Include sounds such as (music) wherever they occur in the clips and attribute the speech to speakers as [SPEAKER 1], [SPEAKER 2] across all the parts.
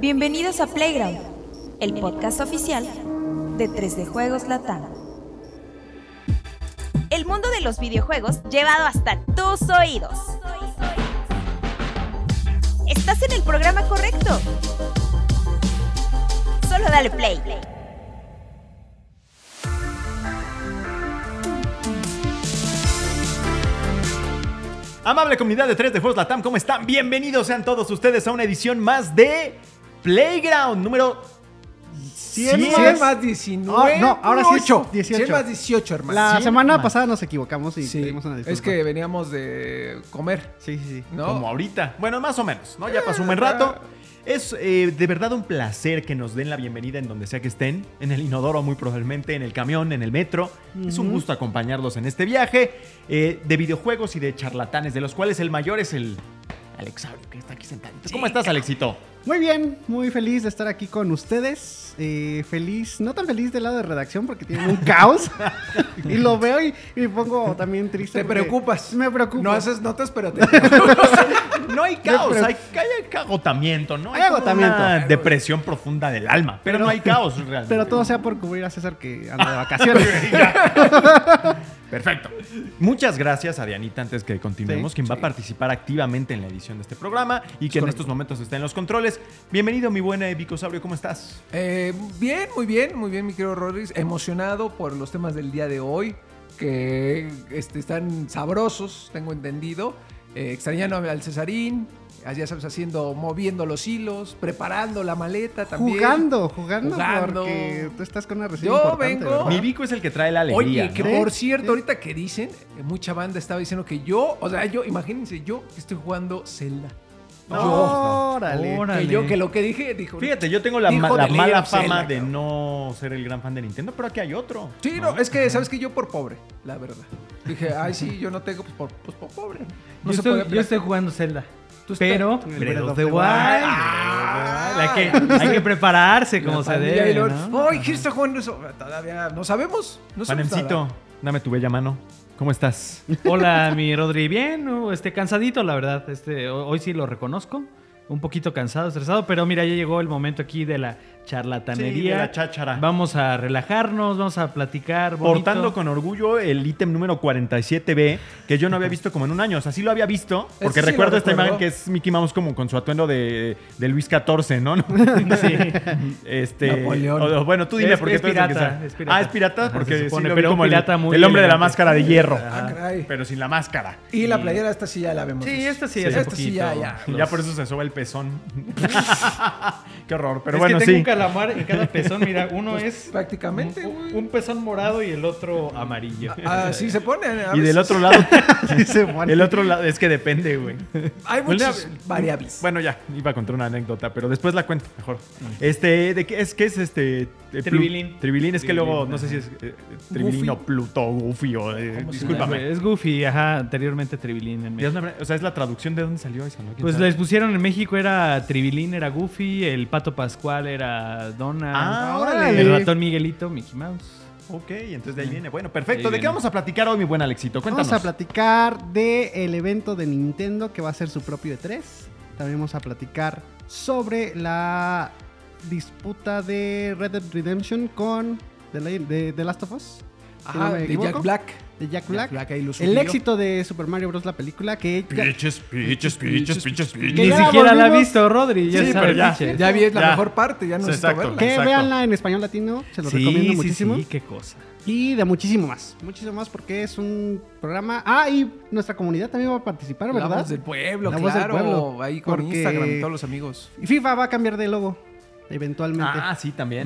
[SPEAKER 1] Bienvenidos a Playground, el podcast oficial de 3D Juegos Latam. El mundo de los videojuegos llevado hasta tus oídos. Estás en el programa correcto. Solo dale play.
[SPEAKER 2] Amable comunidad de 3 de Juegos Latam, ¿cómo están? Bienvenidos sean todos ustedes a una edición más de Playground número 100.
[SPEAKER 3] 100 más, 19.
[SPEAKER 4] Ah, no, ahora sí, 18.
[SPEAKER 3] 100 más 18, hermano.
[SPEAKER 4] La
[SPEAKER 2] Sí,
[SPEAKER 4] semana
[SPEAKER 2] man.
[SPEAKER 4] pasada nos equivocamos y
[SPEAKER 3] Sí.
[SPEAKER 4] pedimos una disculpa.
[SPEAKER 3] Es que veníamos de comer,
[SPEAKER 4] Sí, sí, sí.
[SPEAKER 3] ¿no? Eh,
[SPEAKER 2] Como ahorita. Bueno, más o menos, ¿no? Ya pasó un buen rato. Es eh, de verdad un placer que nos den la bienvenida en donde sea que estén, en el inodoro muy probablemente, en el camión, en el metro. Es un gusto acompañarlos en este viaje eh, de videojuegos y de charlatanes, de los cuales el mayor es el Alex Abreu, que está aquí sentadito. ¿Cómo estás, Alexito?
[SPEAKER 4] Muy bien, muy feliz de estar aquí con ustedes. Eh, feliz, no tan feliz del lado de redacción porque tienen un caos. (laughs) y lo veo y, y me pongo también triste.
[SPEAKER 3] Te
[SPEAKER 4] porque
[SPEAKER 3] preocupas.
[SPEAKER 4] Me preocupo.
[SPEAKER 3] No haces notas, pero te
[SPEAKER 4] (laughs)
[SPEAKER 3] preocupas.
[SPEAKER 2] No hay caos,
[SPEAKER 4] pero-
[SPEAKER 2] hay, hay agotamiento, ¿no?
[SPEAKER 4] Hay
[SPEAKER 2] como
[SPEAKER 4] agotamiento.
[SPEAKER 2] Una depresión profunda del alma, pero, no hay caos realmente.
[SPEAKER 4] Pero todo sea por cubrir a César que anda de vacaciones.
[SPEAKER 2] Perfecto. Muchas gracias a Dianita antes que continuemos,
[SPEAKER 4] Sí,
[SPEAKER 2] quien va a participar activamente en la edición de este programa y que en
[SPEAKER 4] correcto.
[SPEAKER 2] estos momentos está en los controles. Bienvenido, mi buen eh, Vicosaurio, ¿cómo estás?
[SPEAKER 3] Eh, bien, muy bien, muy bien, mi querido Rodríguez. Emocionado por los temas del día de hoy, que este, están sabrosos, tengo entendido. Eh, extrañando al Cesarín, ya sabes, haciendo, moviendo los hilos, preparando la maleta (laughs) también.
[SPEAKER 4] jugando, jugando,
[SPEAKER 3] Jugando.
[SPEAKER 4] porque tú estás con una reseña
[SPEAKER 3] Yo
[SPEAKER 4] importante,
[SPEAKER 3] vengo-
[SPEAKER 4] ¿verdad?
[SPEAKER 2] Mi Vico es el que trae la alegría.
[SPEAKER 3] Oye, que
[SPEAKER 2] ¿no?
[SPEAKER 4] ¿no?
[SPEAKER 3] por
[SPEAKER 4] Sí,
[SPEAKER 3] cierto,
[SPEAKER 4] sí.
[SPEAKER 3] ahorita que dicen, eh, mucha banda estaba diciendo que yo, o sea, yo, imagínense, yo que estoy jugando Zelda.
[SPEAKER 4] Órale.
[SPEAKER 2] Órale.
[SPEAKER 3] Que yo, que lo que dije, dijo.
[SPEAKER 2] Fíjate, yo tengo la,
[SPEAKER 3] Hijo
[SPEAKER 2] ma-
[SPEAKER 3] de
[SPEAKER 2] la
[SPEAKER 3] Little
[SPEAKER 2] mala
[SPEAKER 3] Zelda,
[SPEAKER 2] fama de
[SPEAKER 3] cabrón.
[SPEAKER 2] no ser el gran fan de Nintendo, pero aquí hay otro.
[SPEAKER 3] Sí, no, es que, ¿sabes que Yo por pobre, la verdad. Dije, ay, sí, yo no tengo, pues por, pues, por pobre. No
[SPEAKER 5] yo,
[SPEAKER 3] se
[SPEAKER 5] estoy,
[SPEAKER 3] puede
[SPEAKER 5] yo
[SPEAKER 3] pelear.
[SPEAKER 5] estoy jugando Zelda.
[SPEAKER 3] Tú estás-
[SPEAKER 5] pero
[SPEAKER 4] El
[SPEAKER 5] (laughs) Breath
[SPEAKER 4] Breath
[SPEAKER 5] of
[SPEAKER 4] of the
[SPEAKER 5] the Wild.
[SPEAKER 2] Ah, la que-
[SPEAKER 5] Hay que prepararse como
[SPEAKER 3] La
[SPEAKER 5] se
[SPEAKER 3] pandilla y
[SPEAKER 5] debe.
[SPEAKER 3] luego,
[SPEAKER 5] ¿no?
[SPEAKER 3] Ay, ¿quién está jugando eso? Todavía no sabemos. No sabemos
[SPEAKER 2] Panemcito,
[SPEAKER 3] nada.
[SPEAKER 2] dame tu bella mano. ¿Cómo estás?
[SPEAKER 5] Hola, mi Rodri. Bien, no, este, cansadito, la verdad. Este, ho- hoy sí lo reconozco. Un poquito cansado, estresado, pero mira, ya llegó el momento aquí de la charlatanería.
[SPEAKER 2] Sí, de la cháchara.
[SPEAKER 5] Vamos a relajarnos, vamos a platicar. bonito.
[SPEAKER 2] Portando con orgullo el ítem número 47B, que yo no había visto como en un año. O sea, sí lo había visto, porque
[SPEAKER 3] sí lo
[SPEAKER 2] recuerdo esta
[SPEAKER 3] recuerdo.
[SPEAKER 2] imagen que es Mickey Mouse como con su atuendo de, de Luis XIV,
[SPEAKER 5] (laughs)
[SPEAKER 2] ¿no?
[SPEAKER 5] Sí.
[SPEAKER 2] Este,
[SPEAKER 3] Napoleón.
[SPEAKER 2] o- o bueno, tú dime
[SPEAKER 5] Es-
[SPEAKER 2] porque
[SPEAKER 5] es
[SPEAKER 2] tú eres el que
[SPEAKER 5] pirata,
[SPEAKER 2] sabe.
[SPEAKER 5] es pirata.
[SPEAKER 2] Ah, es pirata
[SPEAKER 5] Ajá,
[SPEAKER 2] porque
[SPEAKER 5] se
[SPEAKER 2] sí
[SPEAKER 5] supone,
[SPEAKER 2] lo vi
[SPEAKER 5] pero un
[SPEAKER 2] como el-
[SPEAKER 5] pirata muy
[SPEAKER 2] el, hombre de la
[SPEAKER 5] elegante.
[SPEAKER 2] máscara de hierro.
[SPEAKER 3] Ah, caray.
[SPEAKER 2] Pero sin la máscara.
[SPEAKER 3] Y la playera, esta sí ya la vemos.
[SPEAKER 5] Sí, esta sí, hace
[SPEAKER 3] Esta sí
[SPEAKER 5] poquito.
[SPEAKER 3] ya, ya.
[SPEAKER 2] Y ya por eso se soba el
[SPEAKER 5] (laughs)
[SPEAKER 2] pezón. Qué horror, pero
[SPEAKER 5] es
[SPEAKER 2] bueno,
[SPEAKER 5] que tengo
[SPEAKER 2] sí. Pues,
[SPEAKER 5] un calamar en cada pezón, mira, uno es
[SPEAKER 3] Prácticamente,
[SPEAKER 5] un,
[SPEAKER 3] güey.
[SPEAKER 5] un pezón morado y el otro amarillo.
[SPEAKER 2] Ah,
[SPEAKER 3] Así se pone. a
[SPEAKER 2] Y del
[SPEAKER 3] veces.
[SPEAKER 2] otro lado,
[SPEAKER 4] (laughs)
[SPEAKER 5] (laughs)
[SPEAKER 4] Sí, se pone.
[SPEAKER 2] el otro lado, es que depende, güey.
[SPEAKER 3] Hay muchas
[SPEAKER 2] Vulnerable.
[SPEAKER 3] variables. Mm.
[SPEAKER 2] Bueno, ya, iba a contar una anécdota, pero después la cuento mejor. Este, ¿de qué es que es este? eh, plu-
[SPEAKER 5] Tribilín.
[SPEAKER 2] Tribilín, es que
[SPEAKER 5] Tribilín,
[SPEAKER 2] luego, no sé
[SPEAKER 5] ajá.
[SPEAKER 2] si es eh, Tribilín o
[SPEAKER 3] Goofy.
[SPEAKER 2] Pluto, Goofy o. eh,
[SPEAKER 3] ¿Cómo se
[SPEAKER 2] discúlpame.
[SPEAKER 5] Es Goofy, ajá, anteriormente Tribilín en
[SPEAKER 2] Ya
[SPEAKER 5] México.
[SPEAKER 2] es la verdad, o sea, es la traducción de dónde salió esa, ¿no? ¿Quién
[SPEAKER 5] Pues
[SPEAKER 2] sabe?
[SPEAKER 5] les pusieron en México era Tribilín, era Goofy, el Pato Pascual era Donald,
[SPEAKER 2] Ah,
[SPEAKER 4] órale.
[SPEAKER 5] el ratón Miguelito, Mickey Mouse.
[SPEAKER 2] Ok, entonces de ahí viene. Bueno, perfecto. ¿De
[SPEAKER 5] Ahí
[SPEAKER 2] qué
[SPEAKER 5] viene.
[SPEAKER 2] vamos a platicar hoy, mi buen Alexito? Cuéntanos.
[SPEAKER 4] Vamos a platicar del evento de Nintendo que va a ser su propio E3. También vamos a platicar sobre la disputa de Red Dead Redemption con The, La- de- The Last of Us. si no
[SPEAKER 3] Ajá,
[SPEAKER 4] me
[SPEAKER 3] de
[SPEAKER 4] equivoco,
[SPEAKER 3] Jack Black.
[SPEAKER 4] de Jack Black.
[SPEAKER 3] Black ahí lo
[SPEAKER 4] el
[SPEAKER 3] subió.
[SPEAKER 4] éxito de Super Mario Bros. la película que...
[SPEAKER 2] Piches, piches, piches, piches, piches.
[SPEAKER 4] Que
[SPEAKER 5] Ni
[SPEAKER 4] ya
[SPEAKER 5] siquiera la ha
[SPEAKER 4] volvimos.
[SPEAKER 5] visto Rodri, ya
[SPEAKER 2] Sí,
[SPEAKER 5] sabe,
[SPEAKER 2] pero ya.
[SPEAKER 5] pinche.
[SPEAKER 3] Ya vi es la
[SPEAKER 2] Ya.
[SPEAKER 3] mejor parte, ya no necesito
[SPEAKER 2] Exacto.
[SPEAKER 3] verla.
[SPEAKER 4] Que
[SPEAKER 2] Exacto.
[SPEAKER 4] véanla en español latino, se lo
[SPEAKER 5] Sí,
[SPEAKER 4] recomiendo
[SPEAKER 5] sí,
[SPEAKER 4] muchísimo.
[SPEAKER 5] sí, qué
[SPEAKER 2] Ah,
[SPEAKER 5] cosa.
[SPEAKER 4] Y de muchísimo más. Muchísimo más porque es un programa... Ah, y nuestra comunidad también va a participar,
[SPEAKER 3] La
[SPEAKER 4] ¿verdad?
[SPEAKER 3] voz del pueblo,
[SPEAKER 4] La voz del
[SPEAKER 3] claro.
[SPEAKER 4] pueblo.
[SPEAKER 3] Ahí con
[SPEAKER 4] Porque-
[SPEAKER 3] Instagram y todos los amigos.
[SPEAKER 4] Y FIFA va a cambiar de logo, eventualmente.
[SPEAKER 2] Ah, sí, también.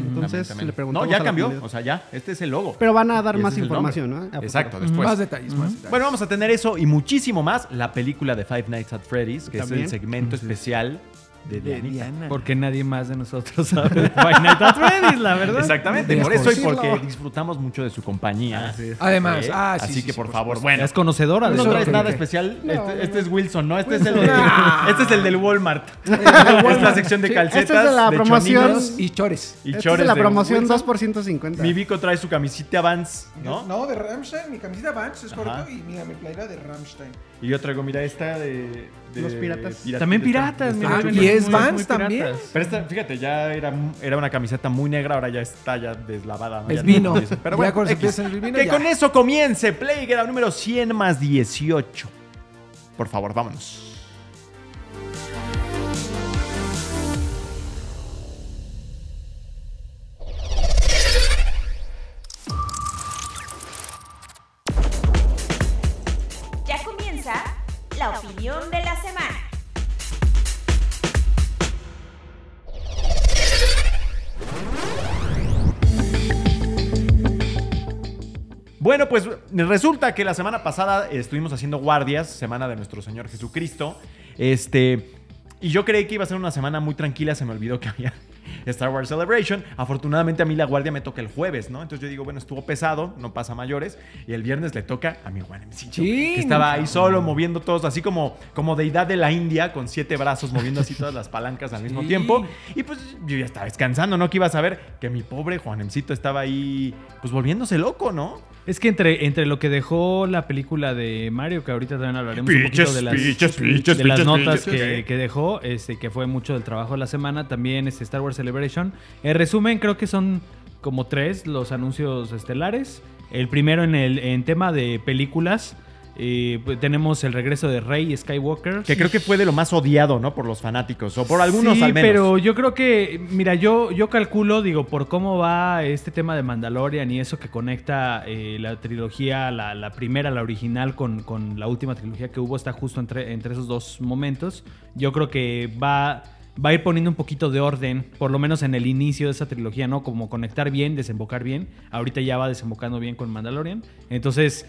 [SPEAKER 2] también,
[SPEAKER 4] Entonces,
[SPEAKER 2] también.
[SPEAKER 4] le preguntamos
[SPEAKER 2] No, ya
[SPEAKER 4] a la
[SPEAKER 2] cambió.
[SPEAKER 4] comunidad.
[SPEAKER 2] O sea, ya. Este es el logo.
[SPEAKER 4] Pero van a dar
[SPEAKER 2] Y ese
[SPEAKER 4] más
[SPEAKER 2] es el
[SPEAKER 4] información, ¿no? Ah, A
[SPEAKER 2] nombre.
[SPEAKER 4] futuro.
[SPEAKER 2] Exacto, después.
[SPEAKER 3] más detalles, más detalles.
[SPEAKER 2] Pues, Bueno, vamos a tener eso y muchísimo más. La película de Five Nights at Freddy's, que es
[SPEAKER 4] También.
[SPEAKER 2] el segmento especial de
[SPEAKER 3] De
[SPEAKER 2] Dianita.
[SPEAKER 3] Diana.
[SPEAKER 5] Porque nadie más de nosotros (laughs) sabe de Five Nights at Freddy's, la verdad.
[SPEAKER 2] Exactamente,
[SPEAKER 3] Gracias
[SPEAKER 2] por eso
[SPEAKER 4] por
[SPEAKER 2] y porque
[SPEAKER 4] decirlo.
[SPEAKER 2] disfrutamos mucho de su compañía.
[SPEAKER 4] Así es.
[SPEAKER 3] Además,
[SPEAKER 2] ¿Eh?
[SPEAKER 3] ah, sí,
[SPEAKER 2] Así
[SPEAKER 3] sí,
[SPEAKER 2] que
[SPEAKER 3] sí,
[SPEAKER 2] por
[SPEAKER 3] por
[SPEAKER 2] favor, bueno.
[SPEAKER 5] Es conocedora de
[SPEAKER 2] No
[SPEAKER 3] Eso
[SPEAKER 2] traes
[SPEAKER 3] creo
[SPEAKER 2] nada
[SPEAKER 3] que-
[SPEAKER 2] especial.
[SPEAKER 4] No,
[SPEAKER 2] este,
[SPEAKER 4] no,
[SPEAKER 2] este
[SPEAKER 4] no.
[SPEAKER 2] es Wilson, ¿no? Este es el
[SPEAKER 4] Wilson.
[SPEAKER 2] de-
[SPEAKER 4] Ah.
[SPEAKER 2] este es el del Walmart. (laughs) es la sección de
[SPEAKER 3] Sí,
[SPEAKER 2] calcetas.
[SPEAKER 4] esta es de la promoción.
[SPEAKER 2] choninos
[SPEAKER 3] Y chores.
[SPEAKER 2] Y
[SPEAKER 4] Esta
[SPEAKER 2] chores
[SPEAKER 4] es la
[SPEAKER 2] de-
[SPEAKER 4] promoción 2 por 150.
[SPEAKER 2] Mi Vico trae su camisita Vans, ¿no?
[SPEAKER 3] de Rammstein, mi camiseta Vans es
[SPEAKER 2] Ajá. correcto,
[SPEAKER 3] y mira, mi playera de Rammstein.
[SPEAKER 2] Y yo traigo, mira, esta de. de
[SPEAKER 4] Los piratas.
[SPEAKER 5] También
[SPEAKER 2] de esta-
[SPEAKER 5] piratas,
[SPEAKER 2] de
[SPEAKER 5] mira,
[SPEAKER 2] esta
[SPEAKER 3] Ah,
[SPEAKER 2] chupa.
[SPEAKER 3] y
[SPEAKER 5] bien.
[SPEAKER 3] es
[SPEAKER 5] muy-
[SPEAKER 3] Vans
[SPEAKER 5] muy
[SPEAKER 3] también.
[SPEAKER 5] piratas.
[SPEAKER 2] Pero esta, fíjate, ya era, era una camiseta muy negra, ahora ya está ya deslavada. ¿no?
[SPEAKER 3] Es
[SPEAKER 2] Ya no
[SPEAKER 3] vino.
[SPEAKER 2] utilizo.
[SPEAKER 3] Ya
[SPEAKER 2] Pero bueno,
[SPEAKER 3] cuando se
[SPEAKER 2] X.
[SPEAKER 3] empieza el vino,
[SPEAKER 2] que
[SPEAKER 3] ya.
[SPEAKER 2] con eso comience Playground número 100 más 18. Por favor, vámonos.
[SPEAKER 1] Ya comienza la opinión de la semana.
[SPEAKER 2] Bueno, pues resulta que la semana pasada estuvimos haciendo guardias, semana de nuestro Señor Jesucristo. Este, y yo creí que iba a ser una semana muy tranquila, se me olvidó que había (laughs) Star Wars Celebration. Afortunadamente a mí la guardia me toca el jueves, ¿no? Entonces yo digo, bueno, estuvo pesado, no pasa mayores. Y el viernes le toca a mi guanemcillo,
[SPEAKER 3] Sí,
[SPEAKER 2] que estaba ahí solo, moviendo todos, así como, como deidad de la India, con siete brazos, moviendo así todas las palancas al mismo
[SPEAKER 3] Sí.
[SPEAKER 2] tiempo. Y pues yo ya estaba descansando, ¿no? Que iba a saber que mi pobre Juanemcito estaba ahí, pues volviéndose loco, ¿no?
[SPEAKER 5] Es que entre, entre lo que dejó la película de Mario, que ahorita también hablaremos un
[SPEAKER 2] Piches,
[SPEAKER 5] poquito de las,
[SPEAKER 2] piches, piches,
[SPEAKER 5] de las
[SPEAKER 2] piches,
[SPEAKER 5] notas
[SPEAKER 2] piches.
[SPEAKER 5] que,
[SPEAKER 2] Ok.
[SPEAKER 5] que dejó, este, que fue mucho del trabajo de la semana, también este Star Wars Celebration. En resumen, creo que son como tres los anuncios estelares. El primero en el en tema de películas. eh, pues, tenemos el regreso de Rey Skywalker.
[SPEAKER 2] Que creo que fue de lo más odiado, ¿no? Por los fanáticos, o por algunos
[SPEAKER 5] sí,
[SPEAKER 2] al menos.
[SPEAKER 5] pero yo creo que, mira, yo, yo calculo, digo, por cómo va este tema de Mandalorian y eso que conecta eh, la trilogía, la, la primera, la original, con, con la última trilogía que hubo, está justo entre, entre esos dos momentos. Yo creo que va, va a ir poniendo un poquito de orden, por lo menos en el inicio de esa trilogía, ¿no? Como conectar bien, desembocar bien. Ahorita ya va desembocando bien con Mandalorian. Entonces,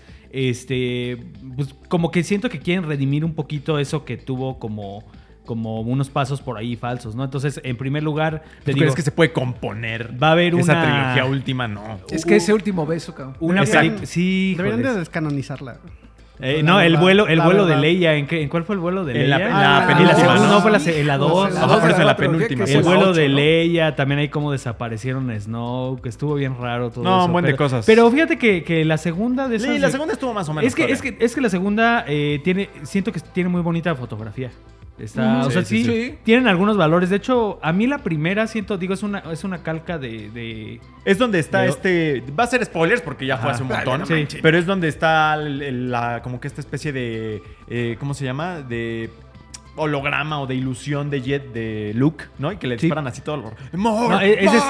[SPEAKER 5] este, pues como que siento que quieren redimir un poquito eso que tuvo como como unos pasos por ahí falsos, ¿no? Entonces, en primer lugar, te
[SPEAKER 2] ¿Tú
[SPEAKER 5] digo,
[SPEAKER 2] crees que se puede componer?
[SPEAKER 5] va a haber
[SPEAKER 2] Esa
[SPEAKER 5] una
[SPEAKER 2] trilogía última, no.
[SPEAKER 3] Es que ese último beso, cabrón.
[SPEAKER 5] una
[SPEAKER 2] Exacto.
[SPEAKER 5] peli- sí, híjoles.
[SPEAKER 4] Deberían de descanonizarla.
[SPEAKER 5] Eh, no,
[SPEAKER 4] La
[SPEAKER 5] el
[SPEAKER 4] verdad,
[SPEAKER 5] vuelo, el
[SPEAKER 4] la
[SPEAKER 5] vuelo de
[SPEAKER 4] verdad.
[SPEAKER 5] Leia, ¿en, qué- en cuál fue el vuelo de
[SPEAKER 2] En la-
[SPEAKER 5] Leila?
[SPEAKER 2] en la
[SPEAKER 5] Ah,
[SPEAKER 2] penúltima,
[SPEAKER 5] segunda,
[SPEAKER 2] ¿no?
[SPEAKER 5] no, fue la, se- en la
[SPEAKER 3] Híjole,
[SPEAKER 5] dos.
[SPEAKER 3] la
[SPEAKER 2] Ajá,
[SPEAKER 3] dos,
[SPEAKER 2] por eso
[SPEAKER 3] la
[SPEAKER 2] en la
[SPEAKER 3] cuatro, ¿qué-
[SPEAKER 2] penúltima.
[SPEAKER 3] qué
[SPEAKER 5] El
[SPEAKER 2] Pues,
[SPEAKER 3] fue?
[SPEAKER 5] vuelo
[SPEAKER 3] Ocho,
[SPEAKER 5] de
[SPEAKER 3] ¿no?
[SPEAKER 5] Leia, también hay como desaparecieron Snow, que estuvo bien raro todo
[SPEAKER 2] No,
[SPEAKER 5] eso,
[SPEAKER 2] un buen de
[SPEAKER 5] pero-
[SPEAKER 2] cosas.
[SPEAKER 5] Pero fíjate que, que la segunda de esas...
[SPEAKER 2] Sí, la segunda estuvo más o menos.
[SPEAKER 5] es, que, es,
[SPEAKER 2] todavía.
[SPEAKER 5] que, es que la segunda eh, tiene, siento que tiene muy bonita fotografía. Está,
[SPEAKER 2] Ujú.
[SPEAKER 5] O sea,
[SPEAKER 2] Sí,
[SPEAKER 5] sí,
[SPEAKER 2] sí,
[SPEAKER 3] sí.
[SPEAKER 5] tienen algunos valores. De hecho, a mí la primera, siento, digo, es una, es una calca de... de-
[SPEAKER 2] Es donde está
[SPEAKER 5] Leo-
[SPEAKER 2] este. Va a ser spoilers porque ya fue
[SPEAKER 5] Ajá.
[SPEAKER 2] hace un
[SPEAKER 5] Dale,
[SPEAKER 2] montón.
[SPEAKER 5] no manches.
[SPEAKER 2] Pero es donde está el- el- la, como que esta especie de. eh, ¿Cómo se llama? De holograma o de ilusión de Jet de Luke, ¿no? Y que le
[SPEAKER 5] Sí.
[SPEAKER 2] disparan así todo. el-
[SPEAKER 5] No, e- ese, es,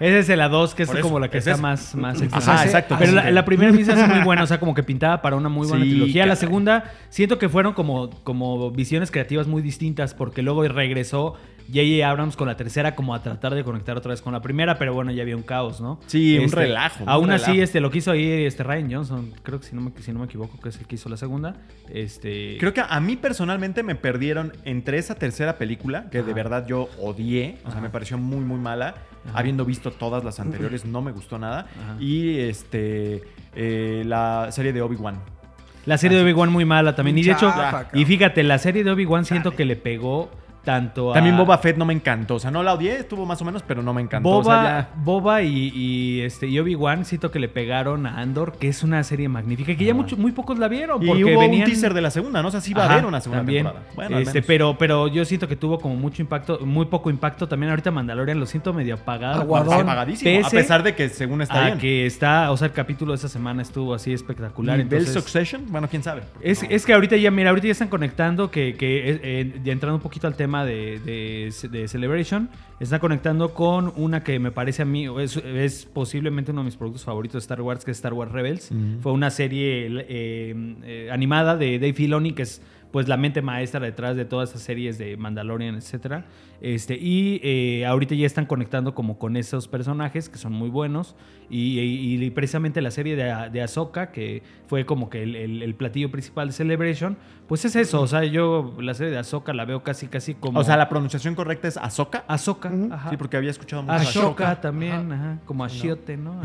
[SPEAKER 5] ese es de la 2, que es
[SPEAKER 2] Por eso,
[SPEAKER 5] como la que
[SPEAKER 2] es
[SPEAKER 5] está
[SPEAKER 2] eso.
[SPEAKER 5] más... más
[SPEAKER 2] Ajá,
[SPEAKER 5] extensa.
[SPEAKER 2] exacto.
[SPEAKER 5] Pero la,
[SPEAKER 2] Sí.
[SPEAKER 5] la primera misa es muy buena, o sea, como que pintaba para una muy buena
[SPEAKER 2] Sí,
[SPEAKER 5] trilogía. La
[SPEAKER 2] caray.
[SPEAKER 5] segunda, siento que fueron como, como visiones creativas muy distintas, porque luego regresó J.J. Abrams con la tercera como a tratar de conectar otra vez con la primera, pero bueno, ya había un caos, ¿no? Este,
[SPEAKER 2] Sí, un relajo, un
[SPEAKER 5] Aún así,
[SPEAKER 2] relajo.
[SPEAKER 5] este, lo quiso ahí este Ryan Johnson, creo que si no me, si no me equivoco, que es el que hizo la segunda. Este,
[SPEAKER 2] Creo que a mí personalmente me perdieron entre esa tercera película, que de
[SPEAKER 5] Ajá.
[SPEAKER 2] verdad yo odié, o sea,
[SPEAKER 5] Ajá.
[SPEAKER 2] me pareció muy, muy mala.
[SPEAKER 5] Ajá.
[SPEAKER 2] Habiendo visto todas las anteriores, no me gustó nada.
[SPEAKER 5] Ajá.
[SPEAKER 2] Y este eh, la serie de Obi-Wan.
[SPEAKER 5] La serie de Obi-Wan muy mala también. Y de hecho,
[SPEAKER 3] Chafa, cabrón.
[SPEAKER 5] y fíjate, la serie de Obi-Wan siento que le pegó tanto a.
[SPEAKER 2] También Boba Fett no me encantó. O sea, no la odié, estuvo más o menos, pero no me encantó.
[SPEAKER 5] Boba,
[SPEAKER 2] O sea, ya-
[SPEAKER 5] Boba y, y, este, y Obi-Wan siento que le pegaron a Andor, que es una serie magnífica, que ya mucho- muy pocos la vieron.
[SPEAKER 2] Ah. Y
[SPEAKER 5] porque
[SPEAKER 2] hubo
[SPEAKER 5] venían...
[SPEAKER 2] un teaser de la segunda, ¿no? O sea, sí va a
[SPEAKER 5] Ajá,
[SPEAKER 2] haber una segunda
[SPEAKER 5] también.
[SPEAKER 2] temporada. Bueno, al
[SPEAKER 5] Este,
[SPEAKER 2] menos.
[SPEAKER 5] pero, pero yo siento que tuvo como mucho impacto, muy poco impacto. También ahorita Mandalorian lo siento medio apagado.
[SPEAKER 3] Aguadón.
[SPEAKER 2] Está apagadísimo, A
[SPEAKER 5] Pese
[SPEAKER 2] pesar de que según está
[SPEAKER 5] a
[SPEAKER 2] bien.
[SPEAKER 5] que está, o sea, el capítulo de esta semana estuvo así espectacular.
[SPEAKER 2] ¿Nivel
[SPEAKER 5] entonces-
[SPEAKER 2] Succession? Bueno, quién sabe. porque
[SPEAKER 5] Es,
[SPEAKER 2] no-
[SPEAKER 5] es que ahorita ya, mira, ahorita ya están conectando que, que, eh, eh, ya entrando un poquito al tema de, de- de Celebration, están conectando con una que me parece a mí, o es, es posiblemente uno de mis productos favoritos de Star Wars, que es Star Wars Rebels.
[SPEAKER 2] Ujú.
[SPEAKER 5] Fue una serie eh, eh, animada de Dave Filoni, que es pues la mente maestra detrás de todas esas series de Mandalorian, etcétera. Este, y eh, ahorita ya están conectando como con esos personajes que son muy buenos. Y, y- y precisamente la serie de, Ah- de Ahsoka, que fue como que el, el- el platillo principal de Celebration, pues es eso. O sea, yo la serie de Ahsoka la veo casi, casi como...
[SPEAKER 2] O sea, la pronunciación correcta es Ahsoka.
[SPEAKER 5] Ahsoka,
[SPEAKER 4] Ujú.
[SPEAKER 5] ajá.
[SPEAKER 2] Sí, porque había escuchado mucho
[SPEAKER 5] Ashoka también, ajá, como
[SPEAKER 2] (laughs)
[SPEAKER 5] Ashiote, ¿no?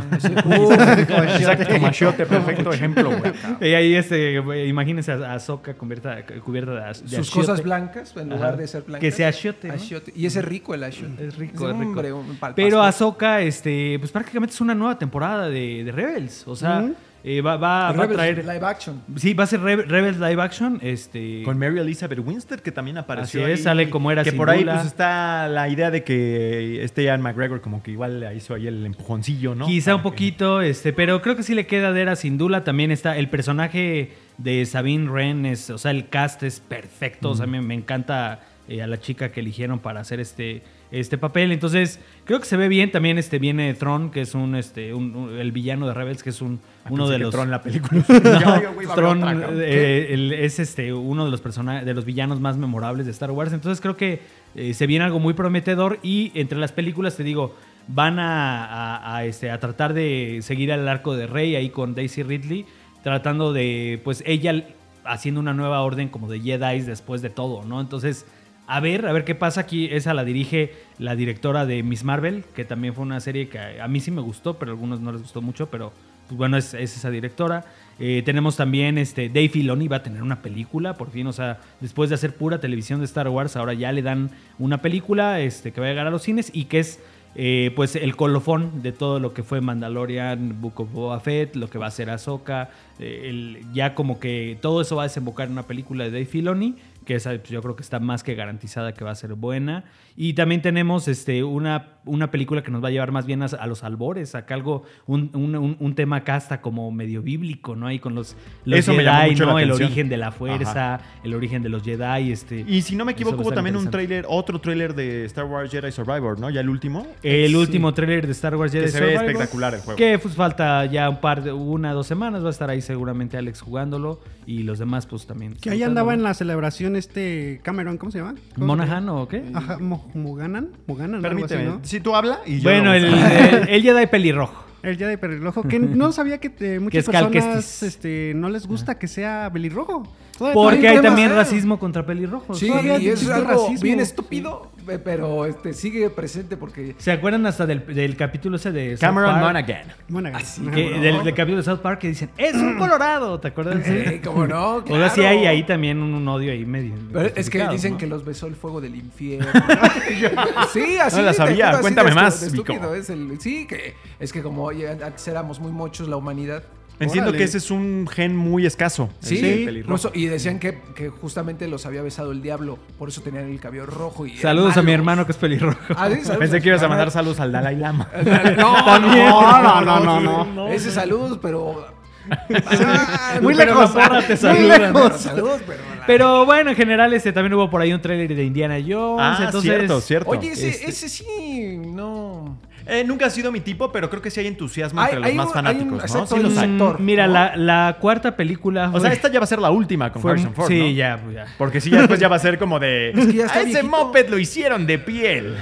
[SPEAKER 2] Exacto, como Ashiote, perfecto ejemplo,
[SPEAKER 5] (laughs)
[SPEAKER 2] güey.
[SPEAKER 5] Y ahí este, güey, imagínense a Ahsoka cubierta, cubierta de, as- de
[SPEAKER 3] Sus
[SPEAKER 5] achiote.
[SPEAKER 3] cosas blancas, en lugar
[SPEAKER 5] Ajá.
[SPEAKER 3] de ser blancas.
[SPEAKER 5] Que sea achiote, ¿no?
[SPEAKER 3] Achiote. Y ese rico el achiote.
[SPEAKER 5] Es rico, es rico.
[SPEAKER 3] hombre, un pal
[SPEAKER 5] Pero
[SPEAKER 3] pastor.
[SPEAKER 5] Ahsoka, este, pues prácticamente es una nueva temporada de, de Rebels. O sea,
[SPEAKER 4] Ujú.
[SPEAKER 5] eh, va, va- va a
[SPEAKER 3] Rebels
[SPEAKER 5] traer...
[SPEAKER 3] Live action.
[SPEAKER 5] Sí, va a ser Re- Rebels Live Action. Este,
[SPEAKER 2] Con Mary Elizabeth Winstead, que también apareció.
[SPEAKER 5] Así es, sale como era
[SPEAKER 2] Que por ahí
[SPEAKER 5] Syndulla.
[SPEAKER 2] pues, está la idea de que este Ian McGregor, como que igual le hizo ahí el empujoncillo, ¿no?
[SPEAKER 5] Quizá un
[SPEAKER 2] Para que-
[SPEAKER 5] poquito, este, pero creo que sí le queda de Era sin duda. También está el personaje de Sabine Wren, es, o sea, el cast es perfecto. O sea, me, me encanta eh, a la chica que eligieron para hacer este, este papel. Entonces, creo que se ve bien. También este, viene Tron, que es un, este, un- un- el villano de Rebels, que es un,
[SPEAKER 2] Ah,
[SPEAKER 5] uno
[SPEAKER 2] pensé
[SPEAKER 5] de
[SPEAKER 2] que
[SPEAKER 5] los...
[SPEAKER 2] Tron la película.
[SPEAKER 5] (laughs)
[SPEAKER 2] (laughs)
[SPEAKER 5] No,
[SPEAKER 2] Yo, güey, va a
[SPEAKER 5] Tron
[SPEAKER 2] hablar otra, cabrón.
[SPEAKER 5] eh, el- es este uno de los personajes de los villanos más memorables de Star Wars. Entonces creo que eh, se viene algo muy prometedor. Y entre las películas, te digo, van a, a- a, este, a tratar de seguir al arco de Rey ahí con Daisy Ridley. Tratando de. Pues ella haciendo una nueva orden como de Jedi después de todo, ¿no? Entonces. A ver, a ver qué pasa aquí. Esa la dirige la directora de Miss Marvel, que también fue una serie que a a mí sí me gustó, pero a algunos no les gustó mucho, pero pues bueno, es, es esa directora. Eh, tenemos también este Dave Filoni va a tener una película, por fin, o sea, después de hacer pura televisión de Star Wars, ahora ya le dan una película este, que va a llegar a los cines y que es eh, pues el colofón de todo lo que fue Mandalorian, Book of Boba Fett, lo que va a ser Ahsoka, eh, el- ya como que todo eso va a desembocar en una película de Dave Filoni, que esa pues, yo creo que está más que garantizada que va a ser buena. Y también tenemos este, una, una película que nos va a llevar más bien a, a los albores, acá algo, un, un- un- un tema casta como medio bíblico, ¿no? Ahí con los, los
[SPEAKER 2] Eso me llamó mucho la
[SPEAKER 5] ¿no? El
[SPEAKER 2] atención.
[SPEAKER 5] origen de la fuerza, el origen de los Jedi, este...
[SPEAKER 2] Y si no me
[SPEAKER 5] Eso va a
[SPEAKER 2] equivoco, hubo
[SPEAKER 5] estar
[SPEAKER 2] también un
[SPEAKER 5] interesante.
[SPEAKER 2] tráiler, otro tráiler de Star Wars Jedi Survivor, ¿no? Ya el último.
[SPEAKER 5] El
[SPEAKER 3] Sí.
[SPEAKER 5] último tráiler de Star Wars Jedi
[SPEAKER 2] Que se ve
[SPEAKER 5] Survivor,
[SPEAKER 2] espectacular el juego.
[SPEAKER 5] Que pues, falta ya un par de una dos semanas va a estar ahí seguramente Alex jugándolo y los demás pues también.
[SPEAKER 4] Que ahí andaba en la celebración este Cameron, ¿cómo se llama?
[SPEAKER 5] Monahan o qué?
[SPEAKER 4] Ajá, Mo- Muganan, Muganan, algo así,
[SPEAKER 2] Permíteme.
[SPEAKER 4] ¿no?
[SPEAKER 2] Si tú habla y yo.
[SPEAKER 5] Bueno,
[SPEAKER 2] lo-
[SPEAKER 3] (laughs)
[SPEAKER 5] el, el, el Jedi pelirrojo.
[SPEAKER 4] El Jedi pelirrojo, que no sabía que eh, muchas
[SPEAKER 5] es Cal
[SPEAKER 4] personas
[SPEAKER 5] Kestis.
[SPEAKER 4] este, no les gusta que sea pelirrojo. Todavía-
[SPEAKER 5] Porque
[SPEAKER 4] todavía
[SPEAKER 5] hay
[SPEAKER 4] temas,
[SPEAKER 5] también
[SPEAKER 4] ¿eh?
[SPEAKER 5] racismo contra pelirrojos.
[SPEAKER 3] Sí,
[SPEAKER 4] Todavía
[SPEAKER 3] y eso es
[SPEAKER 4] existe
[SPEAKER 3] algo
[SPEAKER 4] racismo.
[SPEAKER 3] bien estúpido, pe- pero este, sigue presente porque
[SPEAKER 5] ¿Se acuerdan hasta del, del capítulo ese de South
[SPEAKER 2] Cameron
[SPEAKER 5] Park?
[SPEAKER 2] Monaghan.
[SPEAKER 4] Bueno,
[SPEAKER 3] Así
[SPEAKER 4] ajá,
[SPEAKER 5] Que-
[SPEAKER 4] bueno.
[SPEAKER 5] del, del capítulo de South Park que dicen,
[SPEAKER 2] (clears throat)
[SPEAKER 5] ¡es un colorado! ¿Te acuerdas? (laughs)
[SPEAKER 3] Eh, ¿cómo no?
[SPEAKER 5] O sea, sí
[SPEAKER 3] Claro.
[SPEAKER 5] hay ahí también un, un odio ahí medio.
[SPEAKER 3] Pero es que
[SPEAKER 5] injustificado,
[SPEAKER 3] dicen
[SPEAKER 5] ¿no?
[SPEAKER 3] que los besó el fuego del
[SPEAKER 5] (laughs)
[SPEAKER 3] infierno. sí, así
[SPEAKER 2] No la
[SPEAKER 3] te
[SPEAKER 2] sabía.
[SPEAKER 3] juro, así
[SPEAKER 2] Cuéntame
[SPEAKER 3] de estu-
[SPEAKER 2] más,
[SPEAKER 3] de
[SPEAKER 2] Vico.
[SPEAKER 3] estúpido es el- sí, que es que como oye, antes éramos muy mochos la humanidad.
[SPEAKER 2] Entiendo
[SPEAKER 4] Órale.
[SPEAKER 2] que ese es un gen muy escaso. el
[SPEAKER 3] Sí,
[SPEAKER 2] del pelirrojo.
[SPEAKER 3] incluso- y decían que, que justamente los había besado el diablo, por eso tenían el cabello rojo. Y eran
[SPEAKER 5] Saludos a mi
[SPEAKER 3] malos.
[SPEAKER 5] hermano que es pelirrojo.
[SPEAKER 3] Ah, sí, saludos a
[SPEAKER 2] Pensé
[SPEAKER 3] su
[SPEAKER 2] que ibas a
[SPEAKER 3] hermano.
[SPEAKER 2] mandar saludos al Dalai Lama.
[SPEAKER 3] (laughs) No,
[SPEAKER 2] (laughs)
[SPEAKER 5] (laughs) También.
[SPEAKER 2] Ah,
[SPEAKER 3] no, no,
[SPEAKER 4] (laughs) no, no,
[SPEAKER 3] no,
[SPEAKER 4] no,
[SPEAKER 3] no. Ese saludos, pero. Ah,
[SPEAKER 4] Muy
[SPEAKER 5] Pero
[SPEAKER 4] lejos.
[SPEAKER 5] la porra te
[SPEAKER 4] muy
[SPEAKER 5] saluda.
[SPEAKER 4] lejos.
[SPEAKER 3] Saludos, pero. la-
[SPEAKER 5] Pero bueno, en general, este también hubo por ahí un tráiler de Indiana Jones.
[SPEAKER 2] ah,
[SPEAKER 5] entonces,
[SPEAKER 2] cierto, cierto.
[SPEAKER 3] Oye, ese,
[SPEAKER 5] Este-
[SPEAKER 3] ese sí, no. Pues
[SPEAKER 2] Eh, nunca ha sido mi tipo, pero creo que sí hay entusiasmo
[SPEAKER 3] Hay-
[SPEAKER 2] entre los
[SPEAKER 3] hay
[SPEAKER 2] más
[SPEAKER 3] un- hay un-
[SPEAKER 2] fanáticos, ¿no?
[SPEAKER 3] exacto,
[SPEAKER 2] Sí los
[SPEAKER 5] mm,
[SPEAKER 3] hay
[SPEAKER 2] hay.
[SPEAKER 3] un- actor,
[SPEAKER 5] Mira,
[SPEAKER 3] ¿no?
[SPEAKER 5] la, la cuarta película.
[SPEAKER 2] O sea, esta ya va a ser la última con
[SPEAKER 5] fue-
[SPEAKER 2] Harrison Ford,
[SPEAKER 5] Sí,
[SPEAKER 2] ¿no?
[SPEAKER 5] ya, pues, ya.
[SPEAKER 2] Porque sí, ya después ya va a ser como de...
[SPEAKER 3] Es que ya está
[SPEAKER 2] "A ese
[SPEAKER 3] viejito".
[SPEAKER 2] moped lo hicieron de
[SPEAKER 5] (laughs)
[SPEAKER 2] piel.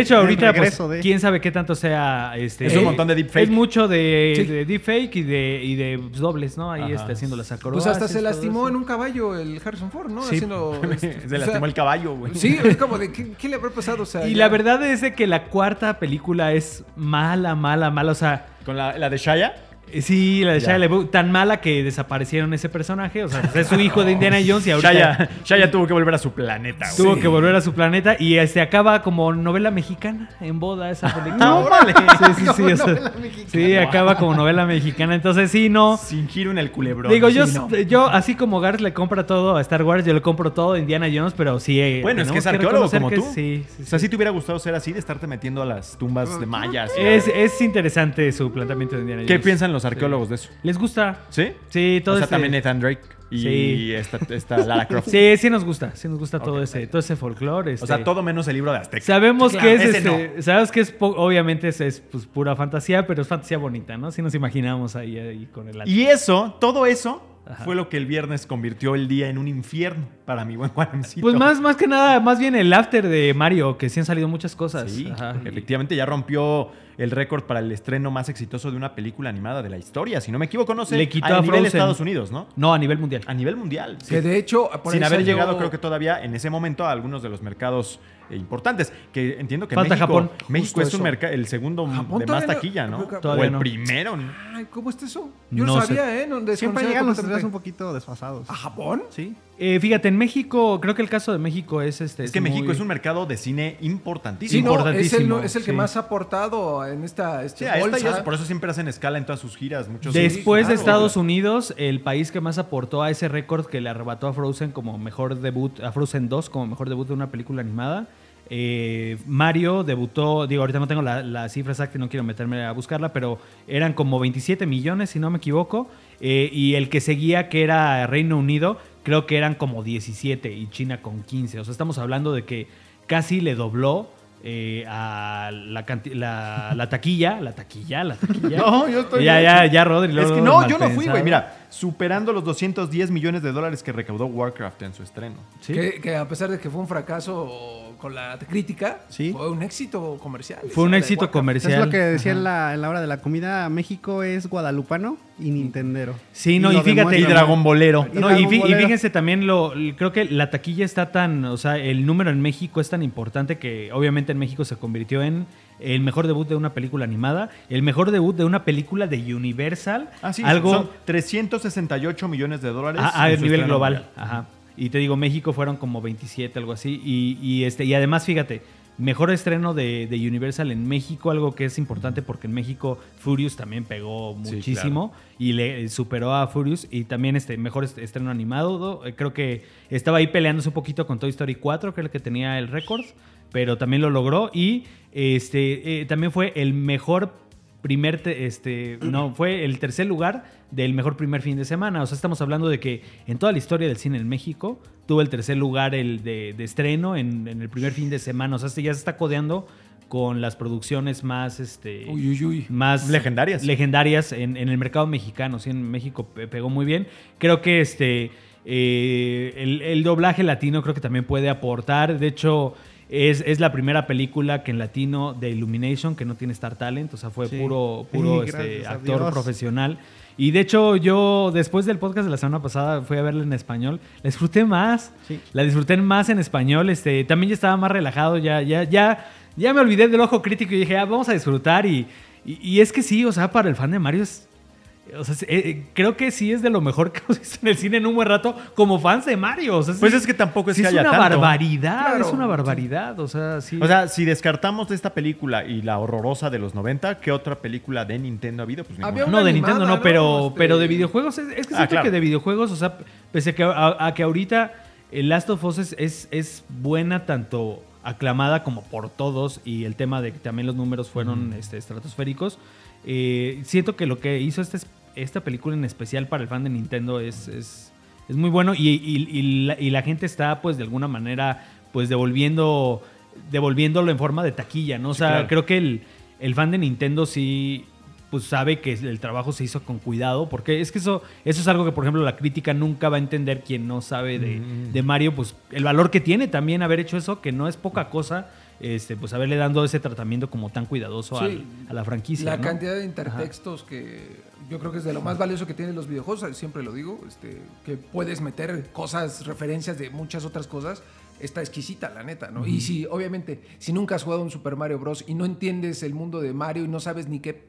[SPEAKER 2] (laughs)
[SPEAKER 5] hecho, ahorita, pues,
[SPEAKER 4] regreso de-
[SPEAKER 5] quién sabe qué tanto sea. Este,
[SPEAKER 2] Es un montón de deepfake.
[SPEAKER 5] Es mucho de,
[SPEAKER 3] Sí.
[SPEAKER 5] de deepfake y de, y de pues, dobles, ¿no? Ahí
[SPEAKER 2] Ajá.
[SPEAKER 5] está haciendo las acrobacias.
[SPEAKER 3] Pues hasta se lastimó
[SPEAKER 5] todo
[SPEAKER 3] en
[SPEAKER 5] eso.
[SPEAKER 3] un caballo el Harrison Ford, ¿no?
[SPEAKER 2] (laughs)
[SPEAKER 5] Sí.
[SPEAKER 3] Haciendo. este,
[SPEAKER 2] Se
[SPEAKER 3] o
[SPEAKER 2] lastimó
[SPEAKER 3] sea,
[SPEAKER 2] el caballo, güey.
[SPEAKER 3] Sí, es como de. ¿Qué, qué le habrá pasado? O sea,
[SPEAKER 5] Y
[SPEAKER 3] ya-
[SPEAKER 5] la verdad es de que la cuarta película es mala, mala, mala. O sea,
[SPEAKER 2] Con la, la de Shaya.
[SPEAKER 5] eh, sí, la de
[SPEAKER 2] Ya.
[SPEAKER 5] Shia LaBeouf, tan mala que desaparecieron ese personaje. O sea, pues, es su hijo de Indiana
[SPEAKER 3] (laughs)
[SPEAKER 5] Jones y ahorita.
[SPEAKER 2] Shaya, Shaya tuvo que volver a su planeta, güey.
[SPEAKER 5] Tuvo que volver a su planeta y este acaba como novela mexicana en boda
[SPEAKER 3] (laughs)
[SPEAKER 5] esa película.
[SPEAKER 2] Ah, órale.
[SPEAKER 5] Sí, sí, sí. o sea, sí, acaba como novela mexicana. Entonces, sí, no.
[SPEAKER 2] Sin giro en el culebrón.
[SPEAKER 5] Digo, yo,
[SPEAKER 3] sí, no.
[SPEAKER 5] yo, así como Garth le compra todo a Star Wars, yo le compro todo a Indiana Jones, pero sí. eh,
[SPEAKER 2] Bueno, es que
[SPEAKER 5] tenemos
[SPEAKER 2] es arqueólogo
[SPEAKER 5] reconocer
[SPEAKER 2] como
[SPEAKER 5] que
[SPEAKER 2] tú.
[SPEAKER 5] Sí, sí,
[SPEAKER 2] o sea,
[SPEAKER 5] sí.
[SPEAKER 2] si te hubiera gustado ser así, de estarte metiendo a las tumbas de mayas. y-
[SPEAKER 5] Es, es interesante su planteamiento de Indiana Jones.
[SPEAKER 2] ¿Qué piensan los arqueólogos de eso?
[SPEAKER 5] ¿Les gusta?
[SPEAKER 2] ¿Sí?
[SPEAKER 5] Sí, todo
[SPEAKER 2] o sea,
[SPEAKER 5] ese-
[SPEAKER 2] también Nathan Drake y
[SPEAKER 5] Sí.
[SPEAKER 2] esta, esta
[SPEAKER 5] (laughs)
[SPEAKER 2] Lara Croft.
[SPEAKER 5] Sí, sí nos gusta. Sí nos gusta
[SPEAKER 2] Ok,
[SPEAKER 5] todo ese, todo ese folclore.
[SPEAKER 2] O
[SPEAKER 5] este.
[SPEAKER 2] sea, todo menos el libro de Azteca.
[SPEAKER 5] Sabemos
[SPEAKER 2] Claro,
[SPEAKER 5] que es,
[SPEAKER 2] ese
[SPEAKER 5] este, sabes que es po- obviamente es, es, pues, pura fantasía, pero es fantasía bonita, ¿no? Si nos imaginamos ahí, ahí con el
[SPEAKER 2] Y eso, todo eso,
[SPEAKER 5] Ajá.
[SPEAKER 2] fue lo que el viernes convirtió el día en un infierno para mi buen Juancito.
[SPEAKER 5] Pues más, más que nada, más bien el after de Mario, que sí han salido muchas cosas.
[SPEAKER 2] Sí,
[SPEAKER 5] Ajá.
[SPEAKER 2] efectivamente ya rompió el récord para el estreno más exitoso de una película animada de la historia. Si no me equivoco, no sé.
[SPEAKER 5] Le quitó
[SPEAKER 2] a,
[SPEAKER 5] a
[SPEAKER 2] nivel
[SPEAKER 5] Frozen.
[SPEAKER 2] Estados Unidos, ¿no?
[SPEAKER 5] No, a nivel mundial.
[SPEAKER 2] A nivel mundial. sí.
[SPEAKER 3] Que de hecho. por
[SPEAKER 2] Sin
[SPEAKER 3] ahí
[SPEAKER 2] haber
[SPEAKER 3] salió-
[SPEAKER 2] llegado, creo que todavía en ese momento, a algunos de los mercados eh, importantes. Que entiendo que
[SPEAKER 5] Falta
[SPEAKER 2] México,
[SPEAKER 5] Japón.
[SPEAKER 2] México
[SPEAKER 3] Justo
[SPEAKER 2] es un
[SPEAKER 3] eso.
[SPEAKER 2] merca- el segundo
[SPEAKER 3] Japón
[SPEAKER 2] de más
[SPEAKER 3] todavía no-
[SPEAKER 2] taquilla, ¿no?
[SPEAKER 3] creo que-
[SPEAKER 2] o
[SPEAKER 5] Todavía
[SPEAKER 2] el
[SPEAKER 5] no.
[SPEAKER 2] primero. ¿no?
[SPEAKER 3] Ay, ¿cómo está eso? Yo
[SPEAKER 5] No
[SPEAKER 3] no
[SPEAKER 5] sé.
[SPEAKER 3] sabía, ¿eh? No,
[SPEAKER 4] Siempre
[SPEAKER 3] desconocía
[SPEAKER 4] llegan los estrenos
[SPEAKER 3] completamente.
[SPEAKER 4] un poquito desfasados.
[SPEAKER 3] ¿A Japón?
[SPEAKER 4] Sí.
[SPEAKER 5] Eh, fíjate, en México, creo que el caso de México es este.
[SPEAKER 2] Es que México
[SPEAKER 5] muy-
[SPEAKER 2] es un mercado de cine importantísimo.
[SPEAKER 3] Sí, no, es el,
[SPEAKER 5] Importantísimo,
[SPEAKER 3] es el que
[SPEAKER 5] sí.
[SPEAKER 3] más ha aportado bueno, en esta este,
[SPEAKER 2] Sí, a esta y
[SPEAKER 3] bolsa.
[SPEAKER 2] eso, por eso siempre hacen escala en todas sus giras. Muchos
[SPEAKER 5] Después de
[SPEAKER 2] claro.
[SPEAKER 5] Estados Unidos, el país que más aportó a ese récord que le arrebató a Frozen como mejor debut, a Frozen 2 como mejor debut de una película animada. eh, Mario debutó, digo, ahorita no tengo la, la cifra exacta y no quiero meterme a buscarla, pero eran como 27 millones, si no me equivoco. eh, y el que seguía, que era Reino Unido, creo que eran como 17 y China con 15. O sea, estamos hablando de que casi le dobló eh, a la, canti- la- la taquilla, la taquilla, la
[SPEAKER 2] (laughs)
[SPEAKER 5] taquilla.
[SPEAKER 2] No, yo estoy-
[SPEAKER 5] Ya, ya, ya, Rodri.
[SPEAKER 2] Es
[SPEAKER 5] luego
[SPEAKER 2] que no,
[SPEAKER 5] mal
[SPEAKER 2] yo no fui,
[SPEAKER 5] pensado.
[SPEAKER 2] güey. Mira, superando los 210 millones de dólares que recaudó Warcraft en su estreno.
[SPEAKER 5] Sí.
[SPEAKER 3] Que, que a pesar de que fue un fracaso con la crítica,
[SPEAKER 4] Sí.
[SPEAKER 3] fue un éxito comercial.
[SPEAKER 5] Fue un
[SPEAKER 3] Esa de
[SPEAKER 5] éxito
[SPEAKER 3] Warcraft.
[SPEAKER 5] comercial.
[SPEAKER 4] Es lo que decía en la, en la hora de la comida. México es guadalupano y nintendero.
[SPEAKER 5] Mm. Sí, no, y,
[SPEAKER 4] lo
[SPEAKER 5] fíjate.
[SPEAKER 4] demuestra.
[SPEAKER 2] Bolero.
[SPEAKER 4] Y
[SPEAKER 5] No, y,
[SPEAKER 4] Dragon
[SPEAKER 5] fí- y
[SPEAKER 4] Ball era-
[SPEAKER 5] fíjense también, lo, l- creo que la taquilla está tan. O sea, el número en México es tan importante que obviamente en México se convirtió en el mejor debut de una película animada, el mejor debut de una película de Universal.
[SPEAKER 2] Ah, sí,
[SPEAKER 5] algo
[SPEAKER 2] son 368 millones de dólares.
[SPEAKER 5] a, a
[SPEAKER 2] en su
[SPEAKER 5] nivel
[SPEAKER 2] estreno
[SPEAKER 5] global.
[SPEAKER 2] mundial.
[SPEAKER 5] Ajá. Y te digo, México fueron como 27, algo así. Y, y, este, y además, fíjate, mejor estreno de, de Universal en México, algo que es importante porque en México Furious también pegó
[SPEAKER 2] Sí,
[SPEAKER 5] muchísimo y le superó a Furious. Y también este mejor est- estreno animado. do- eh, Creo que estaba ahí peleándose un poquito con Toy Story 4, que era el que tenía el récord, pero también lo logró. Y este eh, también fue el mejor primer te- este no fue el tercer lugar del mejor primer fin de semana o sea estamos hablando de que en toda la historia del cine en México tuvo el tercer lugar el de, de estreno en, en el primer fin de semana o sea este ya se está codeando con las producciones más este
[SPEAKER 3] Uy, uy, uy.
[SPEAKER 5] más
[SPEAKER 2] Legendarias.
[SPEAKER 5] legendarias en, en el mercado mexicano sí en México pe- pegó muy bien creo que este eh, el, el doblaje latino creo que también puede aportar de hecho es, es la primera película que en latino de Illumination que no tiene Star Talent o sea fue
[SPEAKER 4] Sí.
[SPEAKER 5] puro
[SPEAKER 4] Sí,
[SPEAKER 5] puro
[SPEAKER 4] gracias
[SPEAKER 5] este,
[SPEAKER 4] a
[SPEAKER 5] actor
[SPEAKER 4] Dios.
[SPEAKER 5] profesional y de hecho yo después del podcast de la semana pasada fui a verla en español la disfruté más
[SPEAKER 4] Sí.
[SPEAKER 5] la disfruté más en español este también ya estaba más relajado ya ya ya ya me olvidé del ojo crítico y dije ah, vamos a disfrutar y, y, y es que sí o sea para el fan de Mario es o sea, es- eh, eh, creo que sí es de lo mejor que (laughs) hemos visto en el cine en un buen rato como fans de Mario. O sea,
[SPEAKER 2] Pues
[SPEAKER 5] sí-
[SPEAKER 2] es que tampoco es
[SPEAKER 5] sí
[SPEAKER 2] que
[SPEAKER 5] es
[SPEAKER 2] haya
[SPEAKER 5] una
[SPEAKER 2] tanto.
[SPEAKER 5] barbaridad,
[SPEAKER 3] Claro.
[SPEAKER 5] es una barbaridad. O sea, sí.
[SPEAKER 2] O sea, si descartamos de esta película y la horrorosa de los 90, ¿qué otra película de Nintendo ha habido? Pues ninguna.
[SPEAKER 3] Había una
[SPEAKER 5] no, de
[SPEAKER 3] animada,
[SPEAKER 5] Nintendo no,
[SPEAKER 3] ¿no?
[SPEAKER 5] pero,
[SPEAKER 3] Este-
[SPEAKER 5] pero de videojuegos. Es, es que
[SPEAKER 2] Ah,
[SPEAKER 5] siento
[SPEAKER 2] claro.
[SPEAKER 5] que de videojuegos, o sea, pese a que, a, a que ahorita el Last of Us es, es, es buena tanto aclamada como por todos y el tema de que también los números fueron
[SPEAKER 3] Mm.
[SPEAKER 5] este, estratosféricos, eh, siento que lo que hizo este, es- esta película en especial para el fan de Nintendo es, es, es muy bueno y, y- y la, y la gente está pues de alguna manera pues devolviendo devolviéndolo en forma de taquilla, ¿no? O sea,
[SPEAKER 2] claro.
[SPEAKER 5] creo que el, el fan de Nintendo sí pues sabe que el trabajo se hizo con cuidado, porque es que eso, eso es algo que, por ejemplo, la crítica nunca va a entender quien no sabe de,
[SPEAKER 3] Mm.
[SPEAKER 5] de Mario, pues el valor que tiene también haber hecho eso, que no es
[SPEAKER 3] Mm.
[SPEAKER 5] poca cosa, este, pues haberle dando ese tratamiento como tan cuidadoso
[SPEAKER 3] Sí.
[SPEAKER 5] al- a la franquicia.
[SPEAKER 3] La
[SPEAKER 5] ¿no?
[SPEAKER 3] cantidad de intertextos que yo creo que es de lo más valioso que tienen los videojuegos, eh, siempre lo digo, este, que puedes meter cosas, referencias de muchas otras cosas, está exquisita, la neta, ¿no? Y si, obviamente, si nunca has jugado un Super Mario Bros. y no entiendes el mundo de Mario y no sabes ni qué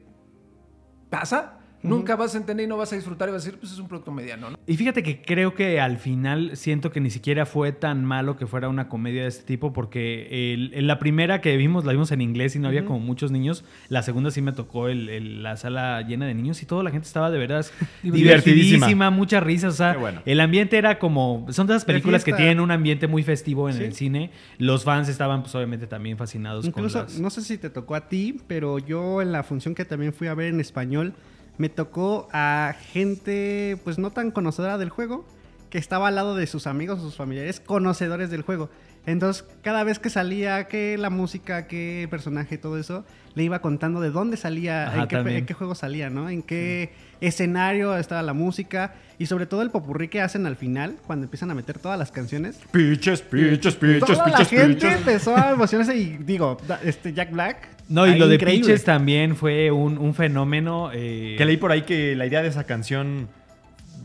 [SPEAKER 3] pasa, nunca vas a entender y no vas a disfrutar y vas a decir, pues es un producto mediano, ¿no?
[SPEAKER 5] Y fíjate que creo que al final siento que ni siquiera fue tan malo que fuera una comedia de este tipo, porque el- el- la primera que vimos la vimos en inglés y no había como muchos niños. La segunda sí me tocó el- el- la sala llena de niños y toda la gente estaba
[SPEAKER 4] (laughs)
[SPEAKER 5] de verdad
[SPEAKER 2] Divertidísima.
[SPEAKER 5] divertidísima, muchas risas. O sea,
[SPEAKER 2] Qué bueno.
[SPEAKER 5] el ambiente era como. Son de esas
[SPEAKER 4] De
[SPEAKER 5] películas que
[SPEAKER 4] fiesta.
[SPEAKER 5] tienen un ambiente muy festivo en
[SPEAKER 4] Sí.
[SPEAKER 5] el cine. Los fans estaban, pues obviamente, también fascinados
[SPEAKER 4] Incluso,
[SPEAKER 5] con las-
[SPEAKER 4] no sé si te tocó a ti, pero yo en la función que también fui a ver en español, me tocó a gente pues no tan conocedora del juego, que estaba al lado de sus amigos, sus familiares, conocedores del juego. Entonces, cada vez que salía, que la música, que el personaje, todo eso, le iba contando de dónde salía,
[SPEAKER 5] Ajá,
[SPEAKER 4] en, qué,
[SPEAKER 5] también.
[SPEAKER 4] en qué juego salía, ¿no? En qué escenario estaba la música y sobre todo el popurrí que hacen al final, cuando empiezan a meter todas las canciones.
[SPEAKER 2] Piches, piches, piches,
[SPEAKER 4] Toda la
[SPEAKER 2] piches,
[SPEAKER 4] gente
[SPEAKER 2] piches.
[SPEAKER 4] empezó a emocionarse y digo, da- este Jack Black.
[SPEAKER 5] No, y
[SPEAKER 4] ahí
[SPEAKER 5] lo de
[SPEAKER 4] increíble.
[SPEAKER 5] Pitches también fue un, un fenómeno. eh,
[SPEAKER 2] Que leí por ahí que la idea de esa canción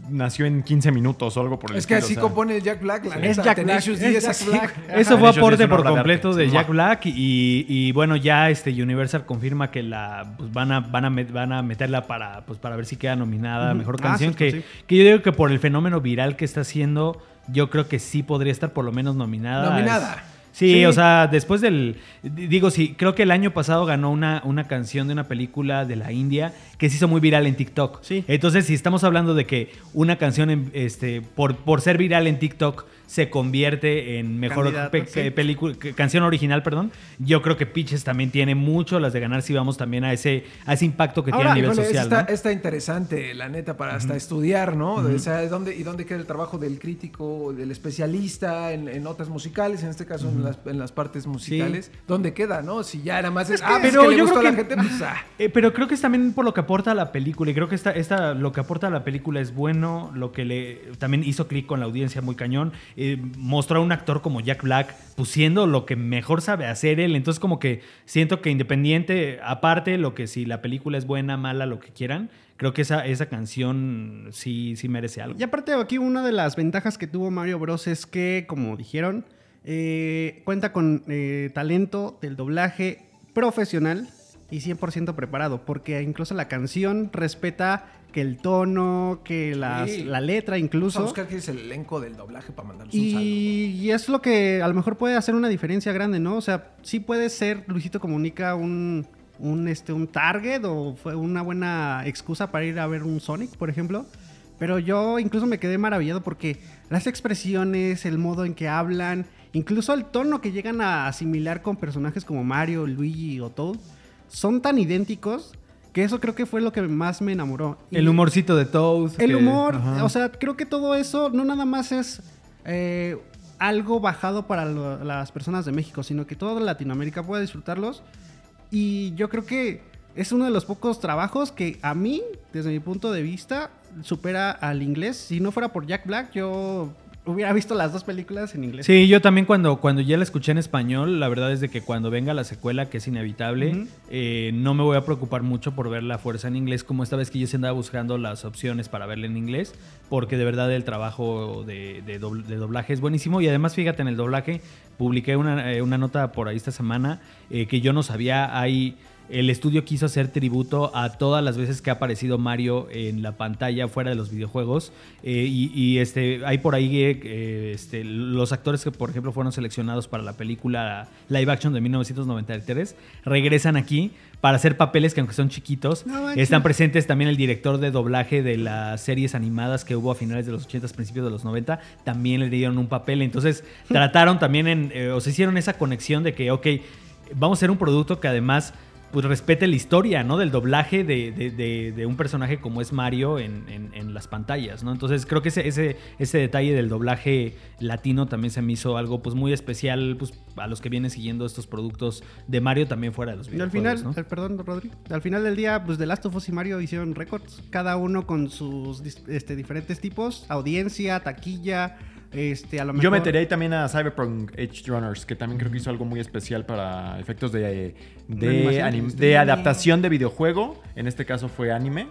[SPEAKER 2] nació en 15 minutos o algo por el
[SPEAKER 3] Es que
[SPEAKER 2] estilo,
[SPEAKER 3] así
[SPEAKER 2] o sea.
[SPEAKER 3] compone el Jack Black, la
[SPEAKER 4] Es
[SPEAKER 3] neta.
[SPEAKER 4] Jack
[SPEAKER 3] Tenacious
[SPEAKER 4] Black,
[SPEAKER 3] D es
[SPEAKER 4] es Jack
[SPEAKER 3] así.
[SPEAKER 4] Black.
[SPEAKER 3] güey.
[SPEAKER 5] Eso fue
[SPEAKER 2] Ellos ya
[SPEAKER 5] aporte
[SPEAKER 2] son
[SPEAKER 5] por
[SPEAKER 2] obra de arte.
[SPEAKER 5] completo de
[SPEAKER 2] Mua.
[SPEAKER 5] Jack Black y, y bueno, ya este Universal confirma que la pues, van a van a, met- van a meterla para pues para ver si queda nominada a
[SPEAKER 4] Ujú.
[SPEAKER 5] mejor
[SPEAKER 4] Ah,
[SPEAKER 5] canción
[SPEAKER 4] cierto,
[SPEAKER 5] que, que yo digo que por el fenómeno viral que está haciendo, yo creo que sí podría estar por lo menos nominada.
[SPEAKER 3] Nominada.
[SPEAKER 5] Es- Sí,
[SPEAKER 4] Sí.
[SPEAKER 5] o sea, después del. di- Digo, sí, creo que el año pasado ganó una, una canción de una película de la India que se hizo muy viral en TikTok.
[SPEAKER 2] Sí.
[SPEAKER 5] Entonces, si estamos hablando de que una canción, en- este, por, por ser viral en TikTok, se convierte en mejor
[SPEAKER 4] Candidato,
[SPEAKER 5] pe-
[SPEAKER 4] sí.
[SPEAKER 5] película- que- canción original, perdón, yo creo que Pitches también tiene mucho las de ganar si vamos también a ese, a ese impacto que
[SPEAKER 3] Ahora,
[SPEAKER 5] tiene a nivel
[SPEAKER 3] híjole,
[SPEAKER 5] social.
[SPEAKER 3] Está,
[SPEAKER 5] ¿no?
[SPEAKER 3] está interesante, la neta, para hasta estudiar, ¿no? O sea, ¿de ¿dónde, ¿y dónde queda el trabajo del crítico, del especialista en, en notas musicales, en este caso en, las, en las partes musicales? ¿Dónde queda, no? Si ya era más... Es, ah, pero
[SPEAKER 5] pero
[SPEAKER 3] le
[SPEAKER 5] yo
[SPEAKER 3] gustó a
[SPEAKER 5] creo
[SPEAKER 3] la
[SPEAKER 5] que-
[SPEAKER 3] gente, pues, ah.
[SPEAKER 5] Eh, pero creo que es también por lo que aporta a la película. Y creo que esta, esta, lo que aporta a la película es bueno. Lo que le también hizo clic con la audiencia muy cañón. Eh, mostró a un actor como Jack Black, pues siendo lo que mejor sabe hacer él. Entonces, como que siento que independiente, aparte, lo que si la película es buena, mala, lo que quieran, creo que esa, esa canción sí, sí merece algo.
[SPEAKER 4] Y aparte aquí una de las ventajas que tuvo Mario Bros es que, como dijeron, eh, cuenta con eh, talento del doblaje profesional y 100% preparado, porque incluso la canción respeta que el tono, que las-
[SPEAKER 3] Sí.
[SPEAKER 4] la letra
[SPEAKER 3] Vamos a
[SPEAKER 4] incluso.
[SPEAKER 3] buscar que es el elenco del doblaje para mandarles un saludo.
[SPEAKER 4] Y, y es lo que a lo mejor puede hacer una diferencia grande, ¿no? O sea, sí puede ser Luisito Comunica un, un, este, un target o fue una buena excusa para ir a ver un Sonic, por ejemplo. Pero yo incluso me quedé maravillado porque las expresiones, el modo en que hablan, incluso el tono que llegan a asimilar con personajes como Mario, Luigi o Toad, son tan idénticos que eso creo que fue lo que más me enamoró.
[SPEAKER 5] El
[SPEAKER 4] Y-
[SPEAKER 5] humorcito de Toad.
[SPEAKER 4] el
[SPEAKER 5] que-
[SPEAKER 4] humor,
[SPEAKER 5] Este, ajá.
[SPEAKER 4] o sea, creo que todo eso no nada más es eh, algo bajado para lo- las personas de México, sino que toda Latinoamérica pueda disfrutarlos. Y yo creo que es uno de los pocos trabajos que a mí, desde mi punto de vista, supera al inglés. Si no fuera por Jack Black, yo hubiera visto las dos películas en inglés.
[SPEAKER 5] Sí, yo también cuando, cuando ya la escuché en español, la verdad es de que cuando venga la secuela, que es inevitable,
[SPEAKER 4] Ujú.
[SPEAKER 5] eh, no me voy a preocupar mucho por ver la fuerza en inglés, como esta vez que yo sí andaba buscando las opciones para verla en inglés, porque de verdad el trabajo de, de dobl- de doblaje es buenísimo. Y además, fíjate, en el doblaje publiqué una, eh, una nota por ahí esta semana eh, que yo no sabía, hay... El estudio quiso hacer tributo a todas las veces que ha aparecido Mario en la pantalla fuera de los videojuegos. eh, y, y, este, hay por ahí eh, este, los actores que, por ejemplo, fueron seleccionados para la película live action de 1993 regresan aquí para hacer papeles que, aunque son chiquitos,
[SPEAKER 4] No manches.
[SPEAKER 5] están presentes también el director de doblaje de las series animadas que hubo a finales de los 80, principios de los 90, también le dieron un papel. Entonces trataron también, en, eh, o se hicieron esa conexión de que, ok, vamos a hacer un producto que además pues respete la historia, ¿no? Del doblaje de, de- de- de un personaje como es Mario en, en- en las pantallas, ¿no? Entonces creo que ese, ese, ese detalle del doblaje latino también se me hizo algo pues muy especial pues, a los que vienen siguiendo estos productos de Mario también fuera de los
[SPEAKER 4] Y al
[SPEAKER 5] videojuegos,
[SPEAKER 4] final,
[SPEAKER 5] ¿no?
[SPEAKER 4] al- perdón, Rodri, al final del día, pues The Last of Us y Mario hicieron récords, cada uno con sus dis- este, diferentes tipos, audiencia, taquilla, este, a lo mejor...
[SPEAKER 2] Yo metería ahí también a Cyberpunk Edge Runners, que también creo que hizo algo muy especial para efectos de, de,
[SPEAKER 4] Animación,
[SPEAKER 2] anim-
[SPEAKER 4] sí.
[SPEAKER 2] de adaptación de videojuego. En este caso fue anime.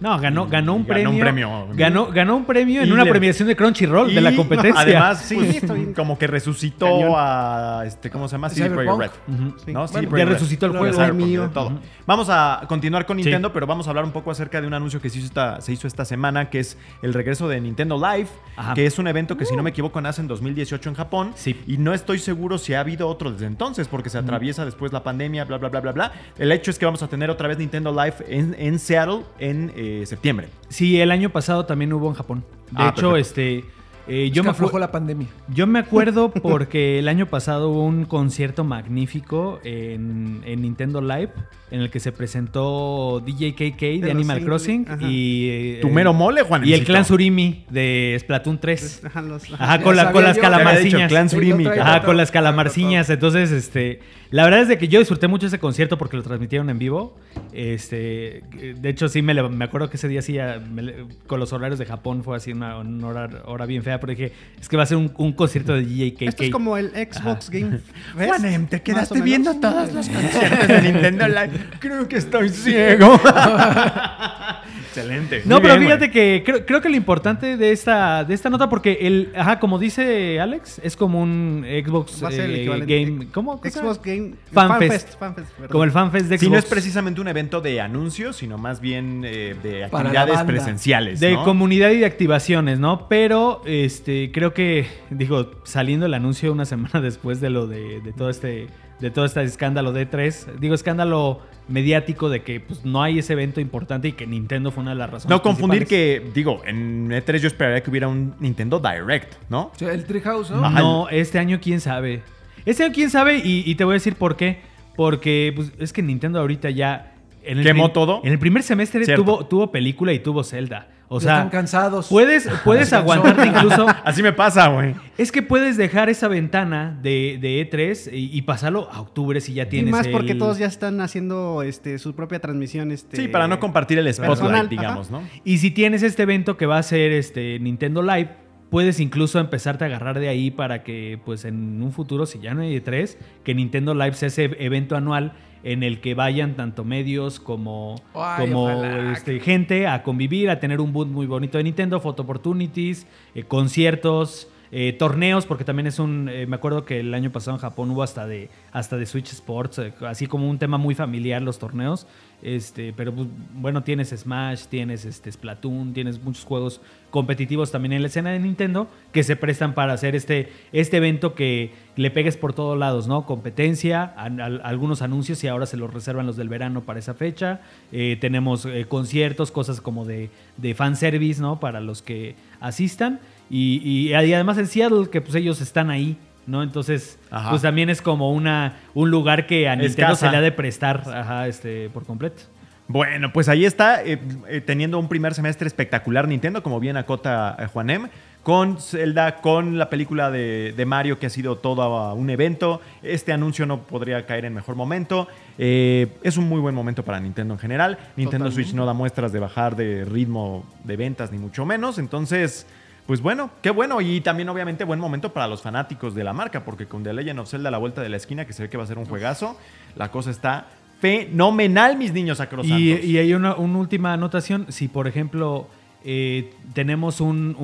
[SPEAKER 5] No, ganó, ganó un
[SPEAKER 2] Mm, Ganó
[SPEAKER 5] premio.
[SPEAKER 2] un premio.
[SPEAKER 5] Ganó, ganó un premio en
[SPEAKER 2] Y
[SPEAKER 5] una
[SPEAKER 2] le-
[SPEAKER 5] premiación de Crunchyroll de la
[SPEAKER 2] Y
[SPEAKER 5] competencia.
[SPEAKER 2] Además, sí,
[SPEAKER 4] Pues sí, está bien.
[SPEAKER 2] como que resucitó
[SPEAKER 4] Cañón.
[SPEAKER 2] a este, ¿cómo se llama? CD Projekt Red.
[SPEAKER 3] Cyberpunk.
[SPEAKER 5] Ujú.
[SPEAKER 4] Sí.
[SPEAKER 2] ¿No?
[SPEAKER 4] Bueno,
[SPEAKER 2] CD
[SPEAKER 5] ya
[SPEAKER 2] Projekt Red.
[SPEAKER 5] resucitó el
[SPEAKER 2] De
[SPEAKER 5] juego.
[SPEAKER 2] Cyberpunk,
[SPEAKER 4] Mío.
[SPEAKER 2] de todo.
[SPEAKER 5] Ujú.
[SPEAKER 2] Vamos a continuar con
[SPEAKER 5] Sí.
[SPEAKER 2] Nintendo, pero vamos a hablar un poco acerca de un anuncio que se hizo esta, se hizo esta semana, que es el regreso de Nintendo Live,
[SPEAKER 5] Ajá. Uh.
[SPEAKER 2] que es un evento que, si no me equivoco, nace en 2018 en Japón.
[SPEAKER 5] Sí.
[SPEAKER 2] Y no estoy seguro si ha habido otro desde entonces, porque se atraviesa después la pandemia, bla, bla, bla, bla, bla. El hecho es que vamos a tener otra vez Nintendo Live en, en Seattle en eh, septiembre.
[SPEAKER 5] Sí, el año pasado también hubo en Japón. De
[SPEAKER 2] Ah,
[SPEAKER 5] hecho,
[SPEAKER 2] perfecto.
[SPEAKER 5] este. eh,
[SPEAKER 3] yo
[SPEAKER 5] yo, me
[SPEAKER 3] aflojo
[SPEAKER 5] acu-
[SPEAKER 3] la pandemia.
[SPEAKER 5] yo me acuerdo porque el año pasado hubo un concierto magnífico en, en Nintendo Live en el que se presentó DJ KK de,
[SPEAKER 4] los
[SPEAKER 5] Animal
[SPEAKER 4] singles,
[SPEAKER 5] Crossing
[SPEAKER 4] ajá.
[SPEAKER 5] y. eh,
[SPEAKER 2] Tu mero mole, Juan.
[SPEAKER 5] Y el clan Surimi de Splatoon
[SPEAKER 2] (laughs)
[SPEAKER 5] 3.
[SPEAKER 4] Ajá, los-
[SPEAKER 5] Ajá,
[SPEAKER 3] Ya
[SPEAKER 5] con, la-
[SPEAKER 3] sabía yo. Te había
[SPEAKER 5] con las
[SPEAKER 2] Te había dicho,
[SPEAKER 5] calamarciñas.
[SPEAKER 2] clan
[SPEAKER 3] Sí,
[SPEAKER 2] Surimi. (laughs)
[SPEAKER 3] lo traigo.
[SPEAKER 2] cabrón.
[SPEAKER 5] Ajá, con las calamarciñas. Entonces, este, la verdad es de que yo disfruté mucho ese concierto porque lo transmitieron en vivo. Este, de hecho, sí, me, le- me acuerdo que ese día sí, ya me le- con los horarios de Japón fue así una, una hora, hora bien fea, pero dije, es que va a ser un, un concierto de DJ KK.
[SPEAKER 4] Esto es como el Xbox
[SPEAKER 5] (laughs)
[SPEAKER 4] Game Fest.
[SPEAKER 5] em,
[SPEAKER 2] Juanem, te
[SPEAKER 4] más o
[SPEAKER 2] quedaste
[SPEAKER 4] menos.
[SPEAKER 2] viendo todos los conciertos (laughs) de Nintendo Live. Creo que estoy ciego. (laughs) Excelente.
[SPEAKER 5] No,
[SPEAKER 2] Muy
[SPEAKER 5] pero
[SPEAKER 2] bien,
[SPEAKER 5] fíjate
[SPEAKER 2] güey.
[SPEAKER 5] que creo, creo que lo importante de esta, de esta nota, porque el, ajá, como dice Alex, es como un Xbox
[SPEAKER 4] (laughs) Va a ser el
[SPEAKER 5] eh,
[SPEAKER 4] equivalente.
[SPEAKER 5] Game. ¿Cómo? ¿Qué se llama?
[SPEAKER 4] Xbox Game
[SPEAKER 5] FanFest.
[SPEAKER 4] FanFest, perdón.
[SPEAKER 5] Como el fanfest de Xbox.
[SPEAKER 2] Si no es precisamente un evento de anuncios, sino más bien eh, de
[SPEAKER 3] Para la
[SPEAKER 2] actividades
[SPEAKER 3] banda.
[SPEAKER 2] presenciales.
[SPEAKER 5] De
[SPEAKER 2] ¿no?
[SPEAKER 5] comunidad y de activaciones, ¿no? Pero eh, Este, creo que, digo, saliendo el anuncio una (laughs) semana después de lo de, de todo este de todo este escándalo de 3 digo escándalo mediático de que pues, no hay ese evento importante y que Nintendo fue una de las razones.
[SPEAKER 2] No confundir
[SPEAKER 5] principales.
[SPEAKER 2] que, digo, en E3 yo esperaría que hubiera un Nintendo Direct, ¿no? (laughs)
[SPEAKER 3] O sea, el Treehouse, ¿no?
[SPEAKER 2] Ajá.
[SPEAKER 5] No, este año quién sabe. Este año quién sabe y, y te voy a decir por qué. Porque pues, es que Nintendo ahorita ya... en el
[SPEAKER 2] ¿Quemó
[SPEAKER 5] prim-
[SPEAKER 2] todo?
[SPEAKER 5] En el primer semestre
[SPEAKER 2] Cierto.
[SPEAKER 5] tuvo, tuvo película y tuvo Zelda. O
[SPEAKER 3] Ya
[SPEAKER 5] sea,
[SPEAKER 3] están cansados.
[SPEAKER 5] puedes, puedes
[SPEAKER 3] Se cansó.
[SPEAKER 5] aguantarte incluso...
[SPEAKER 2] Así me pasa, güey.
[SPEAKER 5] Es que puedes dejar esa ventana de, de E3 y, y pasarlo a octubre si ya
[SPEAKER 4] Y
[SPEAKER 5] tienes
[SPEAKER 4] más porque
[SPEAKER 5] el-
[SPEAKER 4] todos ya están haciendo este, su propia transmisión. Este,
[SPEAKER 2] Sí, para no compartir el spotlight,
[SPEAKER 4] personal,
[SPEAKER 2] digamos,
[SPEAKER 4] ajá.
[SPEAKER 2] ¿no?
[SPEAKER 5] Y si tienes este evento que va a ser este Nintendo Live, puedes incluso empezarte a agarrar de ahí para que, pues en un futuro, si ya no hay E3, que Nintendo Live sea ese evento anual en el que vayan tanto medios como,
[SPEAKER 3] Ay,
[SPEAKER 5] como
[SPEAKER 3] ojalá.
[SPEAKER 5] este, gente a convivir, a tener un boot muy bonito de Nintendo, photo opportunities, eh, conciertos. eh, torneos, porque también es un. eh, me acuerdo que el año pasado en Japón hubo hasta de, hasta de Switch Sports, eh, así como un tema muy familiar los torneos. Este, pero pues, bueno, tienes Smash, tienes este, Splatoon, tienes muchos juegos competitivos también en la escena de Nintendo que se prestan para hacer este, este evento que le pegues por todos lados, ¿no? Competencia, an- al- algunos anuncios y ahora se los reservan los del verano para esa fecha. Eh, tenemos eh, conciertos, cosas como de, de fanservice, ¿no? Para los que asistan. Y, y- y además en Seattle, que pues ellos están ahí, ¿no? Entonces,
[SPEAKER 2] Ajá.
[SPEAKER 5] pues también es como una, un lugar que a
[SPEAKER 2] Es
[SPEAKER 5] Nintendo
[SPEAKER 2] casa.
[SPEAKER 5] se le ha de prestar ajá, este, por completo.
[SPEAKER 2] Bueno, pues ahí está, eh, eh, teniendo un primer semestre espectacular Nintendo, como bien acota eh, Juanem, con Zelda, con la película de, de Mario, que ha sido todo un evento. Este anuncio no podría caer en mejor momento. Eh, es un muy buen momento para Nintendo en general. Nintendo
[SPEAKER 3] Totalmente.
[SPEAKER 2] Switch no da muestras de bajar de ritmo de ventas, ni mucho menos. Entonces, pues bueno, qué bueno. Y también, obviamente, buen momento para los fanáticos de la marca, porque con The Legend of Zelda a la vuelta de la esquina, que se ve que va a ser un juegazo, la cosa está fenomenal, mis niños sacrosantos.
[SPEAKER 5] Y, y hay una, una última anotación. Si, por ejemplo, eh, tenemos un,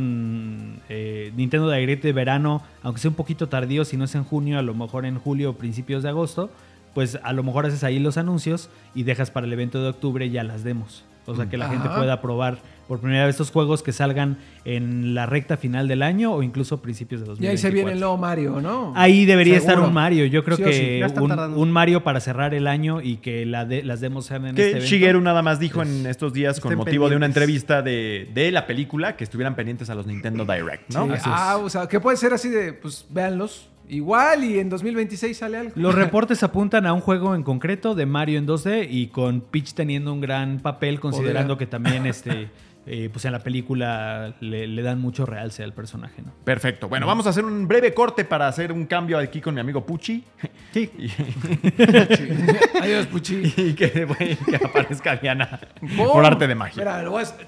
[SPEAKER 5] un, eh, Nintendo Direct de verano, aunque sea un poquito tardío, si no es en junio, a lo mejor en julio o principios de agosto, pues a lo mejor haces ahí los anuncios y dejas para el evento de octubre ya las demos. O sea, que la gente
[SPEAKER 3] Mm. Ajá.
[SPEAKER 5] pueda probar por primera vez estos juegos que salgan en la recta final del año o incluso principios de
[SPEAKER 3] Y
[SPEAKER 5] 2024.
[SPEAKER 3] ahí se viene el nuevo Mario, ¿no?
[SPEAKER 5] Ahí debería estar
[SPEAKER 3] Seguro.
[SPEAKER 5] un Mario. Yo creo
[SPEAKER 3] Sí o
[SPEAKER 5] que
[SPEAKER 3] sí,
[SPEAKER 4] ya están
[SPEAKER 5] un,
[SPEAKER 4] tardando.
[SPEAKER 5] un Mario para cerrar el año y que la de- las demos sean en
[SPEAKER 2] Que
[SPEAKER 5] este evento.
[SPEAKER 2] Shigeru nada más dijo en estos días con
[SPEAKER 4] estén
[SPEAKER 2] motivo de una
[SPEAKER 4] pendientes.
[SPEAKER 2] entrevista de, de la película que estuvieran pendientes a los Nintendo Direct, ¿no?
[SPEAKER 3] Sí,
[SPEAKER 2] Así es.
[SPEAKER 3] ah, o sea, que puede ser así de, pues véanlos. Igual y en 2026 sale algo.
[SPEAKER 5] Los reportes apuntan a un juego en concreto de Mario en 2D y con Peach teniendo un gran papel, considerando que también este, eh, pues en la película le, le dan mucho realce al personaje. ¿no?
[SPEAKER 2] Perfecto. Bueno, vamos a hacer un breve corte para hacer un cambio aquí con mi amigo Pucci. Sí. Y,
[SPEAKER 3] (laughs) Adiós, Puchi.
[SPEAKER 2] (laughs) y que, bueno, que aparezca Diana por arte de magia.
[SPEAKER 3] Espera, lo voy a hacer.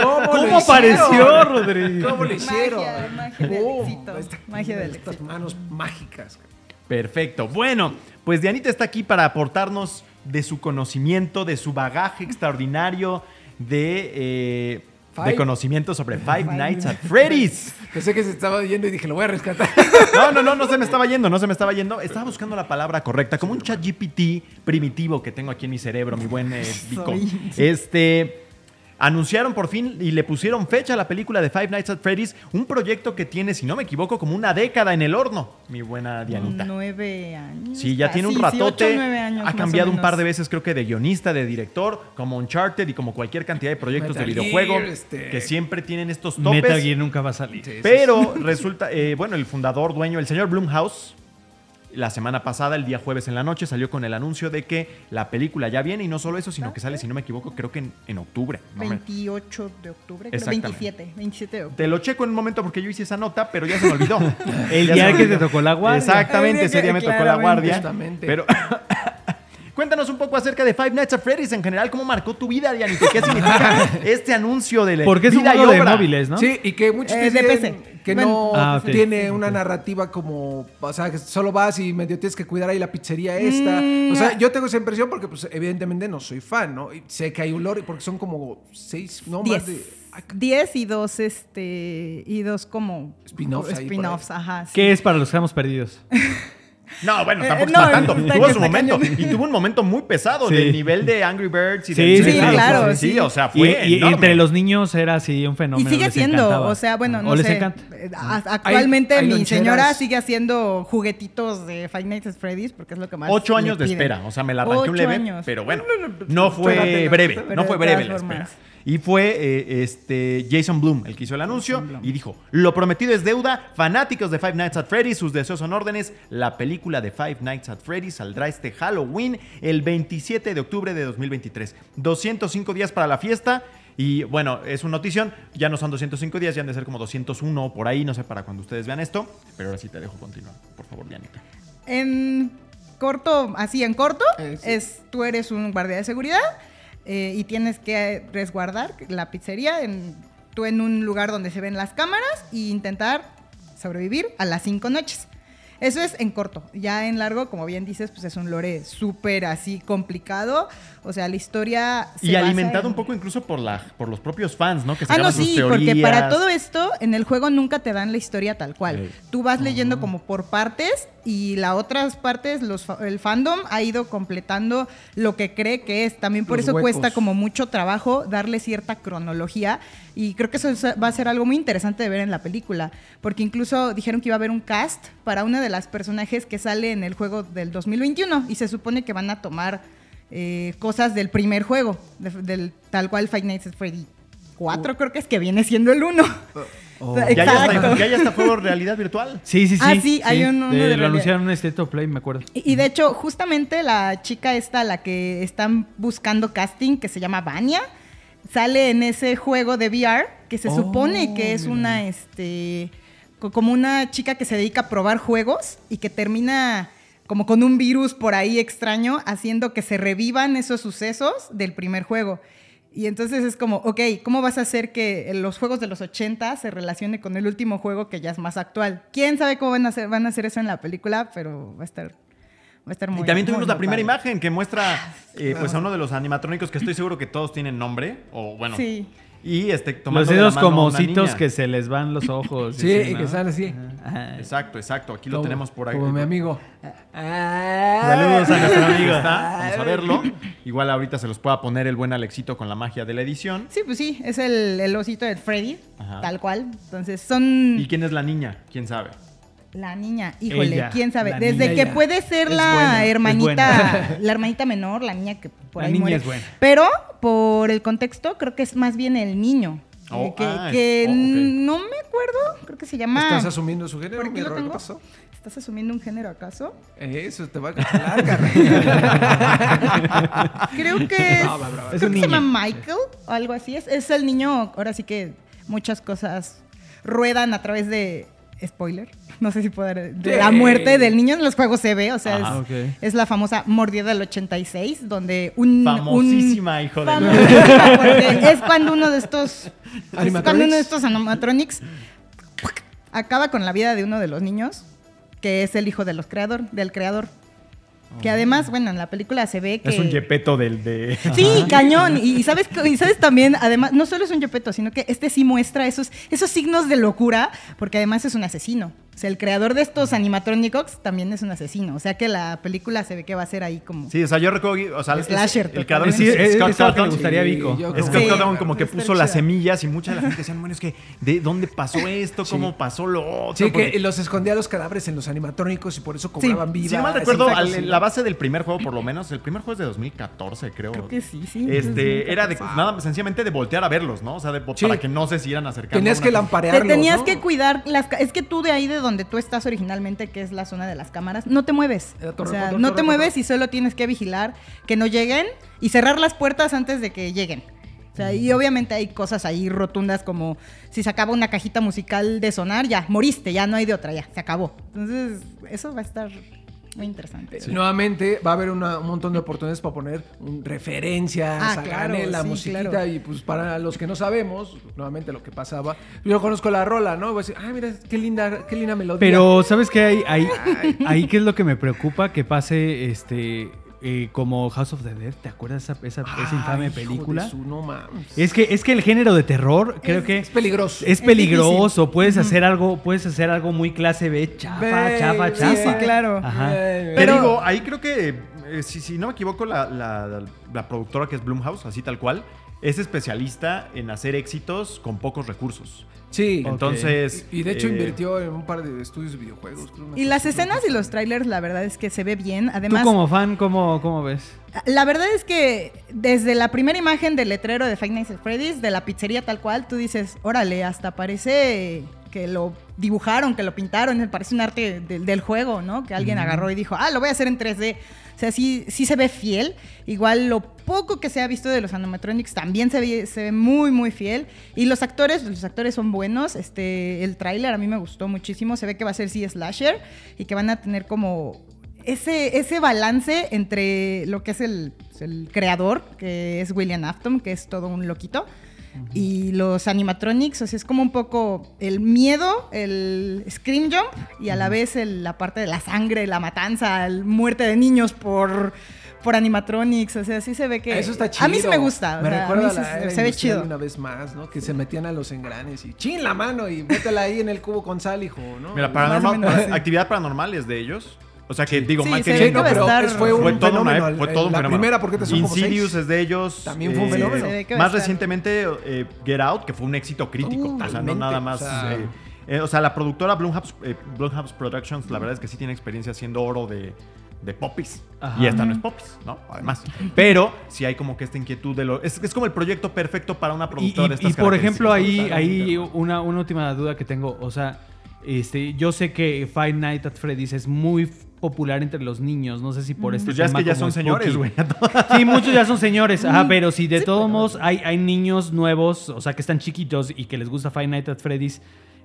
[SPEAKER 3] ¿Cómo,
[SPEAKER 5] ¿Cómo apareció, Rodrigo?
[SPEAKER 3] ¿Cómo lo hicieron?
[SPEAKER 6] Magia, magia del
[SPEAKER 3] Oh,
[SPEAKER 6] éxito,
[SPEAKER 3] esta-
[SPEAKER 6] magia del
[SPEAKER 3] Estas
[SPEAKER 6] éxito.
[SPEAKER 3] manos mágicas. cara.
[SPEAKER 2] Perfecto. Bueno, pues Dianita está aquí para aportarnos de su conocimiento, de su bagaje extraordinario, de, eh, de
[SPEAKER 3] Five-
[SPEAKER 2] conocimiento sobre Five Nights at Freddy's.
[SPEAKER 3] Pensé que se estaba yendo y dije, lo voy a rescatar.
[SPEAKER 2] No, no, no, no se me estaba yendo, no se me estaba yendo. Estaba buscando la palabra correcta, como un chat GPT primitivo que tengo aquí en mi cerebro, mi buen eh, Vico. Este. Anunciaron por fin y le pusieron fecha a la película de Five Nights at Freddy's, un proyecto que tiene, si no me equivoco, como una década en el horno, mi buena Dianita.
[SPEAKER 6] Nueve años.
[SPEAKER 2] Sí, ya tiene un
[SPEAKER 6] casi, sí,
[SPEAKER 2] ratote.
[SPEAKER 6] ocho, nueve años,
[SPEAKER 2] ha
[SPEAKER 6] más o
[SPEAKER 2] cambiado un par de
[SPEAKER 6] menos.
[SPEAKER 2] veces, creo que de guionista, de director, como Uncharted y como cualquier cantidad de proyectos de
[SPEAKER 3] Metal Gear,
[SPEAKER 2] videojuego
[SPEAKER 3] este-
[SPEAKER 2] que siempre tienen estos topes.
[SPEAKER 5] Metal Gear nunca va a salir.
[SPEAKER 2] Pero resulta, eh, bueno, el fundador, dueño, el señor Blumhouse, la semana pasada, el día jueves en la noche, salió con el anuncio de que la película ya viene y no solo eso, sino que sale, si no me equivoco, creo que en, en octubre. No me-
[SPEAKER 6] 28 de octubre, creo,
[SPEAKER 2] Exactamente.
[SPEAKER 6] 27, 27 de octubre.
[SPEAKER 2] Te lo checo en un momento porque yo hice esa nota, pero ya se me
[SPEAKER 5] (laughs)
[SPEAKER 2] olvidó.
[SPEAKER 5] El
[SPEAKER 2] Ya
[SPEAKER 5] día
[SPEAKER 2] se me
[SPEAKER 5] que
[SPEAKER 2] olvidó.
[SPEAKER 5] te tocó la guardia.
[SPEAKER 2] Exactamente,
[SPEAKER 6] El
[SPEAKER 2] ese
[SPEAKER 6] día que-
[SPEAKER 2] día me tocó la
[SPEAKER 6] claramente.
[SPEAKER 2] guardia.
[SPEAKER 3] Justamente.
[SPEAKER 2] Pero (coughs) cuéntanos un poco acerca de Five Nights at Freddy's en general, cómo marcó tu vida, Dianita, qué
[SPEAKER 5] (laughs)
[SPEAKER 2] significa este anuncio de la
[SPEAKER 5] Porque es un
[SPEAKER 2] vida y
[SPEAKER 5] juego de
[SPEAKER 2] obra?
[SPEAKER 5] móviles, ¿no?
[SPEAKER 3] Sí, y que muchos
[SPEAKER 6] Eh, de
[SPEAKER 3] dicen
[SPEAKER 6] PC.
[SPEAKER 3] que no
[SPEAKER 6] Bueno.
[SPEAKER 5] Ah, ok.
[SPEAKER 3] tiene una narrativa como, o sea, que solo vas y medio tienes que cuidar ahí la pizzería
[SPEAKER 6] Mm.
[SPEAKER 3] esta. o sea, yo tengo esa impresión porque, pues, evidentemente no soy fan, ¿no? Y sé que hay un lore porque son como seis, no más de...
[SPEAKER 6] 10. 10 y dos, este, y dos como
[SPEAKER 3] Spin-offs ahí por
[SPEAKER 6] spin-offs, ajá. sí.
[SPEAKER 5] ¿Qué es para los que estamos perdidos?
[SPEAKER 2] No, bueno,
[SPEAKER 6] Eh,
[SPEAKER 2] tampoco
[SPEAKER 6] no,
[SPEAKER 2] está tanto.
[SPEAKER 6] está-
[SPEAKER 2] Tuvo
[SPEAKER 6] está
[SPEAKER 2] su momento.
[SPEAKER 6] cañón.
[SPEAKER 2] Y tuvo un momento muy pesado
[SPEAKER 5] Sí.
[SPEAKER 2] del nivel de Angry Birds y
[SPEAKER 5] Sí,
[SPEAKER 2] del-
[SPEAKER 5] sí,
[SPEAKER 2] del-
[SPEAKER 5] sí,
[SPEAKER 6] claro,
[SPEAKER 2] Sí,
[SPEAKER 6] sí.
[SPEAKER 2] o sea,
[SPEAKER 5] Y,
[SPEAKER 2] fue.
[SPEAKER 5] y
[SPEAKER 2] enorme.
[SPEAKER 5] entre los niños era así un fenómeno.
[SPEAKER 6] Y sigue
[SPEAKER 5] les
[SPEAKER 6] siendo,
[SPEAKER 5] encantaba.
[SPEAKER 6] o sea, bueno, no
[SPEAKER 5] ¿O les
[SPEAKER 6] sé.
[SPEAKER 5] encanta.
[SPEAKER 6] Eh, a- Actualmente
[SPEAKER 3] hay
[SPEAKER 6] mi
[SPEAKER 3] loncheras.
[SPEAKER 6] señora sigue haciendo juguetitos de Five Nights at Freddy's porque es lo que más.
[SPEAKER 2] Ocho
[SPEAKER 6] le
[SPEAKER 2] años de
[SPEAKER 6] piden.
[SPEAKER 2] espera. O sea, me la arranqué un
[SPEAKER 6] Ocho
[SPEAKER 2] leve.
[SPEAKER 6] años.
[SPEAKER 2] Pero bueno, no fue
[SPEAKER 3] Pero-
[SPEAKER 2] breve. No
[SPEAKER 6] pero
[SPEAKER 2] fue
[SPEAKER 6] de
[SPEAKER 2] breve la
[SPEAKER 6] todas
[SPEAKER 2] espera.
[SPEAKER 6] formas.
[SPEAKER 2] Y fue eh, este Jason Bloom el que hizo el anuncio y dijo: Lo prometido es deuda. Fanáticos de Five Nights at Freddy's, sus deseos son órdenes. La película de Five Nights at Freddy's saldrá este Halloween el 27 de octubre de 2023. 205 días para la fiesta. Y bueno, es una notición. Ya no son 205 días, ya han de ser como 201 o por ahí. No sé para cuando ustedes vean esto. Pero ahora sí te dejo continuar. Por favor, Dianita.
[SPEAKER 6] En corto, así en corto,
[SPEAKER 3] Eh, sí.
[SPEAKER 6] es tú eres un guardia de seguridad eh, y tienes que resguardar la pizzería en, tú en un lugar donde se ven las cámaras e intentar sobrevivir a las cinco noches. Eso es en corto. Ya en largo, como bien dices, pues es un lore súper así complicado. O sea, la historia... se
[SPEAKER 2] Y
[SPEAKER 6] basa
[SPEAKER 2] alimentado
[SPEAKER 6] en-
[SPEAKER 2] un poco incluso por la por los propios fans, ¿no? Que
[SPEAKER 6] Ah,
[SPEAKER 2] sacaban
[SPEAKER 6] no,
[SPEAKER 2] sus
[SPEAKER 6] sí,
[SPEAKER 2] teorías.
[SPEAKER 6] porque para todo esto, en el juego nunca te dan la historia tal cual.
[SPEAKER 2] Ey.
[SPEAKER 6] Tú vas leyendo como por partes y las otras partes, los, fa- el fandom ha ido completando lo que cree que es. También por
[SPEAKER 3] Los
[SPEAKER 6] eso
[SPEAKER 3] huecos.
[SPEAKER 6] cuesta como mucho trabajo darle cierta cronología y creo que eso es- va a ser algo muy interesante de ver en la película, porque incluso dijeron que iba a haber un cast para una de las personajes que sale en el juego del 2021 y se supone que van a tomar... eh, cosas del primer juego, de- del tal cual Five Nights at Freddy 4 creo que es que viene siendo el 1. (laughs)
[SPEAKER 2] Ya, ya está,
[SPEAKER 6] Exacto.
[SPEAKER 2] ya, ya está juego realidad virtual.
[SPEAKER 5] Sí, sí, sí.
[SPEAKER 6] Ah, sí, hay un- uno de
[SPEAKER 5] lo
[SPEAKER 6] realidad.
[SPEAKER 5] anunciaron en un State of Play, me acuerdo.
[SPEAKER 6] Y y de hecho, justamente la chica esta, la que están buscando casting, que se llama Vania, sale en ese juego de VR, que se
[SPEAKER 3] Oh,
[SPEAKER 6] supone que es
[SPEAKER 3] mira.
[SPEAKER 6] una, este, co- como una chica que se dedica a probar juegos y que termina como con un virus por ahí extraño, haciendo que se revivan esos sucesos del primer juego. Y entonces es como, ok, ¿cómo vas a hacer que los juegos de los 80 se relacione con el último juego que ya es más actual? ¿Quién sabe cómo van a hacer, van a hacer eso en la película? Pero va a estar, va a estar muy
[SPEAKER 2] y también
[SPEAKER 6] muy,
[SPEAKER 2] tuvimos la
[SPEAKER 6] muy
[SPEAKER 2] primera
[SPEAKER 6] padre. Ah,
[SPEAKER 2] imagen que muestra eh, pues a uno de los animatrónicos que estoy seguro que todos tienen nombre. O bueno.
[SPEAKER 6] Sí.
[SPEAKER 2] Y este
[SPEAKER 5] Los
[SPEAKER 2] tomando de la
[SPEAKER 5] dedos
[SPEAKER 2] mano a
[SPEAKER 5] como
[SPEAKER 2] una
[SPEAKER 5] ositos
[SPEAKER 2] niña.
[SPEAKER 5] que se les van los ojos.
[SPEAKER 3] Sí, y
[SPEAKER 5] ¿no?
[SPEAKER 3] que sale así.
[SPEAKER 2] Exacto, exacto. Aquí lo
[SPEAKER 3] Como-
[SPEAKER 2] tenemos por ahí.
[SPEAKER 3] Como mi amigo.
[SPEAKER 6] Ah.
[SPEAKER 2] Saludos a nuestro amigo. Está, Vamos a
[SPEAKER 6] (laughs)
[SPEAKER 2] verlo. Igual ahorita se los pueda poner el buen Alexito con la magia de la edición.
[SPEAKER 6] Sí, pues sí, es el, el osito de Freddy,
[SPEAKER 2] Ajá.
[SPEAKER 6] tal cual. Entonces son
[SPEAKER 2] ¿Y quién es la niña? ¿Quién sabe?
[SPEAKER 6] la niña, híjole,
[SPEAKER 5] Ella,
[SPEAKER 6] quién sabe.
[SPEAKER 5] la
[SPEAKER 6] Desde
[SPEAKER 5] niña.
[SPEAKER 6] que
[SPEAKER 5] Ella.
[SPEAKER 6] puede ser
[SPEAKER 5] Es
[SPEAKER 6] la
[SPEAKER 5] buena, es
[SPEAKER 6] hermanita,
[SPEAKER 5] buena. (laughs)
[SPEAKER 6] la hermanita menor, la niña que por
[SPEAKER 5] La
[SPEAKER 6] ahí
[SPEAKER 5] niña
[SPEAKER 6] muere.
[SPEAKER 5] es buena.
[SPEAKER 6] Pero por el contexto, creo que es más bien el niño.
[SPEAKER 2] Oh,
[SPEAKER 6] eh, que
[SPEAKER 2] ah,
[SPEAKER 6] que
[SPEAKER 2] es- oh, ok.
[SPEAKER 6] no me acuerdo, creo que se llama.
[SPEAKER 3] ¿Estás asumiendo su género?
[SPEAKER 6] Ah. ¿Por qué
[SPEAKER 3] mi
[SPEAKER 6] lo
[SPEAKER 3] Roy?
[SPEAKER 6] tengo?
[SPEAKER 3] pasó?
[SPEAKER 6] ¿Estás asumiendo un género acaso?
[SPEAKER 3] Eso te va a cancelar,
[SPEAKER 2] (laughs)
[SPEAKER 3] carnal.
[SPEAKER 6] Creo que es,
[SPEAKER 3] No, va, va, va.
[SPEAKER 6] creo
[SPEAKER 5] Es un
[SPEAKER 6] que
[SPEAKER 5] niño.
[SPEAKER 6] se llama Michael o algo así. Es, es el niño, ahora sí que muchas cosas ruedan a través de spoiler. No sé si poder de la
[SPEAKER 3] Sí.
[SPEAKER 6] muerte del niño en los juegos se ve, o sea,
[SPEAKER 2] Ajá.
[SPEAKER 6] es,
[SPEAKER 5] Ok.
[SPEAKER 6] es la famosa mordida del 86 donde un
[SPEAKER 2] Famosísima, hijo
[SPEAKER 6] un,
[SPEAKER 2] de.
[SPEAKER 6] (laughs) famosísima, porque es cuando uno de estos es
[SPEAKER 3] Animatronics.
[SPEAKER 6] cuando uno de estos animatronics acaba con la vida de uno de los niños que es el hijo de los creador, del creador. Que además, bueno, en la película se ve que
[SPEAKER 2] Es un yepeto del de.
[SPEAKER 6] Sí, cañón. Y, y sabes, y sabes también, además, no solo es un Yepeto, sino que este sí muestra esos, esos signos de locura, porque además es un asesino. O sea, el creador de estos animatronics también es un asesino. O sea que la película se ve que va a ser ahí como.
[SPEAKER 2] Sí, o sea, yo recuerdo, o sea, el,
[SPEAKER 6] Slasher,
[SPEAKER 2] el creador
[SPEAKER 5] Sí,
[SPEAKER 2] es-
[SPEAKER 5] es-
[SPEAKER 2] Scott
[SPEAKER 5] es algo que le
[SPEAKER 2] Cawthon.
[SPEAKER 5] gustaría a Vico.
[SPEAKER 3] yo
[SPEAKER 2] Scott
[SPEAKER 6] Sí.
[SPEAKER 2] Cawthon como que
[SPEAKER 6] Está
[SPEAKER 2] puso las
[SPEAKER 6] chida.
[SPEAKER 2] semillas y mucha de la gente decía, bueno, es que ¿de dónde pasó esto? ¿Cómo pasó lo otro?
[SPEAKER 3] Sí,
[SPEAKER 2] Porque-
[SPEAKER 3] que los escondía los cadáveres en los animatrónicos y por eso cobraban vida.
[SPEAKER 2] si no mal recuerdo,
[SPEAKER 3] Exacto,
[SPEAKER 2] al-
[SPEAKER 3] sí.
[SPEAKER 2] la base del primer juego, por lo menos, el primer juego es de 2014, creo.
[SPEAKER 6] Creo que sí, sí.
[SPEAKER 2] Este, era de, nada, sencillamente de voltear a verlos, ¿no? O sea, de,
[SPEAKER 3] Sí.
[SPEAKER 2] para que no se siguieran acercando.
[SPEAKER 3] Tenías
[SPEAKER 2] a
[SPEAKER 3] que
[SPEAKER 2] una-
[SPEAKER 6] Te
[SPEAKER 3] lamparearlos,
[SPEAKER 6] tenías
[SPEAKER 3] ¿no?
[SPEAKER 6] que cuidar las ca- es que tú de ahí de donde tú estás originalmente, que es la zona de las cámaras, no te mueves.
[SPEAKER 5] Eh,
[SPEAKER 3] Era
[SPEAKER 6] O
[SPEAKER 3] torre
[SPEAKER 6] sea,
[SPEAKER 3] contra
[SPEAKER 6] no
[SPEAKER 3] torre
[SPEAKER 6] te
[SPEAKER 3] contra.
[SPEAKER 6] mueves y solo tienes que vigilar que no lleguen y cerrar las puertas antes de que lleguen. O sea, y obviamente hay cosas ahí rotundas como si se acaba una cajita musical de sonar, ya moriste, ya no hay de otra, ya se acabó. Entonces, eso va a estar muy interesante.
[SPEAKER 3] Eh, Nuevamente va a haber una- un montón de oportunidades para poner mm, referencias,
[SPEAKER 6] Ah,
[SPEAKER 3] a
[SPEAKER 6] claro,
[SPEAKER 3] Gane, la
[SPEAKER 6] sí,
[SPEAKER 3] musiquita
[SPEAKER 6] claro.
[SPEAKER 3] y pues para los que no sabemos, nuevamente lo que pasaba. Yo conozco la rola, ¿no? Voy a decir, ay, mira, qué linda, qué linda melodía.
[SPEAKER 5] Pero, ¿sabes qué? Ahí, ahí, ahí qué es lo que me preocupa que pase este eh, como House of the Dead, ¿te acuerdas esa, esa, esa
[SPEAKER 3] Ay,
[SPEAKER 5] infame
[SPEAKER 3] hijo de
[SPEAKER 5] película?
[SPEAKER 3] su, no mames.
[SPEAKER 5] Es que, es que el género de terror, creo que.
[SPEAKER 3] Es peligroso.
[SPEAKER 5] Es peligroso, puedes hacer algo, puedes hacer algo muy clase B, chafa,
[SPEAKER 3] Ve,
[SPEAKER 5] chafa,
[SPEAKER 3] ve.
[SPEAKER 5] chafa.
[SPEAKER 6] Sí, sí, claro.
[SPEAKER 5] Ajá.
[SPEAKER 3] Ay,
[SPEAKER 2] Pero
[SPEAKER 3] ay,
[SPEAKER 2] digo, ahí creo que, eh, si, si no me equivoco, la, la- la productora que es Blumhouse, así tal cual, es especialista en hacer éxitos con pocos recursos.
[SPEAKER 3] Sí.
[SPEAKER 2] Entonces.
[SPEAKER 3] Y, y de hecho
[SPEAKER 2] eh,
[SPEAKER 3] invirtió en un par de estudios de videojuegos. creo, una
[SPEAKER 6] Y
[SPEAKER 3] cosa
[SPEAKER 6] las
[SPEAKER 3] así.
[SPEAKER 6] escenas y los trailers, la verdad es que se ve bien.
[SPEAKER 5] Tú
[SPEAKER 6] Además,
[SPEAKER 5] como fan, ¿cómo, cómo ves?
[SPEAKER 6] la verdad es que desde la primera imagen del letrero de Five Nights at Freddy's, de la pizzería tal cual, tú dices, órale, hasta parece que lo dibujaron, que lo pintaron, parece un arte del, del juego, ¿no? Que alguien agarró y dijo, ah, lo voy a hacer en 3D. O sea, sí, sí se ve fiel. Igual lo poco que se ha visto de los animatronics también se ve, se ve muy, muy fiel. Y los actores, pues, los actores son buenos. Este, el tráiler a mí me gustó muchísimo. Se ve que va a ser sí slasher y que van a tener como ese, ese balance entre lo que es el, el creador, que es William Afton, que es todo un loquito, y los animatronics, o sea, es como un poco el miedo, el scream jump, y a la vez el- la parte de la sangre, la matanza, la muerte de niños por, por animatronics, o sea, sí se ve que...
[SPEAKER 3] Eso está chido.
[SPEAKER 6] A mí sí me gusta, o
[SPEAKER 3] Me
[SPEAKER 6] sea, a
[SPEAKER 3] recuerda
[SPEAKER 6] mí
[SPEAKER 3] a la era
[SPEAKER 6] sí se, se ve
[SPEAKER 3] industrial
[SPEAKER 6] chido.
[SPEAKER 3] Una vez más, ¿no? Que se metían a los engranes y chin la mano y métela ahí en el cubo con sal, hijo, ¿no?
[SPEAKER 2] Mira,
[SPEAKER 6] Más o
[SPEAKER 2] paranormal,
[SPEAKER 6] menos,
[SPEAKER 2] para-
[SPEAKER 6] sí.
[SPEAKER 2] actividad paranormal es de ellos. O sea que, digo,
[SPEAKER 6] Sí,
[SPEAKER 2] mal que
[SPEAKER 6] se ve
[SPEAKER 3] Sí,
[SPEAKER 2] bien,
[SPEAKER 6] que
[SPEAKER 3] no,
[SPEAKER 2] no,
[SPEAKER 6] va a
[SPEAKER 3] pero
[SPEAKER 6] estar-
[SPEAKER 3] es- fue un
[SPEAKER 2] fue toda una
[SPEAKER 3] fenómeno.
[SPEAKER 2] ep- fue
[SPEAKER 3] el-
[SPEAKER 2] todo un
[SPEAKER 3] la
[SPEAKER 2] fenómeno.
[SPEAKER 3] primera, porque te son como
[SPEAKER 2] Insidious
[SPEAKER 3] seis.
[SPEAKER 2] es de ellos.
[SPEAKER 3] También fue un
[SPEAKER 2] eh,
[SPEAKER 3] fenómeno.
[SPEAKER 6] Se ve que va a
[SPEAKER 2] Más
[SPEAKER 6] estar-
[SPEAKER 2] recientemente, eh, Get Out, que fue un éxito crítico. o sea, no
[SPEAKER 3] Totalmente,
[SPEAKER 2] nada más.
[SPEAKER 3] o sea-
[SPEAKER 2] eh, eh, o sea, la productora Blumhouse, eh, Blumhouse Productions, la verdad es que sí tiene experiencia haciendo oro de, de popis.
[SPEAKER 5] Ajá.
[SPEAKER 2] Y esta no es popis, ¿no? Además. Pero sí hay como que esta inquietud de lo. Es, es como el proyecto perfecto para una
[SPEAKER 5] Y,
[SPEAKER 2] productora de
[SPEAKER 5] y-
[SPEAKER 2] estas
[SPEAKER 5] y, por ejemplo, ahí,
[SPEAKER 2] características, Pues
[SPEAKER 5] ahí una, una última duda que tengo. O sea, este, yo sé que Five Nights at Freddy's es muy f- popular entre los niños. No sé si
[SPEAKER 3] Mm.
[SPEAKER 5] por este
[SPEAKER 2] Pues ya es
[SPEAKER 5] tema
[SPEAKER 2] que ya
[SPEAKER 5] como
[SPEAKER 2] son señores,
[SPEAKER 5] spooky.
[SPEAKER 2] güey.
[SPEAKER 5] Sí, muchos ya son señores.
[SPEAKER 3] Mm.
[SPEAKER 5] Ah, pero si de todos modos hay, hay niños nuevos, o sea, que están chiquitos y que les gusta Five Nights at Freddy's,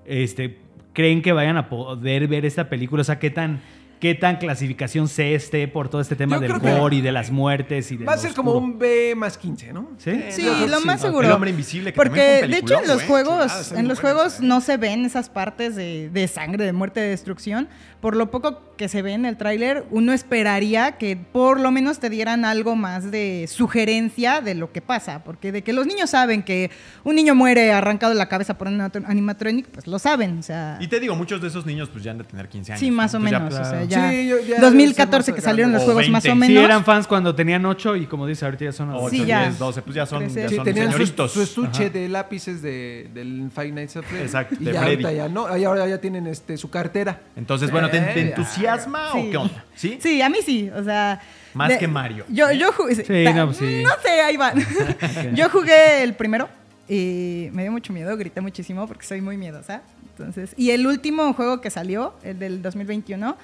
[SPEAKER 5] este, ¿creen que vayan a poder ver esta película? O sea, ¿qué tan, qué tan clasificación C esté por todo este tema
[SPEAKER 3] Yo
[SPEAKER 5] del
[SPEAKER 3] creo que-
[SPEAKER 5] gore y de las muertes? Y de
[SPEAKER 3] Va a
[SPEAKER 5] lo
[SPEAKER 3] ser como
[SPEAKER 5] oscuro?
[SPEAKER 3] un B más 15, ¿no? Eh,
[SPEAKER 5] ¿Sí?
[SPEAKER 6] Sí,
[SPEAKER 3] no,
[SPEAKER 6] lo
[SPEAKER 3] sí,
[SPEAKER 6] más
[SPEAKER 3] no,
[SPEAKER 6] seguro.
[SPEAKER 2] El hombre invisible, que
[SPEAKER 6] Porque
[SPEAKER 2] también fue un
[SPEAKER 6] de hecho en
[SPEAKER 2] peliculón,
[SPEAKER 6] los
[SPEAKER 2] güey.
[SPEAKER 6] juegos,
[SPEAKER 3] Chulada, son
[SPEAKER 6] en los
[SPEAKER 3] muy buenas,
[SPEAKER 6] juegos
[SPEAKER 3] eh.
[SPEAKER 6] no se ven esas partes de, de sangre, de muerte, de destrucción. Por lo poco que se ve en el tráiler, uno esperaría que por lo menos te dieran algo más de sugerencia de lo que pasa, porque de que los niños saben que un niño muere arrancado la cabeza por un animatro- animatronic, pues lo saben, o sea,
[SPEAKER 2] Y te digo, muchos de esos niños pues ya han de tener 15 años.
[SPEAKER 6] sí más o
[SPEAKER 2] Entonces, ya,
[SPEAKER 6] menos, o
[SPEAKER 2] pues,
[SPEAKER 6] sea,
[SPEAKER 2] ah,
[SPEAKER 6] ya
[SPEAKER 3] Sí, yo ya
[SPEAKER 6] 2014
[SPEAKER 3] soy
[SPEAKER 6] que
[SPEAKER 3] más
[SPEAKER 6] salieron los
[SPEAKER 2] grande.
[SPEAKER 6] juegos
[SPEAKER 2] O
[SPEAKER 6] más o
[SPEAKER 2] 20.
[SPEAKER 6] menos.
[SPEAKER 5] Sí, eran fans cuando tenían 8 y como dice, ahorita ya son
[SPEAKER 2] ocho,
[SPEAKER 6] Sí, ya.
[SPEAKER 2] 10, 12, pues ya son, ya
[SPEAKER 6] Crecer.
[SPEAKER 2] son
[SPEAKER 6] Sí,
[SPEAKER 3] tenían su,
[SPEAKER 2] señoritos.
[SPEAKER 3] su estuche de lápices de, del Five Nights at Freddy's.
[SPEAKER 2] Exacto,
[SPEAKER 3] Y
[SPEAKER 2] de
[SPEAKER 3] ya,
[SPEAKER 2] Freddy.
[SPEAKER 3] ahorita ya no, ahí ahora ya tienen este, su cartera.
[SPEAKER 2] Entonces, bueno, ¿te, te
[SPEAKER 3] Eh,
[SPEAKER 2] entusiasma o qué onda? ¿Sí?
[SPEAKER 6] Sí, a mí sí, o sea...
[SPEAKER 2] Más que Mario.
[SPEAKER 6] Yo, yo jugué...
[SPEAKER 5] Sí,
[SPEAKER 6] ta-
[SPEAKER 5] no, pues sí.
[SPEAKER 6] no sé, ahí
[SPEAKER 5] (laughs)
[SPEAKER 6] va. (laughs) yo jugué el primero y me dio mucho miedo, grité muchísimo porque soy muy miedosa. Entonces, y el último juego que salió, el del 2021,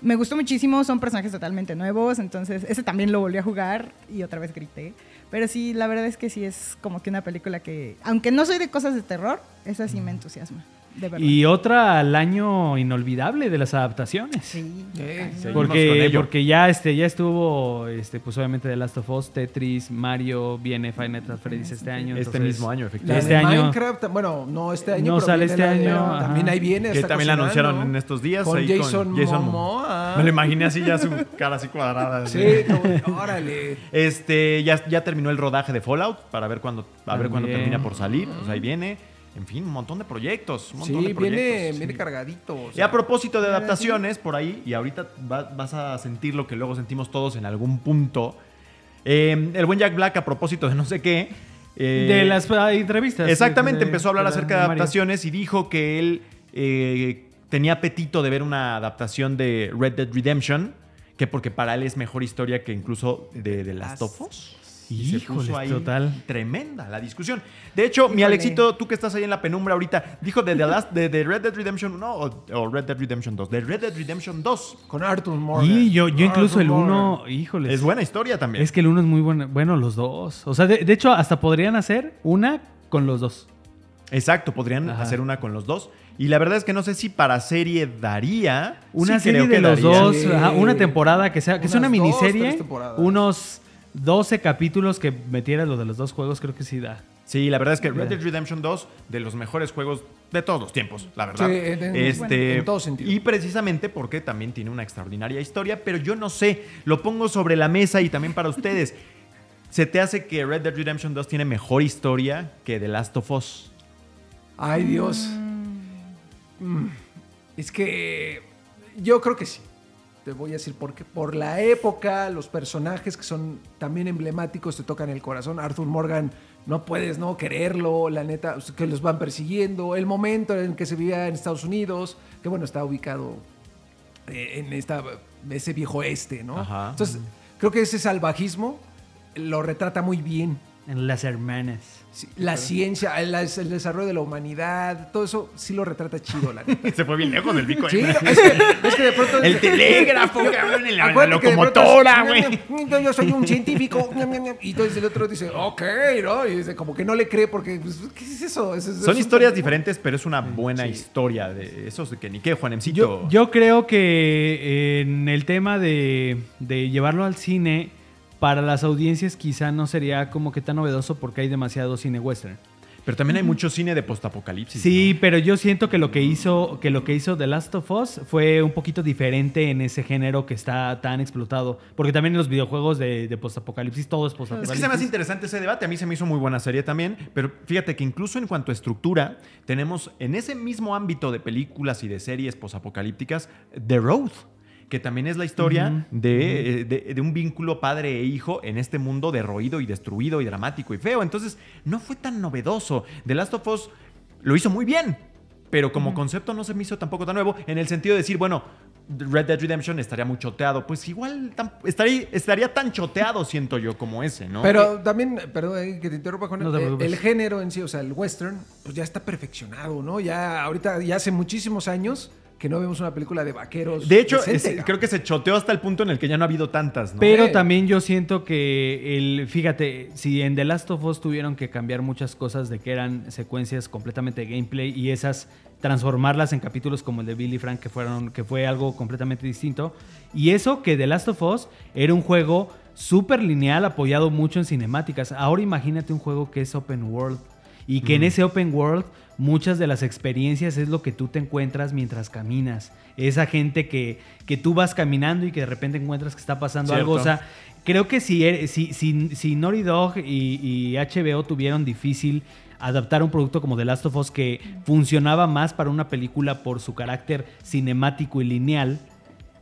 [SPEAKER 6] me gustó muchísimo, son personajes totalmente nuevos, entonces ese también lo volví a jugar y otra vez grité. Pero sí, la verdad es que sí es como que una película que, aunque no soy de cosas de terror, esa sí me entusiasma, de verdad.
[SPEAKER 5] Mm. Y otra al año inolvidable de las adaptaciones.
[SPEAKER 6] Sí.
[SPEAKER 3] Eh,
[SPEAKER 2] Seguimos
[SPEAKER 3] sí.
[SPEAKER 2] con
[SPEAKER 5] Porque,
[SPEAKER 2] ello.
[SPEAKER 5] porque ya, este, ya estuvo, este, pues obviamente The Last of Us, Tetris, Mario, viene Final Nights at Freddy's este año.
[SPEAKER 2] Este
[SPEAKER 5] entonces-
[SPEAKER 2] mismo año,
[SPEAKER 3] La
[SPEAKER 2] efectivamente.
[SPEAKER 5] Este
[SPEAKER 3] de
[SPEAKER 5] año-
[SPEAKER 3] Minecraft, bueno, no este año.
[SPEAKER 5] No
[SPEAKER 3] pero
[SPEAKER 5] sale
[SPEAKER 3] viene
[SPEAKER 5] este
[SPEAKER 3] la de-
[SPEAKER 5] año, ajá.
[SPEAKER 3] También ahí viene.
[SPEAKER 2] que
[SPEAKER 3] está
[SPEAKER 2] también la
[SPEAKER 3] cocinando.
[SPEAKER 2] anunciaron en estos días.
[SPEAKER 3] Con
[SPEAKER 2] ahí
[SPEAKER 3] Jason,
[SPEAKER 2] Momoa.
[SPEAKER 3] Momoa.
[SPEAKER 2] Me lo imaginé así ya su cara así cuadrada. así.
[SPEAKER 3] Sí, no, órale.
[SPEAKER 2] Este, ya, ya terminó el rodaje de Fallout para ver cuándo, a ver cuándo
[SPEAKER 5] También.
[SPEAKER 2] termina por salir. O sea, ahí viene. En fin, un montón de proyectos. Un
[SPEAKER 3] Sí,
[SPEAKER 2] montón de
[SPEAKER 3] viene,
[SPEAKER 2] proyectos.
[SPEAKER 3] viene cargadito. o
[SPEAKER 2] Y
[SPEAKER 3] sea.
[SPEAKER 2] a propósito de adaptaciones, por ahí, y ahorita va- vas a sentir lo que luego sentimos todos en algún punto. Eh, el buen Jack Black, a propóito de no sé qué. eh,
[SPEAKER 5] De las ah, entrevistas.
[SPEAKER 2] Exactamente,
[SPEAKER 5] de-
[SPEAKER 2] empezó a hablar
[SPEAKER 5] de-
[SPEAKER 2] acerca de
[SPEAKER 5] de Mario.
[SPEAKER 2] adaptaciones y dijo que él eh, tenía apetito de ver una adaptación de Red Dead Redemption, que porque para él es mejor historia que incluso de, de Last of Us. Y se
[SPEAKER 5] Híjoles,
[SPEAKER 2] puso ahí
[SPEAKER 5] total.
[SPEAKER 2] tremenda la discusión. De hecho, mi Alexito, tú que estás ahí en la penumbra ahorita, dijo de, The Last- de, de Red Dead Redemption 1 o, o Red Dead Redemption 2. De Red Dead Redemption 2.
[SPEAKER 3] Con Arthur Morgan.
[SPEAKER 5] Y yo, yo incluso
[SPEAKER 3] Arthur
[SPEAKER 5] el
[SPEAKER 3] Morgan.
[SPEAKER 5] uno, híjoles.
[SPEAKER 2] Es buena historia también.
[SPEAKER 5] Es que el uno es muy bueno. Bueno, los dos. O sea, de, de hecho, hasta podrían hacer una con los dos.
[SPEAKER 2] Exacto, podrían
[SPEAKER 5] Ajá.
[SPEAKER 2] hacer una con los dos. Y la verdad es que no sé si para serie daría.
[SPEAKER 5] Una
[SPEAKER 2] Sí
[SPEAKER 5] serie
[SPEAKER 2] creo que
[SPEAKER 5] de los
[SPEAKER 2] daría.
[SPEAKER 5] dos,
[SPEAKER 3] Sí.
[SPEAKER 5] ajá, una temporada que sea, que sea una
[SPEAKER 3] Unas dos,
[SPEAKER 5] miniserie,
[SPEAKER 3] tres temporadas.
[SPEAKER 5] unos 12 capítulos que metiera lo de los dos juegos, creo que sí da.
[SPEAKER 2] Sí, la verdad es que Red Dead Redemption 2, de los mejores juegos de todos los tiempos, la verdad. Este,
[SPEAKER 3] Sí, en- en- bueno, en todo sentido.
[SPEAKER 2] Y precisamente porque también tiene una extraordinaria historia, pero yo no sé, lo pongo sobre la mesa y también para
[SPEAKER 3] (laughs)
[SPEAKER 2] ustedes. ¿Se te hace que Red Dead Redemption 2 tiene mejor historia que The Last of Us? (laughs)
[SPEAKER 3] Ay, Dios. Mm. Es que yo creo que sí. Te voy a decir por qué. Por la época, los personajes que son también emblemáticos te tocan el corazón. Arthur Morgan, no puedes no quererlo, la neta, o sea, que los van persiguiendo. El momento en que se vivía en Estados Unidos, que bueno, está ubicado eh, en esta, ese viejo este, ¿no?
[SPEAKER 2] Ajá.
[SPEAKER 3] Entonces, creo que ese salvajismo lo retrata muy bien.
[SPEAKER 5] En las hermanas.
[SPEAKER 3] Sí, la ciencia, el, el desarrollo de la humanidad, todo eso sí lo retrata chido, la
[SPEAKER 2] (laughs)
[SPEAKER 3] neta.
[SPEAKER 2] Se fue bien lejos del bico. (laughs)
[SPEAKER 3] Sí, no, es, que, es que de pronto.
[SPEAKER 2] El
[SPEAKER 3] (laughs)
[SPEAKER 2] telégrafo, cabrón, en la- la
[SPEAKER 3] Acuérdate que de pronto
[SPEAKER 2] locomotora,
[SPEAKER 3] es,
[SPEAKER 2] güey.
[SPEAKER 3] "No, Yo soy un científico. Y entonces el otro dice, ok, ¿no? Y dice, como que no le cree porque, pues, ¿qué es eso? Es- es- es
[SPEAKER 2] Son
[SPEAKER 3] un-
[SPEAKER 2] historias diferentes, pero es una buena historia de esos de que ni qué, Juanemcito.
[SPEAKER 5] Yo, yo creo que eh, en el tema de, de llevarlo al cine, para las audiencias quizá no sería como que tan novedoso porque hay demasiado cine western.
[SPEAKER 2] Pero también hay mucho cine de postapocalipsis.
[SPEAKER 5] Sí,
[SPEAKER 2] ¿no?
[SPEAKER 5] pero yo siento que lo que hizo que lo que hizo The Last of Us fue un poquito diferente en ese género que está tan explotado, porque también en los videojuegos de, de postapocalipsis todo es
[SPEAKER 2] Es
[SPEAKER 5] postapocalipsis.
[SPEAKER 2] que se me hace interesante ese debate. A mí se me hizo muy buena serie también. Pero fíjate que incluso en cuanto a estructura, tenemos en ese mismo ámbito de películas y de series posapocalípticas, The Road, que también es la historia de, eh, de- de un vínculo padre e hijo en este mundo derroído y destruido y dramático y feo. Entonces, no fue tan novedoso. The Last of Us lo hizo muy bien. Pero como concepto no se me hizo tampoco tan nuevo, en el sentido de decir, bueno, Red Dead Redemption estaría muy choteado. Pues igual tam- estaría, estaría tan choteado, siento yo, como ese, ¿no?
[SPEAKER 3] Pero también, perdón eh, que te interrumpa, Juan,
[SPEAKER 5] No te
[SPEAKER 3] eh,
[SPEAKER 5] preocupes.
[SPEAKER 3] el género en sí, o sea, el western, pues ya está perfeccionado, ¿no? Ya ahorita, ya hace muchísimos años que no vemos una película de vaqueros.
[SPEAKER 2] de hecho,
[SPEAKER 3] decente,
[SPEAKER 2] es-
[SPEAKER 3] cabrón.
[SPEAKER 2] creo que se choteó hasta el punto en el que ya no ha habido tantas, ¿no?
[SPEAKER 5] Pero
[SPEAKER 3] Sí.
[SPEAKER 5] también yo siento que el, fíjate, si en The Last of Us tuvieron que cambiar muchas cosas de que eran secuencias completamente de gameplay y esas transformarlas en capítulos como el de Billy Frank que fueron que fue algo completamente distinto y eso que The Last of Us era un juego súper lineal apoyado mucho en cinemáticas. Ahora imagínate un juego que es open world y que en ese open world muchas de las experiencias es lo que tú te encuentras mientras caminas. Esa gente que, que tú vas caminando y que de repente encuentras que está pasando algo. O
[SPEAKER 2] Cierto.
[SPEAKER 5] sea, creo que si, er- si, si, si Naughty Dog y, y HBO tuvieron difícil adaptar un producto como The Last of Us que funcionaba más para una película por su carácter cinemático y lineal,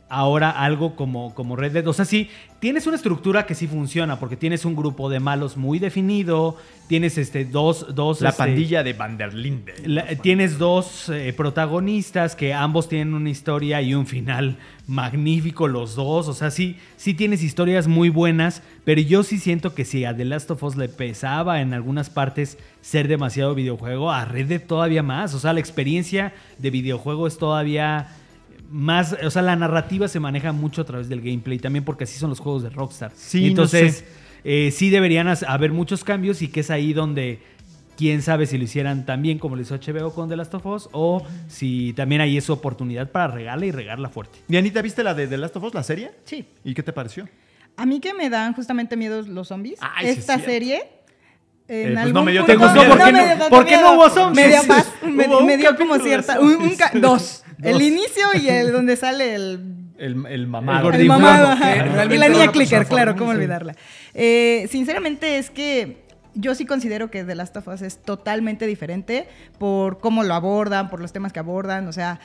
[SPEAKER 5] ahora algo como, como Red Dead. O sea, sí, tienes una estructura que sí funciona, porque tienes un grupo de malos muy definido, tienes este, dos... dos
[SPEAKER 2] la
[SPEAKER 5] este,
[SPEAKER 2] pandilla de Vanderlinde.
[SPEAKER 5] la- tienes dos eh, protagonistas que ambos tienen una historia y un final magnífico los dos. O sea, sí, sí tienes historias muy buenas, pero yo sí siento que si a The Last of Us le pesaba en algunas partes ser demasiado videojuego, a Red Dead todavía más. O sea, la experiencia de videojuego es todavía más... O sea, la narrativa se maneja mucho a través del gameplay también porque así son los juegos de Rockstar.
[SPEAKER 2] Sí, no
[SPEAKER 5] Entonces,
[SPEAKER 2] sé.
[SPEAKER 5] eh, sí deberían has- haber muchos cambios y que es ahí donde quién sabe si lo hicieran tan bien como lo hizo HBO con The Last of Us o si también hay esa oportunidad para regarla y regarla fuerte.
[SPEAKER 2] Dianita, ¿viste la de The Last of Us, la serie?
[SPEAKER 6] Sí.
[SPEAKER 2] ¿Y qué te pareció?
[SPEAKER 6] A mí que me dan justamente miedo los zombies.
[SPEAKER 2] Ay, sí es
[SPEAKER 6] Esta
[SPEAKER 2] cierto.
[SPEAKER 6] serie.
[SPEAKER 2] Eh,
[SPEAKER 6] En
[SPEAKER 2] pues
[SPEAKER 6] algún
[SPEAKER 2] no me dio
[SPEAKER 6] punto-
[SPEAKER 2] tanto miedo. ¿Por qué
[SPEAKER 6] me
[SPEAKER 5] no-
[SPEAKER 6] dio tanto
[SPEAKER 5] por qué no
[SPEAKER 6] miedo.
[SPEAKER 5] hubo zombies?
[SPEAKER 6] Me dio
[SPEAKER 2] (laughs)
[SPEAKER 6] paz, me,
[SPEAKER 2] Hubo un
[SPEAKER 6] me dio como
[SPEAKER 2] capítulo de
[SPEAKER 6] cierta.
[SPEAKER 2] zombies.
[SPEAKER 6] un-
[SPEAKER 2] (laughs)
[SPEAKER 6] un ca- dos. El inicio y el donde sale el
[SPEAKER 2] El, el
[SPEAKER 5] El
[SPEAKER 2] mamado.
[SPEAKER 5] gordito.
[SPEAKER 6] el mamado,
[SPEAKER 5] Gordiflamo,
[SPEAKER 6] ajá.
[SPEAKER 5] que
[SPEAKER 3] realmente
[SPEAKER 6] Y la
[SPEAKER 3] era
[SPEAKER 6] niña
[SPEAKER 3] una
[SPEAKER 6] clicker,
[SPEAKER 3] persona
[SPEAKER 6] claro,
[SPEAKER 3] formal,
[SPEAKER 6] cómo
[SPEAKER 3] sí.
[SPEAKER 6] olvidarla. Eh, sinceramente es que yo sí considero que The Last of Us es totalmente diferente por cómo lo abordan, por los temas que abordan, o sea...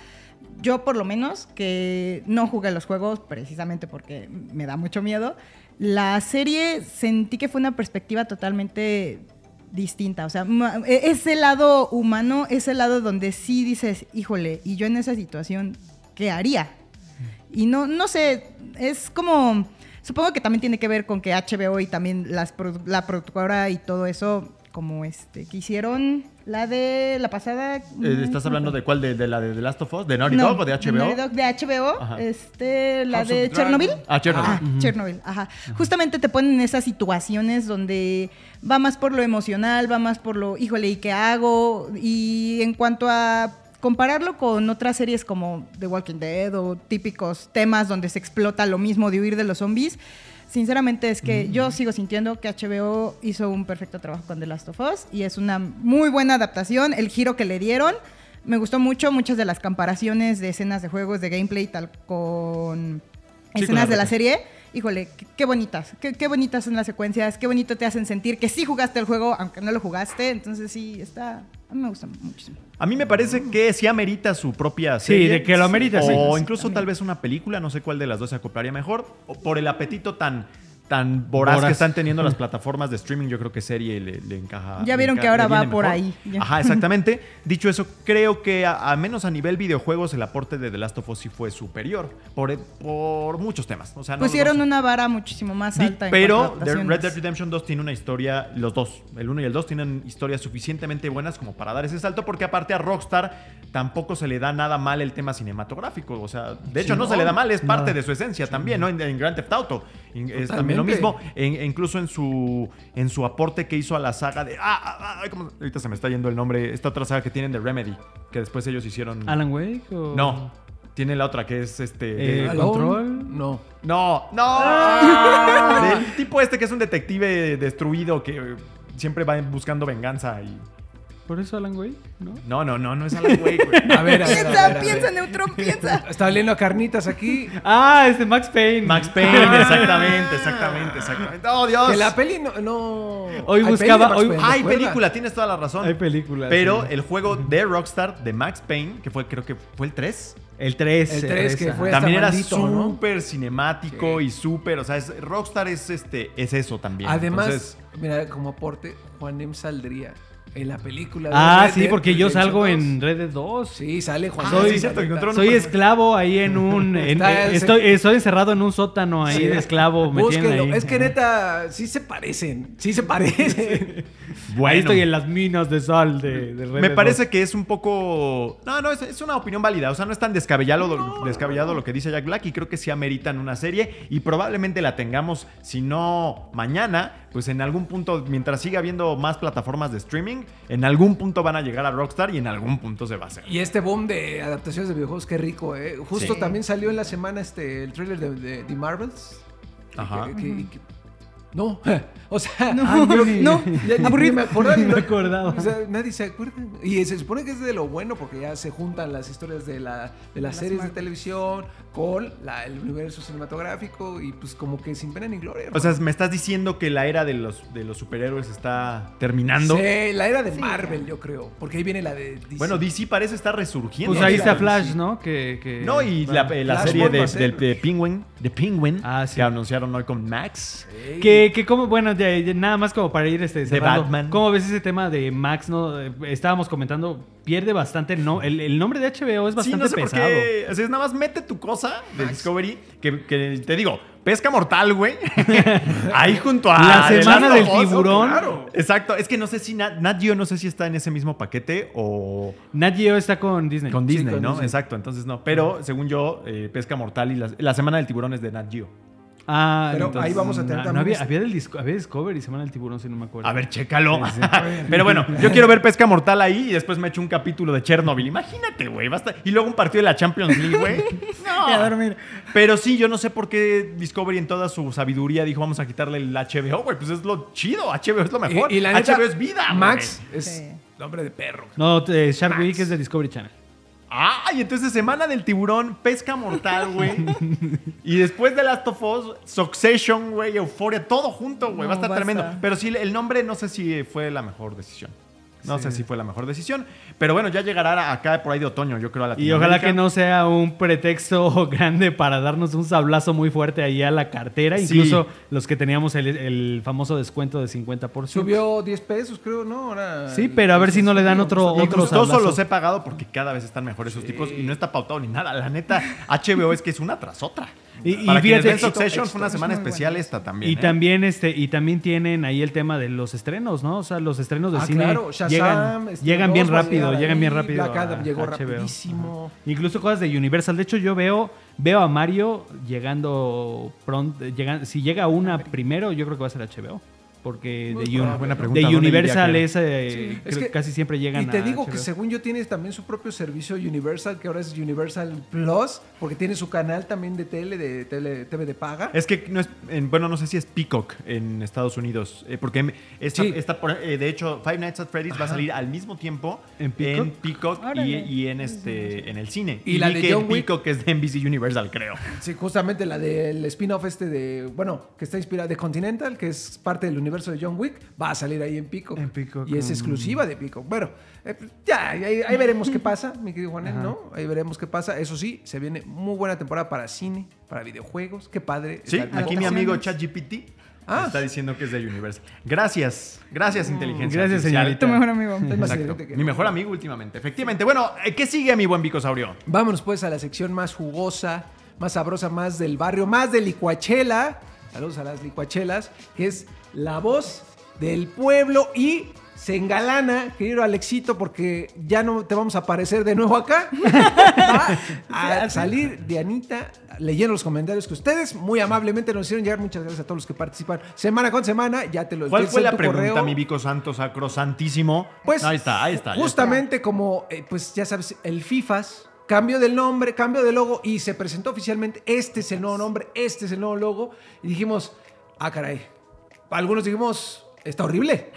[SPEAKER 6] Yo por lo menos, que no jugué los juegos precisamente porque me da mucho miedo, la serie sentí que fue una perspectiva totalmente distinta. O sea, ma- e- ese lado humano, ese lado donde sí dices, híjole, y yo en esa situación, ¿qué haría? Y no, no sé, es como. Supongo que también tiene que ver con que HBO y también las produ- la productora y todo eso, como este, que hicieron la de la pasada.
[SPEAKER 2] Eh, ¿Estás hablando de cuál? ¿De, de la de The Last of Us? ¿De Naughty
[SPEAKER 6] No,
[SPEAKER 2] Dog o pues, de HBO?
[SPEAKER 6] Naughty Dog, de HBO,
[SPEAKER 2] Ajá.
[SPEAKER 6] este, la
[SPEAKER 3] House of
[SPEAKER 6] de
[SPEAKER 3] Dragon.
[SPEAKER 6] Chernobyl.
[SPEAKER 2] Ah, Chernobyl.
[SPEAKER 6] Ah, Chernobyl, ajá. Justamente te ponen en esas situaciones donde va más por lo emocional, va más por lo, híjole, ¿y qué hago? Y en cuanto a compararlo con otras series como The Walking Dead o típicos temas donde se explota lo mismo de huir de los zombies, sinceramente es que yo sigo sintiendo que HBO hizo un perfecto trabajo con The Last of Us y es una muy buena adaptación, el giro que le dieron. Me gustó mucho muchas de las comparaciones de escenas de juegos, de gameplay, tal con
[SPEAKER 2] Sí,
[SPEAKER 6] escenas
[SPEAKER 2] con la
[SPEAKER 6] de la
[SPEAKER 2] roca.
[SPEAKER 6] serie. Híjole, qué, qué bonitas, qué, qué bonitas son las secuencias, qué bonito te hacen sentir que sí jugaste el juego, aunque no lo jugaste. Entonces sí, está, a mí me gusta muchísimo.
[SPEAKER 2] A mí me parece que sí amerita su propia
[SPEAKER 5] Sí,
[SPEAKER 2] serie.
[SPEAKER 5] de que lo amerita, sí.
[SPEAKER 2] O
[SPEAKER 5] Sí,
[SPEAKER 2] incluso tal vez una película, no sé cuál de las dos se acoplaría mejor. O por el apetito tan, tan voraz,
[SPEAKER 5] Voraz.
[SPEAKER 2] que están teniendo las plataformas de streaming, yo creo que serie le, le encaja.
[SPEAKER 6] Ya
[SPEAKER 2] le
[SPEAKER 6] vieron que
[SPEAKER 2] enca-
[SPEAKER 6] ahora
[SPEAKER 2] le
[SPEAKER 6] va
[SPEAKER 2] viene
[SPEAKER 6] por
[SPEAKER 2] mejor.
[SPEAKER 6] ahí. Ya.
[SPEAKER 2] Ajá, exactamente. Dicho eso, creo que a, a menos a nivel videojuegos el aporte de The Last of Us sí fue superior por, por muchos temas. O sea, Ah, no-
[SPEAKER 6] Pusieron
[SPEAKER 2] no-
[SPEAKER 6] una vara muchísimo más
[SPEAKER 2] Di-
[SPEAKER 6] alta. en
[SPEAKER 2] pero
[SPEAKER 6] cuanto
[SPEAKER 2] The
[SPEAKER 6] a
[SPEAKER 2] Red Dead
[SPEAKER 6] adaptaciones.
[SPEAKER 2] Redemption 2 tiene una historia, los dos, el 1 y el 2 tienen historias suficientemente buenas como para dar ese salto, porque aparte a Rockstar tampoco se le da nada mal el tema cinematográfico, o sea, de hecho no, se le da mal, es parte de su esencia también, ¿no? En, en Grand Theft Auto en- es también lo
[SPEAKER 3] Totalmente.
[SPEAKER 2] mismo, en- e incluso en su en su aporte que hizo a la saga de, ah, ah, ah, ¿cómo se- ahorita se me está yendo el nombre, esta otra saga que tienen de Remedy, que después ellos hicieron,
[SPEAKER 5] Alan Wake o...
[SPEAKER 2] no, tiene la otra que es este,
[SPEAKER 5] Eh,
[SPEAKER 2] de-
[SPEAKER 3] ¿Alone?
[SPEAKER 5] ¿Control?
[SPEAKER 3] No. Ah.
[SPEAKER 2] no, no. Del tipo este que es un detective destruido que eh, siempre va buscando venganza y.
[SPEAKER 5] ¿Por eso Alan Wake? ¿No?
[SPEAKER 2] No, no, no, no es Alan Wake, güey.
[SPEAKER 3] (laughs) A ver, a ver, a ver, a
[SPEAKER 6] Piensa,
[SPEAKER 3] ver.
[SPEAKER 6] piensa, Neutrón,
[SPEAKER 2] (laughs)
[SPEAKER 6] piensa.
[SPEAKER 3] Está oliendo a carnitas aquí.
[SPEAKER 5] Ah, es de Max Payne.
[SPEAKER 2] Max Payne, exactamente, exactamente, exactamente. ¡Oh, Dios!
[SPEAKER 3] Ah. Que la peli no. no-
[SPEAKER 5] Hoy
[SPEAKER 3] Hay
[SPEAKER 5] buscaba-
[SPEAKER 3] peli de Max
[SPEAKER 5] hoy-
[SPEAKER 3] Payne,
[SPEAKER 2] Hay
[SPEAKER 3] recuerda.
[SPEAKER 2] película, tienes toda la razón.
[SPEAKER 5] Hay películas.
[SPEAKER 2] Pero
[SPEAKER 5] sí.
[SPEAKER 2] el juego de Rockstar de Max Payne, que fue, creo que fue el 3,
[SPEAKER 5] El 3.
[SPEAKER 3] El 3 que fue
[SPEAKER 2] también era
[SPEAKER 3] hasta maldito, ¿no?
[SPEAKER 2] súper cinemático y súper. O sea, es- Rockstar es este, es eso también.
[SPEAKER 3] Además,
[SPEAKER 2] Entonces,
[SPEAKER 3] mira, como aporte, Juan M saldría en la película. de
[SPEAKER 5] Ah,
[SPEAKER 3] Red
[SPEAKER 5] sí,
[SPEAKER 3] Dead
[SPEAKER 5] porque yo
[SPEAKER 3] Redemption
[SPEAKER 5] salgo
[SPEAKER 3] 2.
[SPEAKER 5] en Red Dead 2.
[SPEAKER 3] Sí, sale Juan
[SPEAKER 2] Ah,
[SPEAKER 3] M.
[SPEAKER 2] sí, cierto,
[SPEAKER 3] Saldría.
[SPEAKER 2] encontró un-
[SPEAKER 5] Soy esclavo ahí en un. en- eh,
[SPEAKER 3] Está ese-
[SPEAKER 5] estoy, estoy encerrado en un sótano ahí
[SPEAKER 3] Sí.
[SPEAKER 5] de esclavo. Me tienen
[SPEAKER 3] Búsquenlo.
[SPEAKER 5] ahí.
[SPEAKER 3] Es que neta, sí se parecen. Sí se
[SPEAKER 5] (laughs)
[SPEAKER 3] parecen.
[SPEAKER 5] Ahí
[SPEAKER 2] bueno.
[SPEAKER 5] estoy en las minas de sal de, de Red
[SPEAKER 2] Me
[SPEAKER 5] Dead
[SPEAKER 2] parece que es un poco. No, no, es, es una opinión válida. O sea, no es tan descabellado, descabellado lo que dice Jack Black y creo que sí ameritan una serie y probablemente la tengamos, si no mañana, pues en algún punto, mientras siga habiendo más plataformas de streaming, en algún punto van a llegar a Rockstar y en algún punto se va a hacer.
[SPEAKER 3] y este boom de adaptaciones de videojuegos, qué rico, ¿eh? Justo
[SPEAKER 2] Sí.
[SPEAKER 3] también salió en la semana este, el tráiler de, de, de Marvels.
[SPEAKER 2] Ajá.
[SPEAKER 3] Que- que- que- no. (laughs) O sea,
[SPEAKER 6] No,
[SPEAKER 3] ay, yo-
[SPEAKER 6] no.
[SPEAKER 3] Ya ni- ni me acordaba. (laughs)
[SPEAKER 5] Ni me acordaba.
[SPEAKER 3] O sea, nadie se acuerda. Y se supone que es de lo bueno porque ya se juntan las historias de, la, de las series de televisión con la- el universo cinematográfico y pues como que sin pena ni gloria.
[SPEAKER 2] O sea, me estás diciendo que la era de los, de los superhéroes está terminando.
[SPEAKER 3] Sí, la era de Marvel, yo creo. Porque ahí viene la de DC.
[SPEAKER 2] Bueno, DC parece estar
[SPEAKER 5] Dos.
[SPEAKER 2] resurgiendo.
[SPEAKER 5] Pues ahí
[SPEAKER 2] Sí,
[SPEAKER 5] está
[SPEAKER 2] sí.
[SPEAKER 5] Flash, ¿no? Que, que-
[SPEAKER 2] No, y
[SPEAKER 5] bueno.
[SPEAKER 2] la, eh, la
[SPEAKER 3] Flash
[SPEAKER 2] serie de,
[SPEAKER 3] vuelve a ser.
[SPEAKER 2] del- de Penguin, de Penguin
[SPEAKER 5] Ah, sí.
[SPEAKER 2] que anunciaron hoy con Max.
[SPEAKER 3] Sí.
[SPEAKER 5] Que, que como, bueno, ya- ya nada más como para ir este, cerrando.
[SPEAKER 2] Batman.
[SPEAKER 5] ¿Cómo ves ese tema de Max? No, Eh, estábamos comentando, pierde bastante, no, el, el nombre de HBO es bastante
[SPEAKER 2] sí, no sé
[SPEAKER 5] pesado.
[SPEAKER 2] Por qué. O sea, es nada más mete tu cosa de Discovery, que, que te digo, pesca mortal,
[SPEAKER 5] (laughs)
[SPEAKER 2] güey. Ahí junto a.
[SPEAKER 5] La
[SPEAKER 2] The
[SPEAKER 5] semana
[SPEAKER 2] Last
[SPEAKER 5] del
[SPEAKER 2] of Us.
[SPEAKER 5] tiburón.
[SPEAKER 2] Exacto, es que no sé si Na- Nat Geo no sé si está en ese mismo paquete o
[SPEAKER 5] Nat Geo está con Disney.
[SPEAKER 2] con Disney,
[SPEAKER 3] con
[SPEAKER 2] ¿no?
[SPEAKER 3] Disney.
[SPEAKER 2] Exacto, entonces no. Pero según yo, eh, Pesca Mortal y la, la Semana del Tiburón es de Nat Geo.
[SPEAKER 5] Ah,
[SPEAKER 3] Pero ahí vamos a tener
[SPEAKER 5] no, no
[SPEAKER 3] también
[SPEAKER 5] había,
[SPEAKER 3] este-
[SPEAKER 5] había, del disco, había Discovery, Semana del Tiburón, si no me acuerdo.
[SPEAKER 2] A ver, chécalo. (laughs) Pero bueno, yo quiero ver Pesca Mortal ahí y después me echo un capítulo de Chernobyl. Imagínate, güey. basta- Y luego un partido de la Champions League,
[SPEAKER 3] (laughs)
[SPEAKER 2] güey.
[SPEAKER 6] Y a dormir.
[SPEAKER 2] Pero sí, yo no sé por qué Discovery en toda su sabiduría dijo vamos a quitarle el HBO, güey. Pues es lo chido, HBO es lo
[SPEAKER 3] Y,
[SPEAKER 2] mejor.
[SPEAKER 3] y la neta,
[SPEAKER 2] HBO es vida, güey.
[SPEAKER 3] Max es
[SPEAKER 6] Sí.
[SPEAKER 3] nombre de perro.
[SPEAKER 5] No, eh, Shark Week es de Discovery Channel.
[SPEAKER 2] Ay, entonces Semana del Tiburón, Pesca Mortal,
[SPEAKER 5] (laughs)
[SPEAKER 2] güey. y después de Last of Us, Succession, güey, Euforia, todo junto, güey. va a
[SPEAKER 6] No,
[SPEAKER 2] estar
[SPEAKER 6] va a
[SPEAKER 2] tremendo.
[SPEAKER 6] estar.
[SPEAKER 2] Pero sí, el nombre no sé si fue la mejor decisión. No sé si fue la mejor decisión. Pero bueno, ya llegará acá por ahí de otoño, yo creo, a
[SPEAKER 5] Y ojalá que
[SPEAKER 2] Latinoamérica.
[SPEAKER 5] no sea un pretexto (laughs) grande para darnos un sablazo muy fuerte ahí a la cartera.
[SPEAKER 2] Sí.
[SPEAKER 5] Incluso los que teníamos el, el famoso descuento de 50%.
[SPEAKER 3] Subió 10 pesos, creo, ¿no? Ahora-
[SPEAKER 5] Sí, pero a ver si no le dan otro-
[SPEAKER 2] Y
[SPEAKER 5] otro
[SPEAKER 2] gustoso
[SPEAKER 5] sablazo.
[SPEAKER 2] los he pagado porque cada vez están mejores esos tipos y no está pautado ni nada. La neta, HBO es que es una tras otra.
[SPEAKER 5] Y- y
[SPEAKER 2] Para quienes
[SPEAKER 5] fíjate,
[SPEAKER 2] ven
[SPEAKER 5] y-
[SPEAKER 2] Succession fue una
[SPEAKER 6] es
[SPEAKER 2] semana
[SPEAKER 6] muy
[SPEAKER 2] especial
[SPEAKER 6] buena.
[SPEAKER 2] esta también.
[SPEAKER 5] Y
[SPEAKER 2] ¿eh?
[SPEAKER 5] también este y también tienen ahí el tema de los estrenos, ¿no? O sea, los estrenos de
[SPEAKER 3] Ah,
[SPEAKER 5] cine
[SPEAKER 3] claro, Shazam,
[SPEAKER 5] llegan,
[SPEAKER 3] este,
[SPEAKER 5] llegan bien
[SPEAKER 3] dos va a
[SPEAKER 5] rápido,
[SPEAKER 3] llegar
[SPEAKER 5] llegan
[SPEAKER 3] ahí,
[SPEAKER 5] bien rápido.
[SPEAKER 3] Black Adam
[SPEAKER 5] a
[SPEAKER 3] llegó
[SPEAKER 5] HBO.
[SPEAKER 3] rapidísimo.
[SPEAKER 5] Ajá. Incluso cosas de Universal. De hecho, yo veo veo a Mario llegando pronto, llegan, si llega una primero, yo creo que va a ser HBO. Porque
[SPEAKER 3] Muy
[SPEAKER 5] de,
[SPEAKER 3] probable.
[SPEAKER 5] Un-
[SPEAKER 2] Buena
[SPEAKER 5] de
[SPEAKER 2] pregunta, ¿dónde
[SPEAKER 5] Universal
[SPEAKER 2] diría
[SPEAKER 5] es, eh,
[SPEAKER 3] Sí,
[SPEAKER 5] creo
[SPEAKER 3] es
[SPEAKER 5] que
[SPEAKER 3] que-
[SPEAKER 5] casi siempre llegan
[SPEAKER 3] Y te
[SPEAKER 5] a
[SPEAKER 3] digo que
[SPEAKER 5] HBO.
[SPEAKER 3] según yo tienes también su propio servicio Universal, que ahora es Universal Plus, porque tiene su canal también de tele, de tele, TV de paga.
[SPEAKER 2] Es que no es, en- bueno, no sé si es Peacock en Estados Unidos, eh, porque em- esta,
[SPEAKER 3] Sí.
[SPEAKER 2] esta por- eh, de hecho Five Nights at Freddy's va a salir al mismo tiempo
[SPEAKER 5] ¿En
[SPEAKER 2] en
[SPEAKER 5] Peacock?
[SPEAKER 2] Peacock, y,
[SPEAKER 6] Órale.
[SPEAKER 2] y en este en el cine.
[SPEAKER 3] Y la
[SPEAKER 2] vi
[SPEAKER 3] de
[SPEAKER 2] que
[SPEAKER 3] John Wick.
[SPEAKER 2] Peacock es de NBC Universal, creo.
[SPEAKER 3] Sí, justamente la del spin-off este de, bueno, que está inspirada de Continental, que es parte del universo de John Wick, va a salir ahí en Pico.
[SPEAKER 5] En Peacock,
[SPEAKER 3] Y es
[SPEAKER 5] mm.
[SPEAKER 3] exclusiva de Pico. Bueno, eh, ya, ahí, ahí veremos qué pasa, mi querido Juanel,
[SPEAKER 5] Ajá.
[SPEAKER 3] ¿no? Ahí veremos qué pasa. Eso sí, se viene muy buena temporada para cine, para videojuegos. Qué padre.
[SPEAKER 2] Sí,
[SPEAKER 3] estar
[SPEAKER 2] aquí
[SPEAKER 3] vivo.
[SPEAKER 2] mi amigo
[SPEAKER 6] Adaptaciones.
[SPEAKER 2] ChatGPT
[SPEAKER 3] Ah. Mm.
[SPEAKER 2] está diciendo que es de Universal. Gracias, gracias inteligencia.
[SPEAKER 5] Gracias,
[SPEAKER 2] artificial.
[SPEAKER 5] señorita.
[SPEAKER 6] Tu mejor amigo.
[SPEAKER 3] Entonces, más
[SPEAKER 2] Exacto.
[SPEAKER 3] evidente que
[SPEAKER 2] Mi
[SPEAKER 3] no.
[SPEAKER 2] mejor amigo últimamente, efectivamente. Bueno, eh, ¿qué sigue, mi buen Vicosaurio?
[SPEAKER 3] Vámonos pues a la sección más jugosa, más sabrosa, más del barrio, más de licuachela. Saludos a las licuachelas, que es la voz del pueblo y se engalana, querido Alexito, porque ya no te vamos a aparecer de nuevo acá. Va a salir Dianita leyendo los comentarios que ustedes muy amablemente nos hicieron llegar. Muchas gracias a todos los que participaron semana con semana. Ya te lo
[SPEAKER 2] ¿Cuál
[SPEAKER 3] tienes
[SPEAKER 2] fue
[SPEAKER 3] en
[SPEAKER 2] la
[SPEAKER 3] tu
[SPEAKER 2] pregunta,
[SPEAKER 3] correo.
[SPEAKER 2] mi Vico Santo Sacrosantísimo?
[SPEAKER 3] Pues,
[SPEAKER 2] ahí está, ahí está. ya está.
[SPEAKER 3] Justamente como, eh, pues ya sabes, el FIFAs cambio del nombre, cambio de logo y se presentó oficialmente. Este es el nuevo nombre, este es el nuevo logo. Y dijimos, ah, caray. Algunos dijimos, está horrible.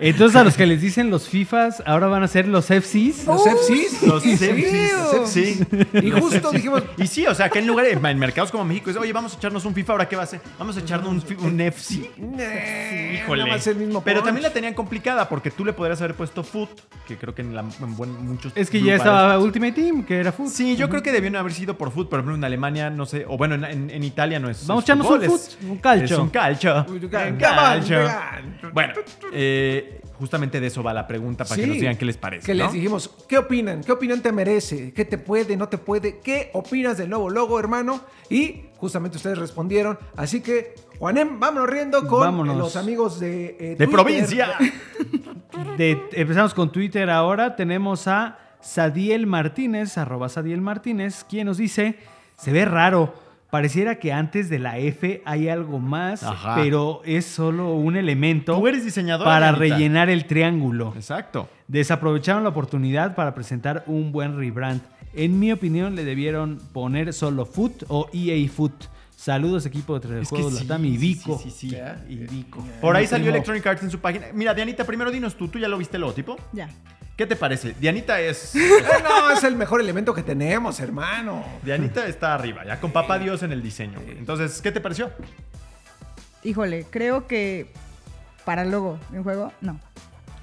[SPEAKER 5] Entonces a los que les dicen los FIFAs, ahora van a ser los FCs.
[SPEAKER 3] Los FCs.
[SPEAKER 2] Los
[SPEAKER 3] y sí,
[SPEAKER 2] sepsis. Sí.
[SPEAKER 3] Y justo dijimos,
[SPEAKER 2] Y sí, o sea, que en lugares, en mercados como México, es, oye, vamos a echarnos un FIFA, ¿ahora qué va a ser? Vamos a echarnos un, fi- un FC.
[SPEAKER 3] "Nee,
[SPEAKER 2] Híjole.
[SPEAKER 3] no va a ser el mismo
[SPEAKER 2] Pero
[SPEAKER 3] punch".
[SPEAKER 2] también la tenían complicada porque tú le podrías haber puesto Foot, que creo que en, la- en buen- muchos.
[SPEAKER 5] Es que ya
[SPEAKER 2] lugares-
[SPEAKER 5] estaba Ultimate Team, que era fútbol.
[SPEAKER 2] Sí, yo creo que debieron haber sido por Foot, por ejemplo, en Alemania, no sé, o bueno, en, en- en Italia no es.
[SPEAKER 5] Vamos a
[SPEAKER 2] es
[SPEAKER 5] echarnos un
[SPEAKER 2] fútbol, es-
[SPEAKER 5] foot, un calcio.
[SPEAKER 2] Es un calcho.
[SPEAKER 3] Uy,
[SPEAKER 2] Un
[SPEAKER 3] come on,
[SPEAKER 2] calcho.
[SPEAKER 3] come on.
[SPEAKER 2] Bueno, eh, justamente de eso va la pregunta para que
[SPEAKER 3] Sí.
[SPEAKER 2] nos digan qué les parece.
[SPEAKER 3] Que
[SPEAKER 2] ¿no?
[SPEAKER 3] les dijimos, ¿qué opinan? ¿Qué opinión te merece? ¿Qué te puede? ¿No te puede? ¿Qué opinas del nuevo logo, hermano? Y justamente ustedes respondieron. Así que, Juanem, vámonos riendo con
[SPEAKER 5] Vámonos.
[SPEAKER 3] los amigos de. eh,
[SPEAKER 2] De
[SPEAKER 3] Twitter.
[SPEAKER 2] provincia.
[SPEAKER 5] De- empezamos con Twitter ahora. Tenemos a Sadiel Martínez, arroba Sadiel Martínez, quien nos dice, se ve raro. Pareciera que antes de la F hay algo más,
[SPEAKER 2] Ajá.
[SPEAKER 5] pero es solo un elemento
[SPEAKER 2] Tú eres diseñador.
[SPEAKER 5] para rellenar el triángulo.
[SPEAKER 2] Exacto.
[SPEAKER 5] Desaprovecharon la oportunidad para presentar un buen rebrand. En mi opinión, le debieron poner solo Foot o EA Foot. Saludos, equipo de Tres
[SPEAKER 2] Es que
[SPEAKER 5] Juegos
[SPEAKER 2] sí,
[SPEAKER 5] Latam y
[SPEAKER 2] sí,
[SPEAKER 5] Vico.
[SPEAKER 2] sí, Eh, sí, sí.
[SPEAKER 3] Ya.
[SPEAKER 5] Y Vico.
[SPEAKER 2] Por ahí
[SPEAKER 5] Mi
[SPEAKER 2] salió
[SPEAKER 5] primo.
[SPEAKER 2] Electronic Arts en su página. Mira, Dianita, primero dinos tú, tú ya lo viste el logotipo.
[SPEAKER 6] Ya.
[SPEAKER 2] ¿Qué te parece? Dianita
[SPEAKER 5] (laughs)
[SPEAKER 2] es.
[SPEAKER 3] Eh, no, es el mejor elemento que tenemos, hermano.
[SPEAKER 2] Dianita está arriba, ya con papá Dios en el diseño. güey. Entonces, ¿qué te pareció?
[SPEAKER 6] Híjole, creo que para logo de un juego, no.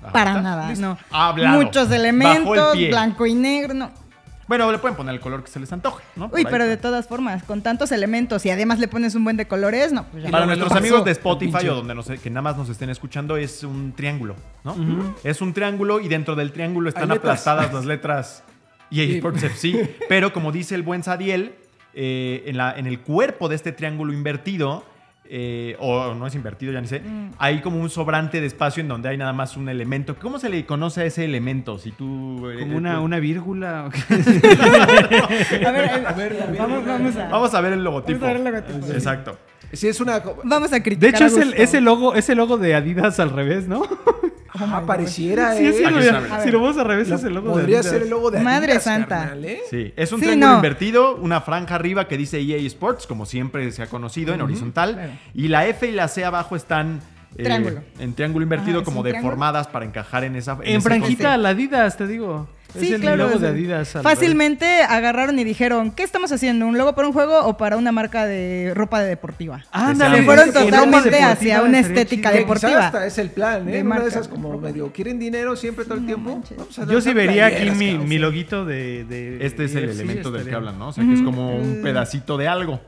[SPEAKER 5] Ah,
[SPEAKER 6] Para
[SPEAKER 2] Ajá.
[SPEAKER 6] nada, no.
[SPEAKER 2] Hablado.
[SPEAKER 6] Muchos
[SPEAKER 2] Bajo el
[SPEAKER 6] elementos,
[SPEAKER 2] pie.
[SPEAKER 6] blanco y negro, no.
[SPEAKER 2] Bueno, le pueden poner el color que se les antoje, ¿no? Por
[SPEAKER 6] Uy,
[SPEAKER 2] ahí
[SPEAKER 6] pero de
[SPEAKER 2] está.
[SPEAKER 6] todas formas, con tantos elementos y además le pones un buen de colores, no. pues ya.
[SPEAKER 2] Para
[SPEAKER 3] luego
[SPEAKER 2] nuestros
[SPEAKER 3] lo
[SPEAKER 2] amigos
[SPEAKER 3] pasó.
[SPEAKER 2] de Spotify o donde nos- que nada más nos estén escuchando, es un triángulo, ¿no? Es un triángulo y dentro del triángulo están
[SPEAKER 3] Hay letras.
[SPEAKER 2] aplastadas las letras EA
[SPEAKER 3] Sí.
[SPEAKER 2] Sports FC. Pero como dice el buen Sadiel, eh, en, la- en el cuerpo de este triángulo invertido, eh, o no es invertido, ya ni sé, hay como un sobrante de espacio en donde hay nada más un elemento. ¿Cómo se le conoce a ese elemento? Si tú. eh,
[SPEAKER 5] Como una,
[SPEAKER 2] tú-
[SPEAKER 5] una vírgula.
[SPEAKER 6] A ver, eh, vamos, vamos a.
[SPEAKER 2] Vamos a ver el logotipo.
[SPEAKER 6] Vamos a ver el logotipo.
[SPEAKER 2] Exacto.
[SPEAKER 3] Sí, es una.
[SPEAKER 6] Vamos a
[SPEAKER 5] De
[SPEAKER 6] criticar.
[SPEAKER 5] hecho,
[SPEAKER 6] a
[SPEAKER 5] es el,
[SPEAKER 6] gusto.
[SPEAKER 5] es el logo, es el logo de Adidas al revés, ¿no? (laughs)
[SPEAKER 6] Oh
[SPEAKER 3] Ah, pareciera,
[SPEAKER 5] Sí,
[SPEAKER 3] ¿eh?
[SPEAKER 5] es el-
[SPEAKER 2] Aquí está,
[SPEAKER 5] si lo vamos al revés,
[SPEAKER 3] Lo-
[SPEAKER 5] es el logo de
[SPEAKER 3] Podría
[SPEAKER 5] Adidas.
[SPEAKER 3] ser el logo de
[SPEAKER 6] Madre
[SPEAKER 3] Adidas,
[SPEAKER 6] santa.
[SPEAKER 3] carnal, ¿eh?
[SPEAKER 2] Sí, es un
[SPEAKER 6] Sí,
[SPEAKER 2] triángulo
[SPEAKER 6] no.
[SPEAKER 2] invertido, una franja arriba que dice EA Sports, como siempre se ha conocido en horizontal,
[SPEAKER 6] claro.
[SPEAKER 2] y la F y la C abajo están eh,
[SPEAKER 6] Triángulo.
[SPEAKER 2] en triángulo invertido,
[SPEAKER 6] Ajá, es
[SPEAKER 2] como
[SPEAKER 6] un triángulo.
[SPEAKER 2] deformadas para encajar en esa.
[SPEAKER 5] En
[SPEAKER 2] ese
[SPEAKER 5] franjita
[SPEAKER 2] contexto.
[SPEAKER 5] al Adidas, te digo.
[SPEAKER 6] Sí,
[SPEAKER 5] es el
[SPEAKER 6] claro,
[SPEAKER 5] logo
[SPEAKER 6] es
[SPEAKER 5] de
[SPEAKER 6] el-
[SPEAKER 5] Adidas. al
[SPEAKER 6] Fácilmente agarraron y dijeron, ¿qué estamos haciendo? ¿Un logo para un juego o para una marca de ropa de deportiva?
[SPEAKER 5] revés. Ándale.
[SPEAKER 2] Se
[SPEAKER 6] fueron
[SPEAKER 5] en ropa
[SPEAKER 6] totalmente
[SPEAKER 5] deportiva
[SPEAKER 6] hacia una
[SPEAKER 5] estaría
[SPEAKER 6] estética
[SPEAKER 5] chido.
[SPEAKER 3] Que
[SPEAKER 6] deportiva.
[SPEAKER 3] quizá hasta es el plan, ¿eh?
[SPEAKER 6] De
[SPEAKER 3] En una
[SPEAKER 6] marca,
[SPEAKER 3] de esas
[SPEAKER 6] de
[SPEAKER 3] como
[SPEAKER 6] ropa.
[SPEAKER 3] medio quieren dinero siempre todo el tiempo. Vamos a
[SPEAKER 5] Yo sí
[SPEAKER 3] lanzar
[SPEAKER 5] vería aquí
[SPEAKER 3] playeras,
[SPEAKER 5] mi,
[SPEAKER 3] cabrón.
[SPEAKER 5] mi loguito de, de-
[SPEAKER 2] Este es el
[SPEAKER 5] sí,
[SPEAKER 2] elemento del que
[SPEAKER 5] estaría-
[SPEAKER 2] hablan, ¿no? O sea, que es como
[SPEAKER 6] Mm.
[SPEAKER 2] un pedacito de algo.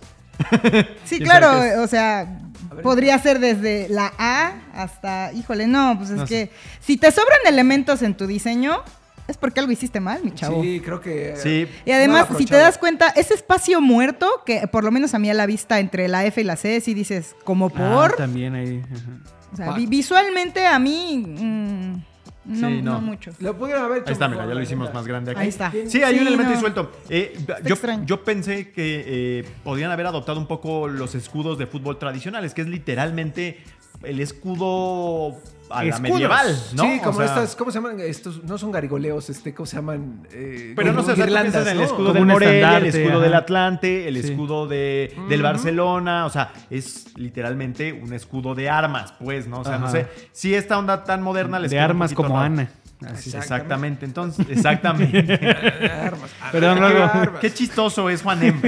[SPEAKER 6] Sí,
[SPEAKER 2] ¿Quién sabe
[SPEAKER 6] claro,
[SPEAKER 2] qué es?
[SPEAKER 6] o sea, podría ser desde la A hasta, híjole, no, pues es
[SPEAKER 2] No
[SPEAKER 6] que si te sobran elementos en tu diseño, es porque algo hiciste mal, mi chavo.
[SPEAKER 3] Sí, creo que. eh,
[SPEAKER 2] Sí.
[SPEAKER 6] Y además,
[SPEAKER 3] mal
[SPEAKER 6] si te
[SPEAKER 3] aprovechado.
[SPEAKER 6] das cuenta, ese espacio muerto, que por lo menos a mí a la vista entre la F y la C, si dices, como
[SPEAKER 5] Ah,
[SPEAKER 6] por,
[SPEAKER 5] también ahí. ajá.
[SPEAKER 6] o sea, vi- visualmente a mí, mm, No,
[SPEAKER 2] Sí, no.
[SPEAKER 6] no mucho.
[SPEAKER 3] Lo pudieron haber hecho.
[SPEAKER 2] Ahí está,
[SPEAKER 3] mejor,
[SPEAKER 2] mira, ya lo
[SPEAKER 3] la
[SPEAKER 2] hicimos
[SPEAKER 3] neta.
[SPEAKER 2] más grande aquí.
[SPEAKER 6] Ahí está.
[SPEAKER 2] Sí, hay un
[SPEAKER 6] Sí,
[SPEAKER 2] elemento
[SPEAKER 6] no.
[SPEAKER 2] disuelto. Eh, yo,
[SPEAKER 6] extraño.
[SPEAKER 2] yo pensé que eh, podían haber adoptado un poco los escudos de fútbol tradicionales, que es literalmente el escudo a la
[SPEAKER 5] Escudos.
[SPEAKER 2] medieval, ¿no?
[SPEAKER 3] Sí,
[SPEAKER 2] O
[SPEAKER 3] como
[SPEAKER 2] sea,
[SPEAKER 3] estas, ¿cómo se llaman? Estos no son garigoleos, este, ¿cómo se llaman? Eh,
[SPEAKER 2] Pero no
[SPEAKER 3] como
[SPEAKER 2] sé, o sea, tú
[SPEAKER 3] guirlandas,
[SPEAKER 2] piensas en el
[SPEAKER 3] ¿no?
[SPEAKER 2] escudo
[SPEAKER 5] Como
[SPEAKER 2] del
[SPEAKER 5] un
[SPEAKER 2] Morelia, el
[SPEAKER 5] estandarte,
[SPEAKER 2] escudo
[SPEAKER 5] ajá.
[SPEAKER 2] del Atlante, el
[SPEAKER 5] Sí.
[SPEAKER 2] escudo de, del Barcelona, o sea, es literalmente un escudo de armas, pues, ¿no? O sea, no
[SPEAKER 5] Ajá.
[SPEAKER 2] sé, si esta onda tan moderna les
[SPEAKER 5] De
[SPEAKER 2] queda un
[SPEAKER 5] armas
[SPEAKER 2] poquito
[SPEAKER 5] como
[SPEAKER 2] raro.
[SPEAKER 5] Ana.
[SPEAKER 2] Así, exactamente, entonces, (laughs) exactamente.
[SPEAKER 3] Armas, armas,
[SPEAKER 5] Perdón,
[SPEAKER 3] armas.
[SPEAKER 5] luego.
[SPEAKER 2] Qué chistoso es Juan M.